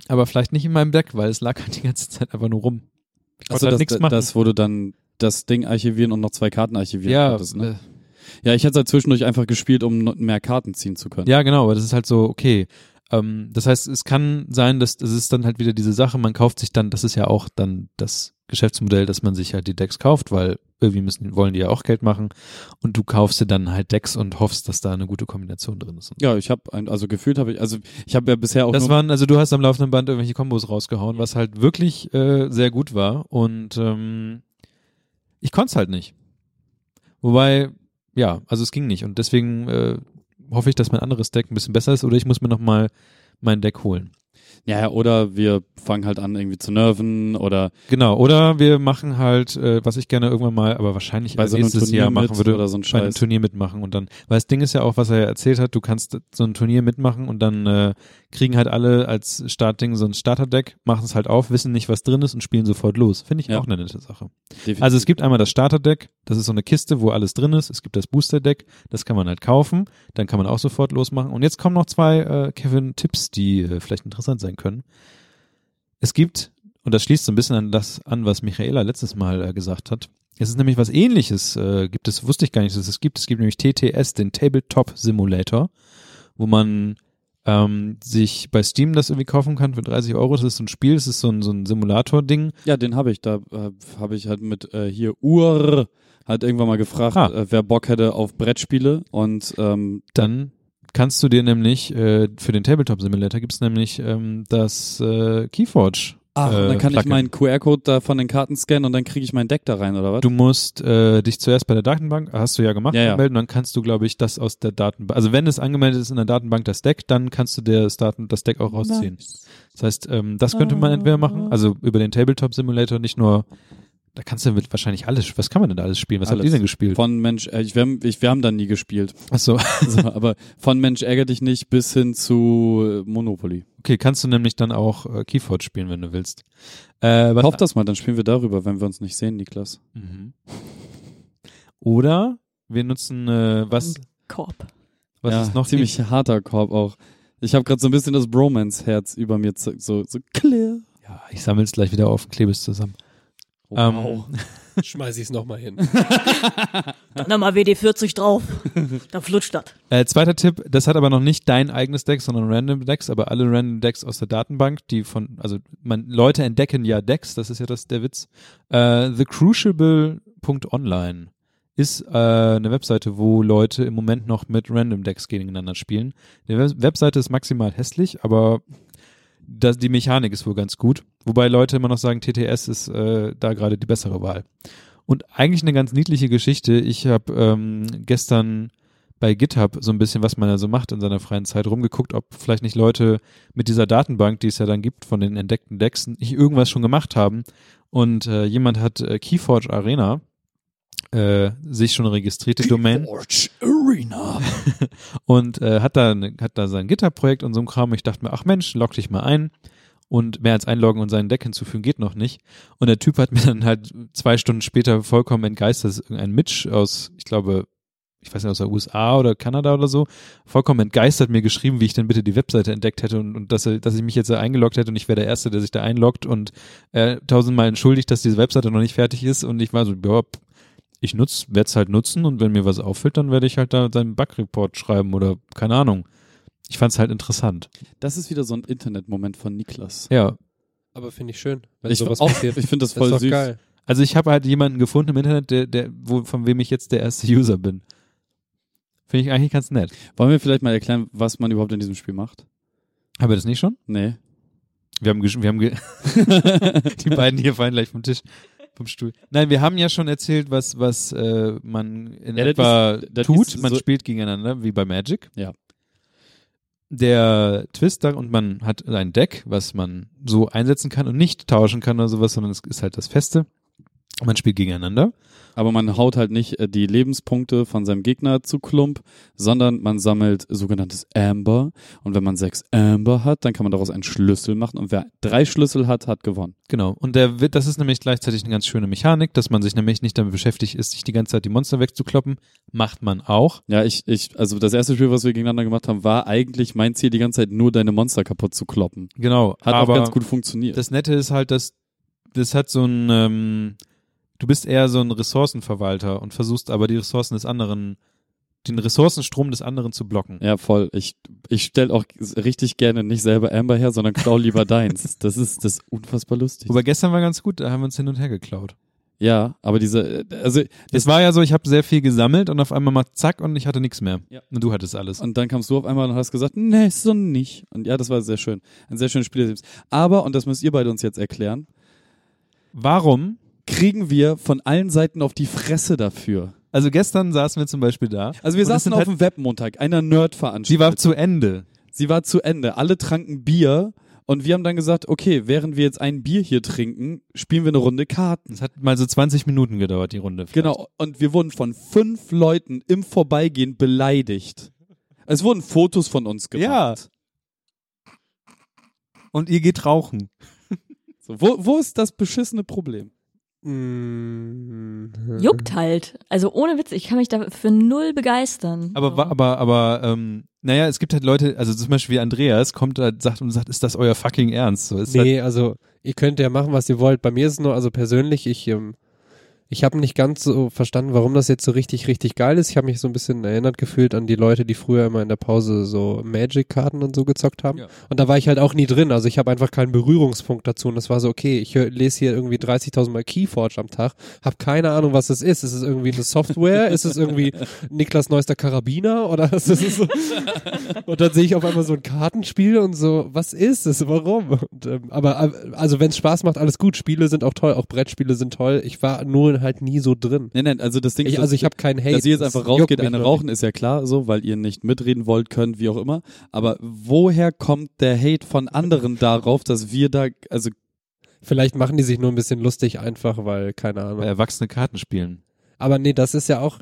B: aber vielleicht nicht in meinem Deck, weil es lag halt die ganze Zeit einfach nur rum. Ich konnte
D: Also
B: halt
D: das,
B: nichts machen.
D: das, wo du dann das Ding archivieren und noch zwei Karten archivieren
B: ja,
D: konntest, ne? Ja, ich hätte halt zwischendurch einfach gespielt, um no- mehr Karten ziehen zu können.
B: Ja, genau, aber das ist halt so, okay. Ähm, das heißt, es kann sein, dass es ist dann halt wieder diese Sache, man kauft sich dann, das ist ja auch dann das Geschäftsmodell, dass man sich halt die Decks kauft, weil irgendwie müssen, wollen die ja auch Geld machen und du kaufst dir dann halt Decks und hoffst, dass da eine gute Kombination drin ist. Und
D: Ja, ich habe also gefühlt habe ich, also ich habe ja bisher auch
B: das
D: nur,
B: waren, also du hast am laufenden Band irgendwelche Kombos rausgehauen, was halt wirklich äh, sehr gut war und ähm, ich konnte es halt nicht. Wobei, ja, also es ging nicht und deswegen äh, hoffe ich, dass mein anderes Deck ein bisschen besser ist oder ich muss mir nochmal mein Deck holen.
D: ja, oder wir fangen halt an irgendwie zu nerven oder
B: Genau, oder wir machen halt, äh, was ich gerne irgendwann mal, aber wahrscheinlich
D: bei so einem
B: nächstes
D: Turnier
B: Jahr
D: mit
B: machen würde,
D: oder so ein
B: bei einem
D: Scheiß.
B: Turnier mitmachen und dann, weil das Ding ist ja auch, was er ja erzählt hat, du kannst so ein Turnier mitmachen und dann äh, kriegen halt alle als Startding so ein Starterdeck, machen es halt auf, wissen nicht, was drin ist und spielen sofort los. Finde ich
D: Ja.
B: auch eine nette Sache.
D: Definitiv.
B: Also es gibt einmal das Starterdeck, das ist so eine Kiste, wo alles drin ist. Es gibt das Boosterdeck, das kann man halt kaufen, dann kann man auch sofort losmachen. Und jetzt kommen noch zwei äh, Kevin-Tipps, die äh, vielleicht interessant sein können. Es gibt, und das schließt so ein bisschen an das an, was Michaela letztes Mal äh, gesagt hat. Es ist nämlich was ähnliches, äh, gibt es, wusste ich gar nicht, dass es gibt. Es gibt nämlich TTS, den Tabletop Simulator, wo man ähm, sich bei Steam das irgendwie kaufen kann für 30 Euro. Das ist so ein Spiel, das ist so ein, so ein Simulator-Ding.
D: ja, den habe ich da äh, habe ich halt mit äh, hier Ur halt irgendwann mal gefragt,
B: Ah.
D: äh, wer Bock hätte auf Brettspiele und ähm,
B: dann kannst du dir nämlich äh, für den Tabletop Simulator gibt's nämlich ähm, das äh, Keyforge.
D: ach,
B: äh,
D: dann kann ich
B: Plugin.
D: meinen QR-Code da von den Karten scannen und dann kriege ich mein Deck da rein oder was?
B: Du musst äh, dich zuerst bei der Datenbank, hast du ja gemacht,
D: Ja, ja.
B: anmelden, dann kannst du, glaube ich, das aus der Datenbank, also wenn es angemeldet ist in der Datenbank, das Deck, dann kannst du dir das, Daten, das Deck auch rausziehen. Das heißt, ähm, das könnte man entweder machen, also über den Tabletop Simulator nicht nur, da kannst du mit wahrscheinlich alles, was kann man denn da alles spielen? Was habt
D: Alles.
B: ihr denn gespielt?
D: von Mensch, äh, ich, wir haben, ich, wir haben da nie gespielt.
B: Achso,
D: So, aber von Mensch ärger dich nicht bis hin zu äh, Monopoly.
B: okay, kannst du nämlich dann auch äh, Keyforge spielen, wenn du willst. Äh, was
D: Kauf das mal, dann spielen wir darüber, wenn wir uns nicht sehen, Niklas.
B: Mhm. Oder wir nutzen äh, was,
C: Korb.
B: was
D: ja,
B: ist noch
D: ziemlich harter Korb auch. Ich habe gerade so ein bisschen das Bromance-Herz über mir, z- so, so clear.
B: gibt? Ja, ich sammle es gleich wieder auf und klebe es zusammen.
E: Wow. Schmeiß ich es nochmal hin.
C: Dann nochmal WD40 drauf. Dann flutscht das.
B: Äh, zweiter Tipp, das hat aber noch nicht dein eigenes Deck, sondern Random Decks, aber alle Random Decks aus der Datenbank, die von, also man, Leute entdecken ja Decks, das ist ja das der Witz. Äh, TheCrucible.online ist äh, eine Webseite, wo Leute im Moment noch mit Random Decks gegeneinander spielen. Die Web Webseite ist maximal hässlich, aber das, die Mechanik ist wohl ganz gut. Wobei Leute immer noch sagen, TTS ist äh, da gerade die bessere Wahl. Und eigentlich eine ganz niedliche Geschichte. Ich habe ähm, gestern bei GitHub so ein bisschen, was man da so macht in seiner freien Zeit, rumgeguckt, ob vielleicht nicht Leute mit dieser Datenbank, die es ja dann gibt, von den entdeckten Decks, nicht irgendwas schon gemacht haben. Und äh, jemand hat äh, Keyforge Arena, äh, sich schon registrierte Domain.
G: George Arena.
B: und äh, hat, da, ne- hat da sein GitHub-Projekt und so ein Kram. Ich dachte mir, ach Mensch, log dich mal ein. Und mehr als einloggen und seinen Deck hinzufügen geht noch nicht. Und der Typ hat mir dann halt zwei Stunden später vollkommen entgeistert, das ist irgendein Mitch aus, ich glaube, ich weiß nicht, aus der USA oder Kanada oder so, vollkommen entgeistert mir geschrieben, wie ich denn bitte die Webseite entdeckt hätte und, und dass, er, dass ich mich jetzt da eingeloggt hätte und ich wäre der Erste, der sich da einloggt und äh, tausendmal entschuldigt, dass diese Webseite noch nicht fertig ist. Und ich war so, ja, pff, ich nutz, werde es halt nutzen und wenn mir was auffällt, dann werde ich halt da seinen Bug-Report schreiben oder keine Ahnung. Ich fand es halt interessant.
D: Das ist wieder so ein Internetmoment von Niklas.
B: Ja,
E: Aber finde ich schön, wenn
D: Ich,
E: sowas
D: auch-
E: passiert.
D: ich finde das
E: Das ist
D: voll
E: doch
D: süß.
E: geil.
B: also ich habe halt jemanden gefunden im Internet, der, der, wo, von wem ich jetzt der erste User bin. Finde ich eigentlich ganz nett.
D: Wollen wir vielleicht mal erklären, was man überhaupt in diesem Spiel macht?
B: Haben wir das nicht schon?
D: Nee.
B: Wir haben, gesch- wir haben ge die beiden hier fallen gleich vom Tisch, vom Stuhl. Nein, wir haben ja schon erzählt, was, was äh, man in
D: Ja, das
B: etwa
D: ist- das
B: tut.
D: ist
B: man
D: so-
B: spielt gegeneinander, wie bei Magic.
D: Ja.
B: Der Twist da und man hat ein Deck, was man so einsetzen kann und nicht tauschen kann oder sowas, sondern es ist halt das Feste. Man spielt gegeneinander.
D: Aber man haut halt nicht äh, die Lebenspunkte von seinem Gegner zu Klump, sondern man sammelt sogenanntes Amber. Und wenn man sechs Amber hat, dann kann man daraus einen Schlüssel machen. Und wer drei Schlüssel hat, hat gewonnen.
B: Genau. Und der wird, das ist nämlich gleichzeitig eine ganz schöne Mechanik, dass man sich nämlich nicht damit beschäftigt ist, sich die ganze Zeit die Monster wegzukloppen. Macht man auch.
D: Ja, ich, ich, also das erste Spiel, was wir gegeneinander gemacht haben, war eigentlich mein Ziel, die ganze Zeit nur deine Monster kaputt zu kloppen.
B: Genau.
D: Hat
B: aber
D: auch ganz gut funktioniert.
B: Das Nette ist halt, dass das hat so ein, ähm, du bist eher so ein Ressourcenverwalter und versuchst aber die Ressourcen des anderen, den Ressourcenstrom des anderen zu blocken.
D: ja, voll. Ich, ich stell auch richtig gerne nicht selber Amber her, sondern klau lieber deins. Das ist, das ist unfassbar lustig.
B: Wobei gestern war ganz gut, da haben wir uns hin und her geklaut.
D: ja, aber diese, äh, also
B: Es war ja so, ich habe sehr viel gesammelt und auf einmal mal zack und ich hatte nichts mehr.
D: Ja.
B: Und du hattest alles.
D: Und dann kamst du auf einmal und hast gesagt, nee, so nicht. Und ja, das war sehr schön. Ein sehr schönes Spiel. Aber, und das müsst ihr beide uns jetzt erklären,
B: Warum?
D: kriegen wir von allen Seiten auf die Fresse dafür.
B: Also gestern saßen wir zum Beispiel da.
D: Also wir
B: und es
D: saßen
B: sind halt,
D: auf dem Webmontag, einer Nerd-Veranstaltung.
B: Die war zu Ende.
D: Sie war zu Ende. Alle tranken Bier. Und wir haben dann gesagt, okay, während wir jetzt ein Bier hier trinken, spielen wir eine Runde Karten.
B: Es hat mal so 20 Minuten gedauert, die Runde. vielleicht.
D: Genau. Und wir wurden von fünf Leuten im Vorbeigehen beleidigt. Es wurden Fotos von uns gemacht.
B: Ja. Und ihr geht rauchen.
D: So, wo, wo ist das beschissene Problem?
E: Mhm.
C: Juckt halt. Also ohne Witz, ich kann mich da für null begeistern.
B: Aber, wa- aber, aber, ähm, naja, es gibt halt Leute, also zum Beispiel wie Andreas kommt halt, sagt und sagt, ist das euer fucking Ernst? So, ist halt,
E: Nee, also ihr könnt ja machen, was ihr wollt. Bei mir ist es nur, also persönlich, ich, ähm, ich habe nicht ganz so verstanden, warum das jetzt so richtig, richtig geil ist. Ich habe mich so ein bisschen erinnert gefühlt an die Leute, die früher immer in der Pause so Magic-Karten und so gezockt haben.
B: Ja.
E: Und da war ich halt auch nie drin. Also ich habe einfach keinen Berührungspunkt dazu. Und es war so, okay, ich hör, lese hier irgendwie 30.000 Mal Keyforge am Tag, habe keine Ahnung, was das ist. Ist es irgendwie eine Software? ist es irgendwie Niklas neuester Karabiner? Oder ist es so? Und dann sehe ich auf einmal so ein Kartenspiel und so, was ist es? Warum? Und, ähm, aber äh, also wenn es Spaß macht, alles gut. Spiele sind auch toll, auch Brettspiele sind toll. Ich war nur halt nie so drin.
D: Nein, nein, also das Ding
E: Ich,
D: ist,
E: also ich habe keinen Hate.
D: dass ihr jetzt
E: Das
D: einfach
E: juckt
D: rausgeht,
E: mich
D: eine
E: nur
D: rauchen, ist ja klar so, weil ihr nicht mitreden wollt, könnt, wie auch immer. Aber woher kommt der Hate von anderen darauf, dass wir da, also
E: nicht. Vielleicht machen die sich nur ein bisschen lustig einfach, weil keine
B: weil
E: Ahnung.
B: erwachsene Karten spielen.
E: Aber nee, das ist ja auch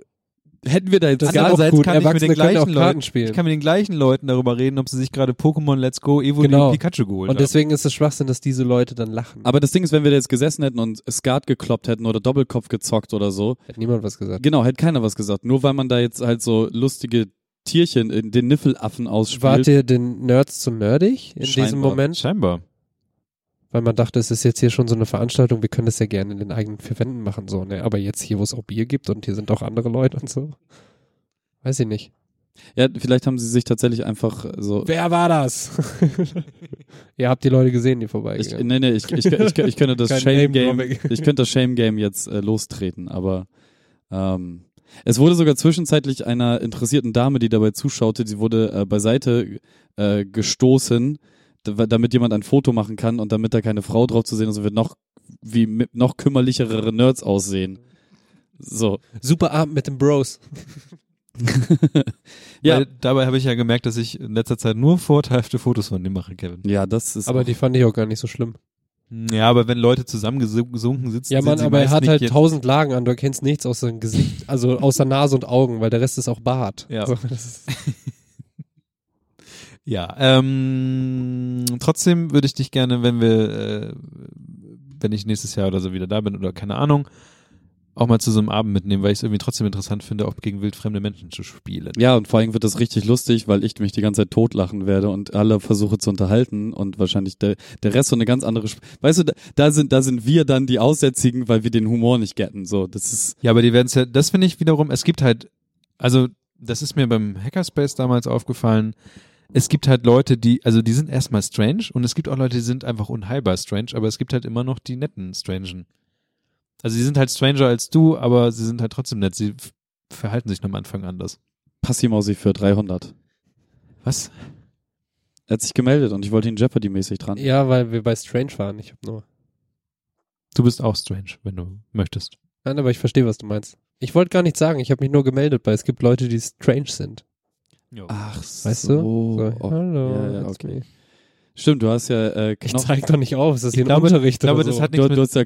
D: hätten wir da jetzt
E: das ist
D: gar
E: ja auch
B: Andererseits
E: gut.
B: kann ich mit
E: Erwachsene
B: den
E: können auch
B: gleichen Leuten-
E: Karten
B: Ich
E: spielen.
B: kann mit den gleichen Leuten darüber reden, ob sie sich gerade Pokémon Let's Go, Evo
E: Genau.
B: und Pikachu geholt
E: Und deswegen ist es Schwachsinn, dass diese Leute dann lachen.
D: aber das Ding ist, wenn wir da jetzt gesessen hätten und Skat gekloppt hätten oder Doppelkopf gezockt oder so,
E: Hat niemand was gesagt.
D: genau, hätte keiner was gesagt. Nur weil man da jetzt halt so lustige Tierchen in den Niffelaffen ausspielt.
E: Wart ihr den Nerds zu nerdig in diesem
D: Scheinbar.
E: Moment?
B: haben. Scheinbar.
E: weil man dachte, es ist jetzt hier schon so eine Veranstaltung, wir können das ja gerne in den eigenen vier Wänden machen, so, ne? Aber jetzt hier, wo es auch Bier gibt und hier sind auch andere Leute und so. Weiß ich nicht.
D: Ja, vielleicht haben sie sich tatsächlich einfach äh, so.
E: Wer war das? Ihr habt die Leute gesehen, die
D: Ich,
E: vorbeigegangen
D: nee, nee, ich, ich, ich, ich könnte das
E: Kein
D: Shame Game,
E: Name-Dropping.
D: ich könnte das Shame Game jetzt äh, lostreten, aber ähm, es wurde sogar zwischenzeitlich einer interessierten Dame, die dabei zuschaute, die wurde äh, beiseite äh, gestoßen, da- damit jemand ein Foto machen kann und damit da keine Frau drauf zu sehen ist und wir noch wie mit noch kümmerlichere Nerds aussehen. So.
E: sind. Super Abend mit den Bros.
D: Ja.
B: Weil dabei habe ich ja gemerkt, dass ich in letzter Zeit nur vorteilhafte Fotos von dir mache, Kevin.
D: Ja, das ist
E: Aber die fand ich auch gar nicht so schlimm.
B: Ja, aber wenn Leute zusammengesunken sitzen,
E: Ja,
B: sind
E: Mann,
B: sie
E: aber er
B: meist
E: hat
B: nicht
E: halt
B: jetzt-
E: tausend Lagen an, du erkennst nichts außer dem Gesicht, also außer Nase und Augen, weil der Rest ist auch Bart.
B: Ja.
E: Also, das ist,
B: Ja, ähm, trotzdem würde ich dich gerne, wenn wir, äh, wenn ich nächstes Jahr oder so wieder da bin oder keine Ahnung, auch mal zu so einem Abend mitnehmen, weil ich es irgendwie trotzdem interessant finde, auch gegen wildfremde Menschen zu spielen.
D: Ja, und vor allem wird das richtig lustig, weil ich mich die ganze Zeit totlachen werde und alle versuche zu unterhalten und wahrscheinlich der, der Rest so eine ganz andere. Sp weißt du, da, da sind da sind wir dann die Aussätzigen, weil wir den Humor nicht getten. So, das ist
B: Ja, aber die werden es ja, das finde ich wiederum, es gibt halt, also das ist mir beim Hackerspace damals aufgefallen, es gibt halt Leute, die, also die sind erstmal strange und es gibt auch Leute, die sind einfach unheilbar strange, aber es gibt halt immer noch die netten Strangen. Also sie sind halt stranger als du, aber sie sind halt trotzdem nett, sie f- verhalten sich am Anfang anders.
D: Passimausi für 300.
B: Was?
D: Er hat sich gemeldet und ich wollte ihn Jeopardy-mäßig dran.
E: ja, weil wir bei Strange waren. Ich hab nur.
B: Du bist auch strange, wenn du möchtest.
E: Nein, aber ich verstehe, was du meinst. Ich wollte gar nicht sagen, ich habe mich nur gemeldet, weil es gibt Leute, die strange sind.
B: Ah,
D: Ach
E: Weißt
D: so.
E: du? So,
D: Oh,
E: hallo,
D: ja, ja,
E: it's
D: okay.
E: me.
D: Stimmt, du hast ja äh,
E: Ich
D: Knochen,
E: zeig doch nicht auf, es ist
B: Ich
E: hier
B: glaube-
E: ein Unterricht
B: ich glaube,
E: oder
B: das
E: so.
B: hat
D: du,
B: nichts
D: du
B: mit
D: hast ja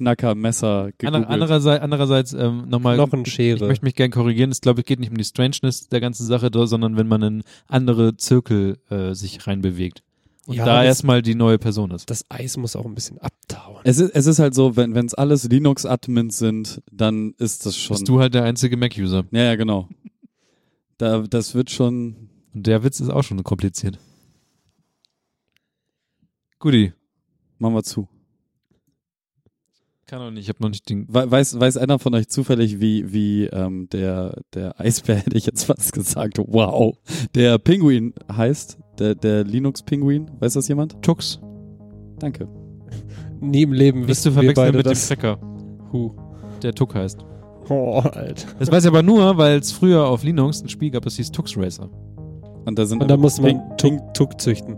D: Knochenknacker-Messer
B: Ander,
D: gegoogelt.
B: andererseits, andererseits ähm, nochmal Ich
E: Knochenschere.
B: möchte mich gern korrigieren. Ich glaube, es geht nicht um die Strangeness der ganzen Sache, sondern wenn man in andere Zirkel äh, sich reinbewegt. Und
E: Ja,
B: da
E: das-
B: erstmal die neue Person ist.
E: Das Eis muss auch ein bisschen abtauen.
D: es ist, es ist halt so, wenn es alles Linux-Admins sind, dann ist das schon.
B: Bist du halt der einzige Mac-User.
D: Ja, ja, genau. Da, das wird schon.
B: Und der Witz ist auch schon kompliziert. Guti.
D: Machen wir zu.
B: Kann auch nicht. Ich habe noch nicht den.
D: We- Weiß, weiß einer von euch zufällig, wie, wie ähm, der, der Eisbär, hätte ich jetzt fast gesagt, wow, der Pinguin heißt? Der, der Linux-Pinguin? Weiß das jemand?
B: Tux.
D: Danke.
E: Nie im Leben
B: Bist du
E: wissen wir
B: verwechselt
E: beide
B: mit dem
E: das.
B: Trecker,
E: Huh.
B: der Tuck heißt.
E: Oh, Alter.
B: Das weiß ich aber nur, weil es früher auf Linux ein Spiel gab, das hieß Tux Racer.
D: Und da sind
E: Und dann muss man
D: Ping- Ping-
E: Tuck, Tuck züchten,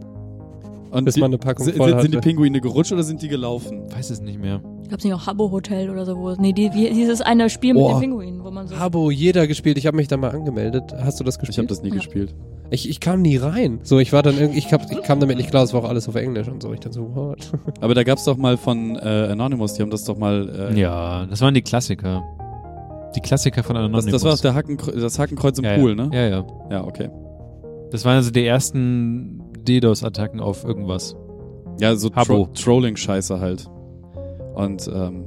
D: und
E: bis
D: die,
E: man eine Packung
D: sind,
E: voll
D: sind
E: halt-
D: sind die
E: hatte.
D: Pinguine gerutscht oder sind die gelaufen?
B: Weiß es nicht mehr.
C: Gab's nicht noch Habbo Hotel oder so? Wo, nee, die, wie, dieses eine Spiel mit
E: Boah.
C: den Pinguinen, wo man so.
E: Habo, jeder gespielt. Ich habe mich da mal angemeldet. Hast du das
D: Ich habe
E: gespielt?
D: das nie
C: Ja.
D: gespielt.
E: Ich, ich kam nie rein. So, ich war dann irgendwie, ich, hab, ich kam damit nicht klar, es war auch alles auf Englisch und so. Ich dann so, what?
D: Aber da gab's doch mal von äh, Anonymous, die haben das doch mal. Äh,
B: Ja, das waren die Klassiker. Die Klassiker von
D: das,
B: Anonymous.
D: das war auch der Hakenkre das Hakenkreuz im
B: ja,
D: Pool,
B: ja.
D: ne?
B: Ja, ja.
D: Ja, okay.
B: Das waren also die ersten DDoS-Attacken auf irgendwas.
D: Ja, so
B: Habbo.
D: Tro Trolling-Scheiße halt. Und ähm,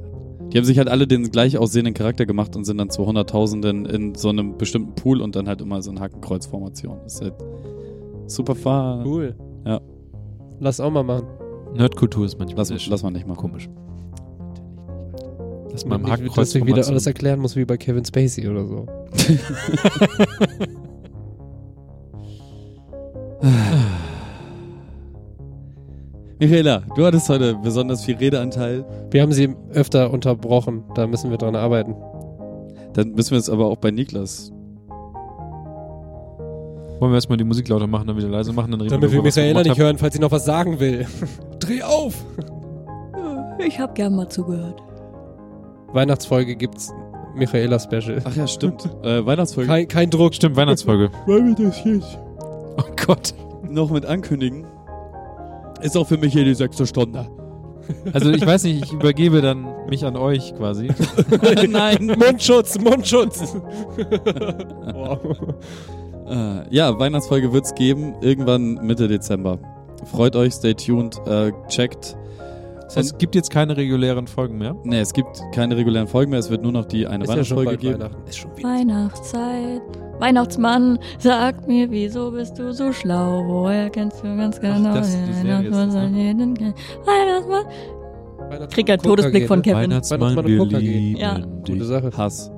D: die haben sich halt alle den gleich aussehenden Charakter gemacht und sind dann zu Hunderttausenden in so einem bestimmten Pool und dann halt immer so in Hakenkreuz-Formation. Ist halt super fun.
E: Cool.
D: Ja.
E: Lass auch mal machen.
B: Nerdkultur ist manchmal
D: Lass, lass mal nicht mal gucken.
B: komisch. Lass mal im
E: Nicht, dass
B: Hakenkreuz
E: ich wieder alles
B: rummatzen.
E: erklären muss wie bei Kevin Spacey oder so.
D: Michaela, du hattest heute besonders viel Redeanteil.
E: Wir haben sie öfter unterbrochen. Da müssen wir dran arbeiten.
D: Dann müssen wir jetzt aber auch bei Niklas.
B: Wollen wir erstmal die Musik lauter machen, dann wieder leise machen, dann reden
E: Damit wir
B: darüber, was
E: Michaela nicht
B: gemacht
E: hören, falls sie noch was sagen will. Dreh auf!
C: Ich hab gern mal zugehört.
E: Weihnachtsfolge gibt's Michaela Special.
D: Ach ja, stimmt. äh, Weihnachtsfolge.
E: Kein, kein
B: haben.
E: Druck.
B: Stimmt, Weihnachtsfolge.
D: Wollen wir das jetzt? Oh Gott. Noch mit ankündigen. Ist auch für mich hier die sechste Stunde.
B: Also ich weiß nicht, ich übergebe dann mich an euch quasi.
D: Nein.
E: Mundschutz, Mundschutz! wow.
D: Äh, ja, Weihnachtsfolge wird's geben, irgendwann Mitte Dezember. Freut euch, stay tuned, äh, checkt.
B: Das heißt, es gibt jetzt keine regulären Folgen mehr.
D: Ne, es gibt keine regulären Folgen mehr, es wird nur noch die eine
E: Ist ja schon
D: Weihnachtsfolge
E: bald
D: geben.
E: Weihnachten. Ist schon wieder.
C: Weihnachtszeit, Weihnachtsmann, sag mir, wieso bist du so schlau? Woher kennst du ganz genau
B: das ist die Serie, ist das, ne?
C: jeden Ke- Weihnachtsmann?
E: Weihnachts-
C: Kriegt er einen
E: Coca
C: Todesblick
E: geht,
C: von
E: ne?
C: Kevin.
B: Weihnachtsmann,
E: Weihnachtsmann und
B: wir
E: Coca geht.
B: lieben
C: Ja.
B: dich.
E: Gute Sache.
D: Hass.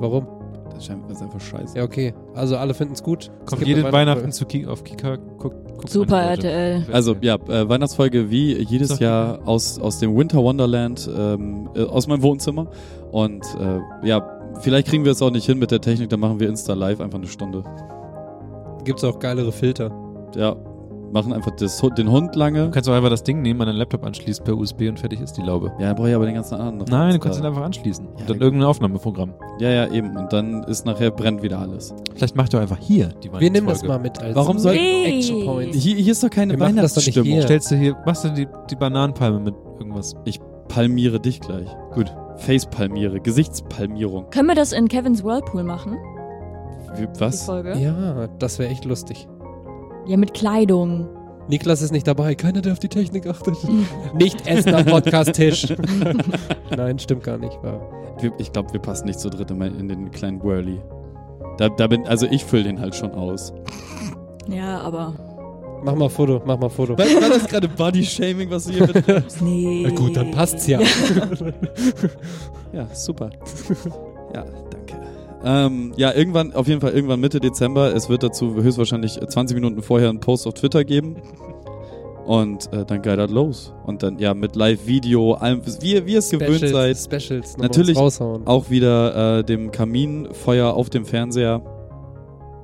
E: Warum?
D: Das ist einfach- das ist einfach scheiße.
E: Ja, okay. Also alle finden es gut. Es
B: Kommt
E: gibt
B: jeden
E: eine
B: Weihnachten zu Ki auf Kika. Guck, guck
C: Super
B: an, Leute.
C: RTL.
D: Also ja, äh, Weihnachtsfolge wie jedes
B: Sag
D: Jahr aus, aus dem Winter Wonderland, ähm, äh, aus meinem Wohnzimmer. Und äh, ja, vielleicht kriegen wir es auch nicht hin mit der Technik, dann machen wir Insta Live einfach eine Stunde.
E: Gibt's auch geilere Filter.
D: Ja, machen einfach das, Hund- den Hund lange.
B: Du kannst auch einfach das Ding nehmen, an deinen Laptop anschließen per USB und fertig ist die Laube.
D: Ja, dann brauche ich aber den ganzen anderen noch.
B: Nein, du kannst ihn
D: Insta-
B: einfach anschließen.
D: Ja,
B: und dann irgendein Aufnahmeprogramm.
D: Ja, ja, eben. Und dann ist nachher brennt wieder alles.
B: Vielleicht macht ihr einfach hier die Weihnachtsfolge.
E: Wir nehmen das mal mit als
D: Warum soll-
E: Action Point.
D: Hier, hier ist doch keine
E: Wir machen das doch nicht
D: Weihnachtsstimmung.
E: hier.
B: Stellst du hier, machst du die, die Bananenpalme mit irgendwas?
D: Palmiere dich gleich. Gut. Face-Palmiere, Gesichtspalmierung.
C: Können wir das in Kevins Whirlpool machen?
D: Wie-
C: Die
D: Was?
C: Folge? Ja.
E: Ja, das wäre echt lustig.
C: mit Kleidung.
E: Niklas ist nicht dabei, keiner, der auf die Technik achtet. nicht essen am Podcast-Tisch. Nein, stimmt gar nicht. War.
D: Wir- Ich glaube, wir passen nicht zu dritt in mein- in den kleinen Whirly. Da, da bin, also ich fülle den halt schon aus.
C: Ja, aber.
E: Mach mal ein Foto, mach mal ein Foto.
D: War das gerade Body-Shaming, was du hier betreibst?
C: Nee.
E: Gut, dann passt's ja.
D: Ja, super. Ja, danke. Ähm, ja, irgendwann, auf jeden Fall irgendwann Mitte Dezember. Es wird dazu höchstwahrscheinlich 20 Minuten vorher einen Post auf Twitter geben. Und äh, dann geht das los. Und dann ja mit Live-Video, allem, wie, ihr- wie ihr es gewöhnt seid.
E: Specials, Specials nochmal
D: Natürlich
E: was raushauen.
D: Auch wieder äh, dem Kaminfeuer auf dem Fernseher.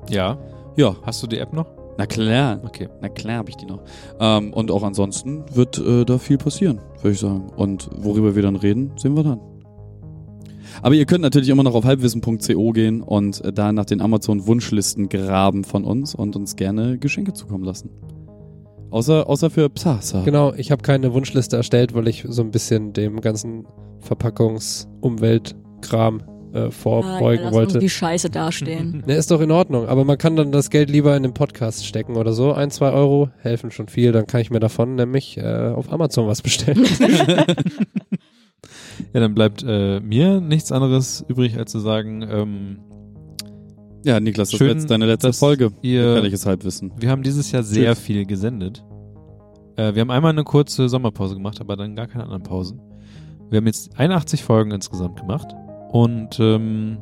B: Ja.
D: Ja,
B: Hast du die App noch?
D: na klar,
B: Okay.
D: na klar habe ich die noch. Ähm, und auch ansonsten wird äh, da viel passieren, würde ich sagen. Und worüber wir dann reden, sehen wir dann. Aber ihr könnt natürlich immer noch auf halbwissen.co gehen und äh, da nach den Amazon-Wunschlisten graben von uns und uns gerne Geschenke zukommen lassen. Außer, außer für Psasa.
E: Genau, ich habe keine Wunschliste erstellt, weil ich so ein bisschen dem ganzen Verpackungs-Umweltkram äh,
C: Ah, ja,
E: vorbeugen
C: lass
E: wollte.
C: uns wie scheiße dastehen.
E: Ne, ist doch in Ordnung, aber man kann dann das Geld lieber in den Podcast stecken oder so. Ein, zwei Euro helfen schon viel, dann kann ich mir davon nämlich äh, auf Amazon was bestellen.
B: Ja, dann bleibt äh, mir nichts anderes übrig, als zu sagen, ähm,
D: Ja, Niklas, das
B: Schön,
D: war jetzt deine letzte
B: dass
D: Folge.
B: ihr,
D: Gefährliches Halbwissen.
B: wir haben dieses Jahr sehr
D: Tschüss.
B: viel gesendet. Äh, wir haben einmal eine kurze Sommerpause gemacht, aber dann gar keine anderen Pausen. Wir haben jetzt 81 Folgen insgesamt gemacht und ähm,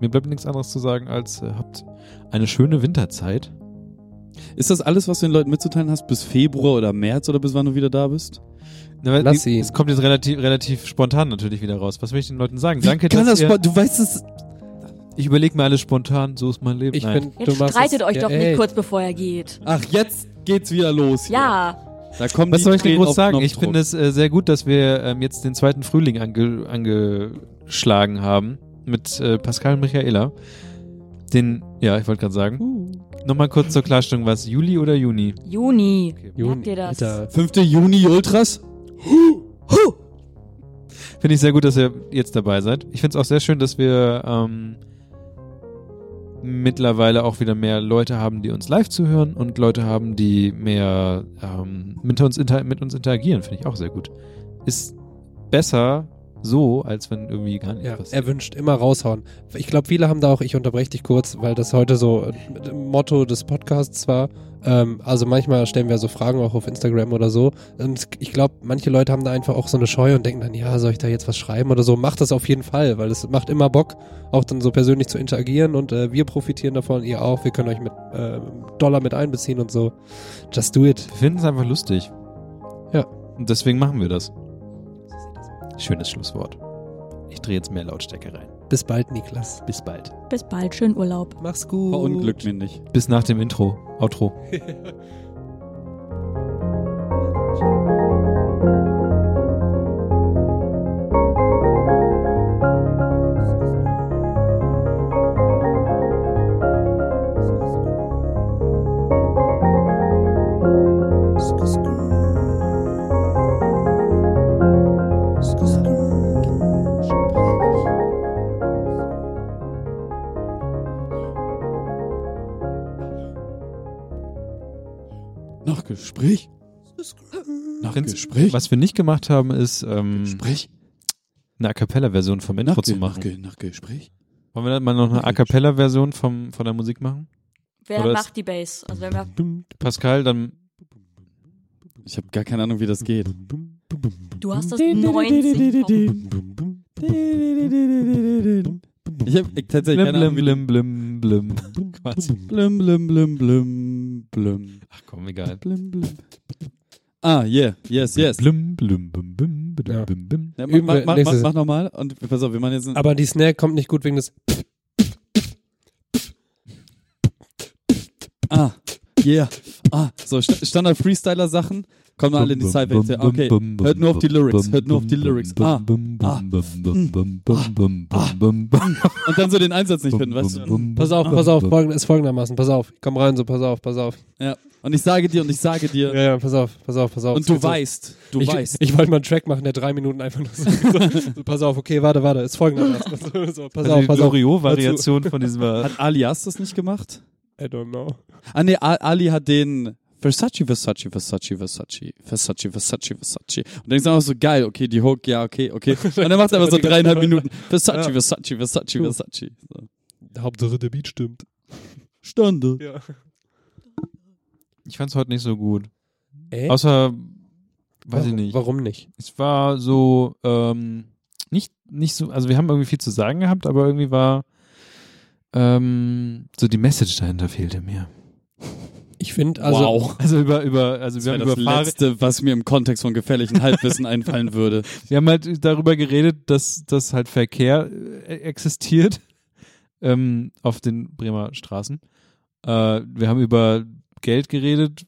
B: mir bleibt nichts anderes zu sagen, als äh, habt eine schöne Winterzeit.
D: Ist das alles, was du den Leuten mitzuteilen hast, bis Februar oder März oder bis wann du wieder da bist?
B: Na, weil
E: Lass
B: die-
E: sie.
B: Es kommt jetzt relativ, relativ spontan natürlich wieder raus. Was will ich den Leuten sagen? Danke,
D: Kann
B: dass
D: das,
B: ihr,
D: mal- du weißt es.
B: Ich überlege mir alles spontan, so ist mein Leben.
E: Ich
B: Nein.
E: bin,
C: Jetzt
E: machst
C: streitet
E: es-
C: euch doch
E: Ja,
C: nicht
E: ey.
C: kurz bevor er geht.
D: Ach, jetzt geht's wieder los. hier.
C: Ja,
D: Da kommen
B: Was
D: die
B: soll ich denn
D: Tränen
B: groß
D: auf
B: sagen? Ich
D: Knopfdruck.
B: finde es äh, sehr gut, dass wir ähm, jetzt den zweiten Frühling ange angeschlagen haben mit äh, Pascal Michaela. Den, ja, ich wollte gerade sagen. Nochmal kurz zur Klarstellung, was Juli oder Juni?
C: Juni.
E: Juni,
C: Merkt ihr das?
E: Alter.
D: 5. Juni Ultras?
B: Finde ich sehr gut, dass ihr jetzt dabei seid. Ich finde es auch sehr schön, dass wir ähm, mittlerweile auch wieder mehr Leute haben, die uns live zuhören und Leute haben, die mehr ähm, mit, uns inter mit uns interagieren. Finde ich auch sehr gut. Ist besser so, als wenn irgendwie gar nichts
E: Ja,
B: passiert.
E: er wünscht immer raushauen. Ich glaube, viele haben da auch, ich unterbreche dich kurz, weil das heute so äh, Motto des Podcasts war. Ähm, also manchmal stellen wir so Fragen auch auf Instagram oder so. Und ich glaube, manche Leute haben da einfach auch so eine Scheu und denken dann, ja, soll ich da jetzt was schreiben oder so. Macht das auf jeden Fall, weil es macht immer Bock, auch dann so persönlich zu interagieren und äh, wir profitieren davon, ihr auch. Wir können euch mit äh, Dollar mit einbeziehen und so. Just do it.
B: Wir finden es einfach lustig.
E: Ja.
B: Und deswegen machen wir das. Schönes Schlusswort. Ich drehe jetzt mehr Lautstärke rein.
E: Bis bald, Niklas.
B: Bis bald.
C: Bis bald, schönen Urlaub.
E: Mach's gut.
D: Verunglückt mir nicht.
B: Bis nach dem Intro. Outro.
D: Nach Gespräch? Nach
B: Prinz-
D: Gespräch?
B: Was wir nicht gemacht haben, ist ähm,
D: Sprich?
B: eine A Cappella-Version vom Intro
D: Nach,
B: zu
D: Ge- nach,
B: machen.
A: Nach Gespräch?
B: Wollen wir mal noch eine A Cappella-Version vom- von der Musik machen?
C: Wer
B: Oder
C: macht die Bass? Also wer macht,
B: Pascal, dann.
D: Ich habe gar keine Ahnung, wie das geht.
C: du hast das 90.
D: Ich habe tatsächlich
B: Blim,
D: keine Ahnung,
B: blim,
D: wie das
B: blim, blim, blim.
D: Quatsch. Blim, blim, blim, blim, blim.
B: Ach komm, egal.
D: Blim, blim. Ah, yeah, yes, yes.
B: Blim, blim, blim, blim, blim,
E: Ja.
B: blim, blim.
D: Ja, mach,
E: Üben
D: mach,
E: wir
D: mach,
E: nächstes-
D: mach, mach nochmal und pass auf, wir machen jetzt ein
E: Aber die Snare kommt nicht gut wegen des.
D: Ah, yeah, ah, so Sta- Standard Freestyler Sachen. Kommen alle in die Sideways. Ja, Okay, hört nur auf die Lyrics, hört nur auf die Lyrics. Ah, ah, und dann so den Einsatz nicht finden, weißt du?
E: Pass auf, pass auf, folgend, ist folgendermaßen. Pass auf, ich komm rein, so, pass auf, pass auf.
D: Ja. Und ich sage dir und ich sage
E: Ja,
D: dir
E: ja, pass auf, pass auf, pass auf.
D: und
E: Es
D: du
E: geht so.
D: weißt, du
E: ich,
D: weißt.
E: Ich wollte mal einen Track machen, der drei Minuten einfach nur so. so, so pass auf, okay, warte, warte, ist folgendermaßen. So, so, pass
B: Also
E: auf,
B: die
E: pass auf.
B: Loriot-Variation von diesem. äh,
D: Hat Alias das nicht gemacht?
E: I don't know.
D: Ah nee, A- Ali hat den Versace, Versace, Versace, Versace, Versace, Versace, Versace. Und dann ist auch so geil, okay, die Hook, ja, okay, okay. Und dann macht er aber so dreieinhalb Minuten Versace, Versace, Versace, Versace. So.
E: Hauptsache der Beat stimmt.
D: Stunde.
E: Ja.
B: Ich fand's heute nicht so gut.
E: Äh?
B: Außer, weiß ich nicht.
E: Warum nicht?
B: Es war so, ähm, nicht, nicht so, also wir haben irgendwie viel zu sagen gehabt, aber irgendwie war, ähm, so die Message dahinter fehlte mir.
E: Ich finde, also.
D: wow.
B: Also über, über, also
D: Das
B: wir
D: wäre
B: haben
D: das
B: über Fahrrä-
D: Letzte, was mir im Kontext von gefährlichen Halbwissen einfallen würde.
B: Wir haben halt darüber geredet, dass, dass halt Verkehr äh, existiert ähm, auf den Bremer Straßen. Äh, wir haben über Geld geredet.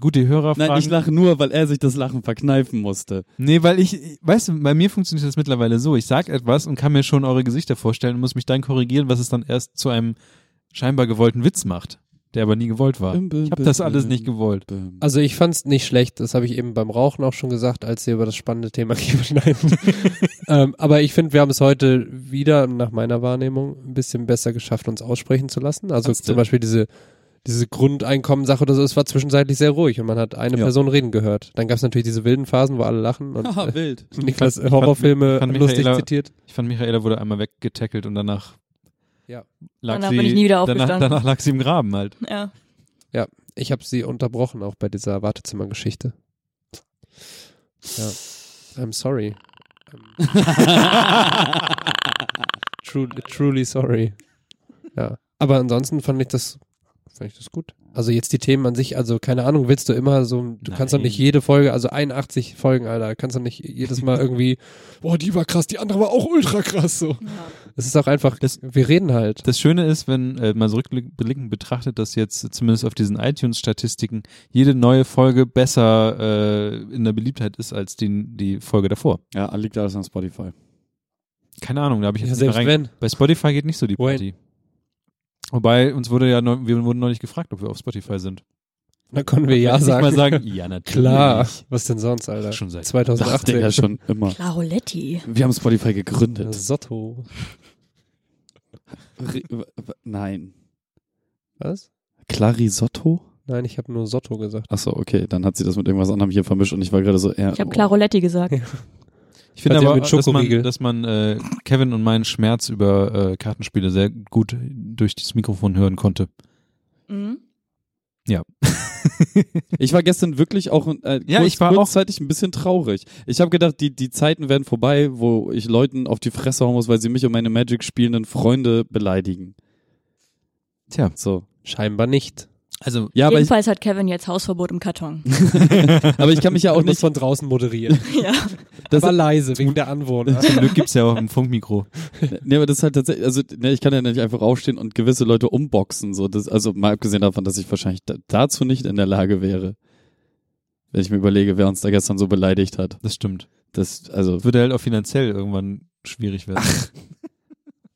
B: Gut, die Hörer
D: Nein,
B: fragen.
D: ich lache nur, weil er sich das Lachen verkneifen musste.
B: nee, weil ich, weißt du, bei mir funktioniert das mittlerweile so. Ich sag etwas und kann mir schon eure Gesichter vorstellen und muss mich dann korrigieren, was es dann erst zu einem scheinbar gewollten Witz macht, der aber nie gewollt war. Ich habe das alles nicht gewollt.
E: Also ich fand's nicht schlecht, das habe ich eben beim Rauchen auch schon gesagt, als wir über das spannende Thema Kiefer schneiden. ähm, aber ich finde, wir haben es heute wieder, nach meiner Wahrnehmung, ein bisschen besser geschafft, uns aussprechen zu lassen. Also
D: Hat's
E: zum
D: denn?
E: Beispiel diese, diese Grundeinkommensache oder so, es war zwischenzeitlich sehr ruhig und man hat eine
D: Ja.
E: Person reden gehört. Dann gab's natürlich diese wilden Phasen, wo alle lachen und
D: Haha,
E: äh,
D: wild.
E: Niklas
B: Ich fand-
E: Horrorfilme
B: ich fand
E: lustig
B: Michaela-
E: zitiert.
B: Ich fand, Michaela wurde einmal weggetackelt und danach
E: Ja.
B: lag
C: Danach
B: sie,
C: bin ich nie wieder
B: danach,
C: aufgestanden.
B: danach lag sie im Graben halt.
C: Ja.
E: Ich habe sie unterbrochen, auch bei dieser Wartezimmergeschichte. Ja. I'm sorry. I'm True, truly sorry. Ja. Aber ansonsten fand ich das, fand ich das gut. Also jetzt die Themen an sich, also keine Ahnung, willst du immer so, du kannst doch
B: Nein.
E: nicht jede Folge, also 81 Folgen, Alter, kannst doch nicht jedes Mal irgendwie, boah, die war krass, die andere war auch ultra krass, so. Es ist auch einfach,
B: Das-
E: wir reden halt.
B: Das Schöne ist, wenn äh, man zurückblickend betrachtet, dass jetzt zumindest auf diesen iTunes-Statistiken jede neue Folge besser äh, in der Beliebtheit ist als die, die Folge davor.
D: Ja, liegt alles an Spotify.
B: Keine Ahnung, da habe ich
E: Ja,
B: jetzt nicht mehr
E: selbst
B: rein.
E: wenn.
B: Bei Spotify geht nicht so die
E: Wayne.
B: Party. Wobei uns wurde ja neu, wir wurden neulich gefragt, ob wir auf Spotify sind.
E: Dann können wir
B: Wenn
E: ja
B: ich
E: sagen.
B: mal sagen, ja natürlich.
E: Klar. Was denn sonst, Alter?
B: Schon seit
E: 2018.
D: ja schon immer.
C: Claroletti.
D: Wir haben Spotify gegründet.
E: Sotto.
D: Re- w- w- Nein.
E: Was?
D: Clarisotto?
E: Nein, ich habe nur Sotto gesagt.
D: Achso, okay, dann hat sie das mit irgendwas anderem hier vermischt und ich war gerade so, ja.
C: Ich habe Claroletti gesagt.
B: Ich finde
E: Hat ja
B: aber,
E: mit
B: dass man,
E: Schokoriegel.
B: dass man äh, Kevin und meinen Schmerz über äh, Kartenspiele sehr gut durch das Mikrofon hören konnte.
C: Mhm.
D: Ich war gestern wirklich auch äh,
B: Ja,
D: kurz,
B: ich war auch-
D: kurzzeitig ein bisschen traurig. Ich habe gedacht, die, die Zeiten werden vorbei, wo ich Leuten auf die Fresse hauen muss, weil sie mich und meine Magic spielenden Freunde beleidigen.
B: Tja.
D: So.
E: Scheinbar nicht.
B: Also
D: Ja, aber ich,
C: Jedenfalls hat Kevin jetzt Hausverbot im Karton.
D: aber ich kann mich ja auch
E: du musst
D: nicht.
E: von draußen moderieren.
C: ja.
D: Das,
E: aber leise, wegen der Anwohner.
B: Zum Glück gibt's ja auch ein Funkmikro.
D: nee, aber das ist halt tatsächlich, also nee, ich kann ja nicht einfach aufstehen und gewisse Leute umboxen. So. Das, also mal abgesehen davon, dass ich wahrscheinlich da, dazu nicht in der Lage wäre. Wenn ich mir überlege, wer uns da gestern so beleidigt hat.
B: Das stimmt.
D: Das, also,
B: Das würde halt auch finanziell irgendwann schwierig werden. Ach,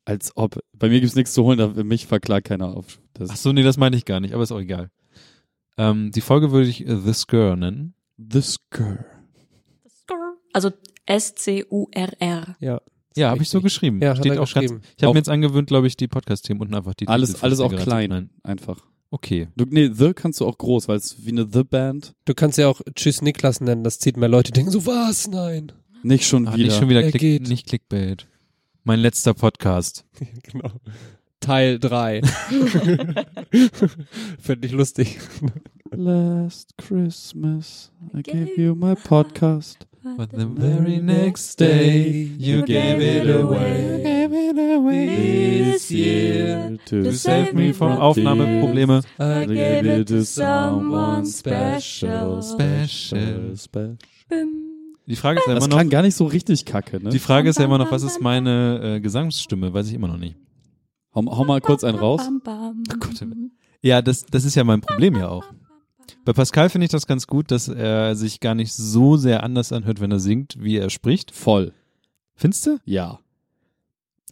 D: als ob. Bei mir gibt's nichts zu holen, da mich verklagt keiner auf. Das,
B: so, nee, das meine ich gar nicht, aber ist auch egal. Ähm, die Folge würde ich äh, The Scur nennen.
D: This girl.
C: Also S-C-U-R-R.
E: Ja.
B: Ja, habe ich so
E: richtig.
B: geschrieben.
E: Ja, hat
B: Steht
E: er
B: auch
E: geschrieben.
B: Ganz, ich habe
D: Auch-
B: mir jetzt angewöhnt, glaube ich, die Podcast-Themen unten einfach die
D: Alles-
B: Titel
D: alles auch
B: von-
D: klein.
B: Nein.
D: Einfach.
B: Okay.
D: Du, nee, The kannst du auch groß, weil es wie eine The-Band.
E: Du kannst ja auch Tschüss Niklas nennen, das zieht mehr Leute, denken so, was? Nein.
D: Nicht schon
B: Ah,
D: wieder.
B: nicht schon wieder
E: Er
B: Click,
E: geht.
B: nicht Clickbait. Mein letzter Podcast.
E: genau. Teil 3. Finde ich lustig.
D: Last Christmas, I gave you my podcast.
B: But the very next day you gave it away. This year to save me from Aufnahmeprobleme.
E: Äh,
F: I gave it to someone special.
B: Special. Die Frage ist ja
D: Das
B: immer
D: klang
B: noch,
D: gar nicht so richtig kacke, ne?
B: die Frage ist ja immer noch, was ist meine äh, Gesangsstimme? Weiß ich immer noch nicht.
D: Hau, hau mal kurz einen raus.
F: Bam, bam.
C: Mhm.
B: Ja, das, das ist ja mein Problem ja auch. Bei Pascal finde ich das ganz gut, dass er sich gar nicht so sehr anders anhört, wenn er singt, wie er spricht.
D: Voll.
B: Findest du?
D: Ja.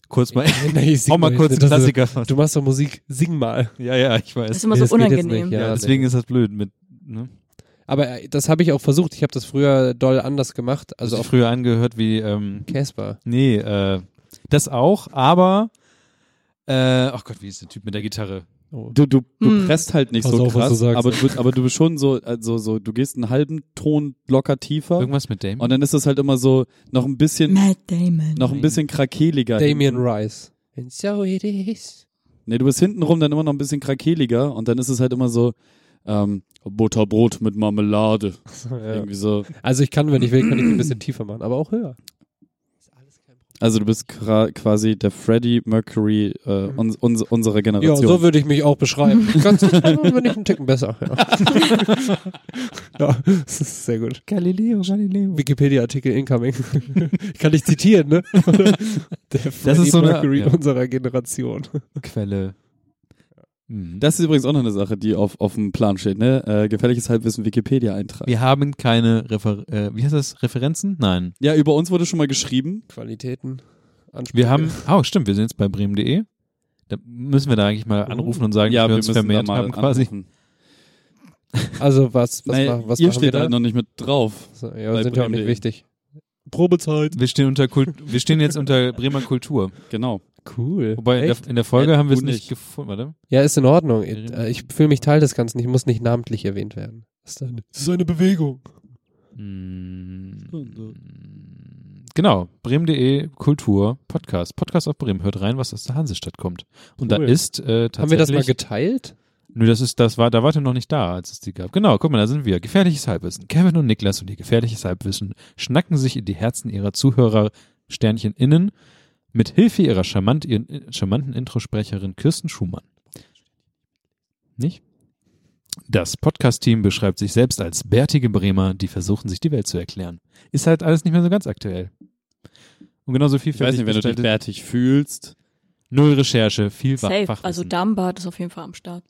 B: Kurz mal,
E: nee, ich sing
B: auch mal
E: nicht.
B: kurz den
E: Das ist-
B: Klassiker. fast.
E: Du machst doch Musik, sing mal.
B: Ja, ja, ich
C: Das ist
B: weiß.
C: immer so
E: Nee, das geht jetzt
C: unangenehm.
E: nicht,
B: Ja,
E: Ja,
B: deswegen ist das blöd mit, ne?
E: Aber äh, das habe ich auch versucht. Ich habe das früher doll anders gemacht.
B: Also
E: Also
B: ich
E: auf
B: früher angehört wie, ähm,
E: Casper.
B: nee, äh, das auch, aber, äh, ach Gott, wie ist der Typ mit der Gitarre?
D: Du, du, du
C: Hm.
D: presst halt nicht
E: Pass
D: so
E: auf, was du
D: krass,
E: sagst.
D: aber du, aber du bist schon so, also so, du gehst einen halben Ton locker tiefer
B: Irgendwas mit Damon?
D: und dann ist es halt immer so noch ein bisschen,
C: Matt Damon.
D: noch ein bisschen krakeliger.
E: Damien
D: hinten.
E: Rice. And so it is.
D: Nee, du bist hintenrum dann immer noch ein bisschen krakeliger und dann ist es halt immer so, ähm, Butterbrot mit Marmelade. Irgendwie so.
E: Also ich kann, wenn ich will, kann ich ein bisschen tiefer machen, aber auch höher.
D: Also du bist gra- quasi der Freddie Mercury äh, uns, uns, unserer
E: Ja,
D: Generation.
E: so würde ich mich auch beschreiben. Ganz bin ich einen Ticken besser. Ja, ja das ist sehr gut.
B: Galileo, Galileo.
E: Wikipedia-Artikel incoming. Ich kann nicht zitieren, ne? Der Freddie
B: ist so eine-
E: Mercury
B: ja.
E: unserer Generation.
B: Quelle. Hm.
D: das ist übrigens auch noch eine Sache, die auf, auf dem Plan steht, ne? Äh, gefährliches Halbwissen Wikipedia-Eintrag.
B: Wir haben keine Refer äh, wie heißt das? Referenzen? Nein.
D: Ja, über uns wurde schon mal geschrieben.
E: Qualitäten, Ansprüche.
B: Wir haben, oh stimmt, wir sind jetzt bei bremen.de. Da müssen wir da eigentlich mal anrufen und sagen, dass wir uns vermehrt haben quasi.
D: anrufen.
E: Also was, was,
D: Naja,
E: war, was
D: ihr
E: machen wir
D: steht
E: da?
D: halt noch nicht mit drauf.
E: So, ja,
D: bei
E: sind ja auch nicht
D: bremen.de.
E: wichtig. Probezeit.
B: Wir stehen unter Kult wir stehen jetzt unter Bremer Kultur.
D: Genau.
E: Cool.
B: Wobei in
E: Echt? Äh,
B: der, in der Folge
D: Ja,
B: haben wir es
D: du
B: nicht
D: nicht.
B: gefunden, warte.
E: Ja, ist in Ordnung. Ich, äh, ich fühle mich Teil des Ganzen. Ich muss nicht namentlich erwähnt werden. Das ist eine, Bewegung.
B: Hm. Genau, bremen.de Kultur Podcast. Podcast auf Bremen. Hört rein, was aus der Hansestadt kommt. Und da
E: Cool.
B: ist äh, tatsächlich
E: Haben wir das mal geteilt?
B: Nö, das ist, das war, da wart ihr noch nicht da, als es die gab. Genau, guck mal, da sind wir. Gefährliches Halbwissen. Kevin und Niklas und ihr gefährliches Halbwissen schnacken sich in die Herzen ihrer Zuhörer Sternchen innen mit Hilfe ihrer charmant, ihren, charmanten Introsprecherin Kirsten Schumann. Nicht? Das Podcast-Team beschreibt sich selbst als bärtige Bremer, die versuchen, sich die Welt zu erklären. Ist halt alles nicht mehr so ganz aktuell. Und genauso viel
D: Ich weiß nicht, wenn du dich fertig fühlst.
B: Null Recherche, viel Wa-
C: Safe.
B: Fachwissen.
C: Also Darmbad ist auf jeden Fall am Start.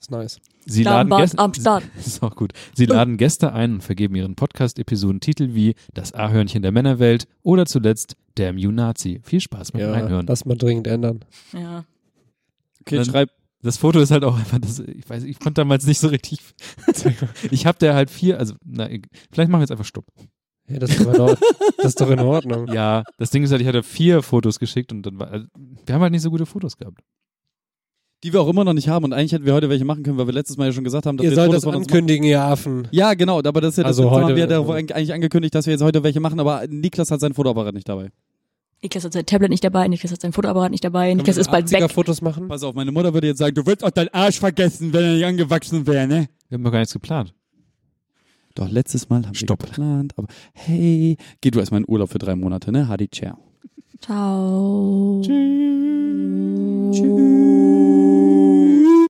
E: Ist nice.
B: Sie laden
C: Darmbad
B: Gäste,
C: am Start.
B: Das ist auch gut. Sie laden Gäste ein und vergeben ihren Podcast-Episoden Titel wie Das A-Hörnchen der Männerwelt oder zuletzt Damn You Nazi. Viel Spaß beim
E: Ja,
B: Reinhören. Das,
E: lass mal dringend ändern.
C: Ja.
D: Okay,
B: Dann-
D: schreib.
B: Foto ist halt auch einfach, das, ich weiß, ich konnte damals nicht so richtig. ich habe der halt vier, also na, vielleicht machen wir jetzt einfach stumm.
E: Ja, das, ist doch in Ordnung. das ist doch in Ordnung.
B: Ja, das Ding ist halt, ich hatte vier Fotos geschickt und dann war, also, wir haben halt nicht so gute Fotos gehabt.
D: Die wir auch immer noch nicht haben. Und eigentlich hätten wir heute welche machen können, weil wir letztes Mal ja schon gesagt haben, dass
E: Ihr
D: wir
E: sollt
D: Fotos
E: das
D: von uns
E: ankündigen, ihr Affen.
D: machen. Ja, genau. Aber das ist ja das
E: Also
D: letzte Mal
E: heute-
D: haben wir darauf eigentlich angekündigt, dass wir jetzt heute welche machen. Aber Niklas hat sein Fotoapparat nicht dabei.
C: Niklas hat sein Tablet nicht dabei, Niklas hat sein Fotoapparat nicht dabei, Niklas ist bald weg.
E: Fotos machen?
D: Pass auf, meine Mutter würde jetzt sagen, du würdest auch deinen Arsch vergessen, wenn er nicht angewachsen wäre, ne?
B: Wir haben doch gar nichts geplant.
D: Doch, letztes Mal haben
B: Stopp.
D: wir geplant, aber hey, geh du erstmal in Urlaub für drei Monate, ne? Hadi, ciao.
C: Ciao.
D: Tschüss.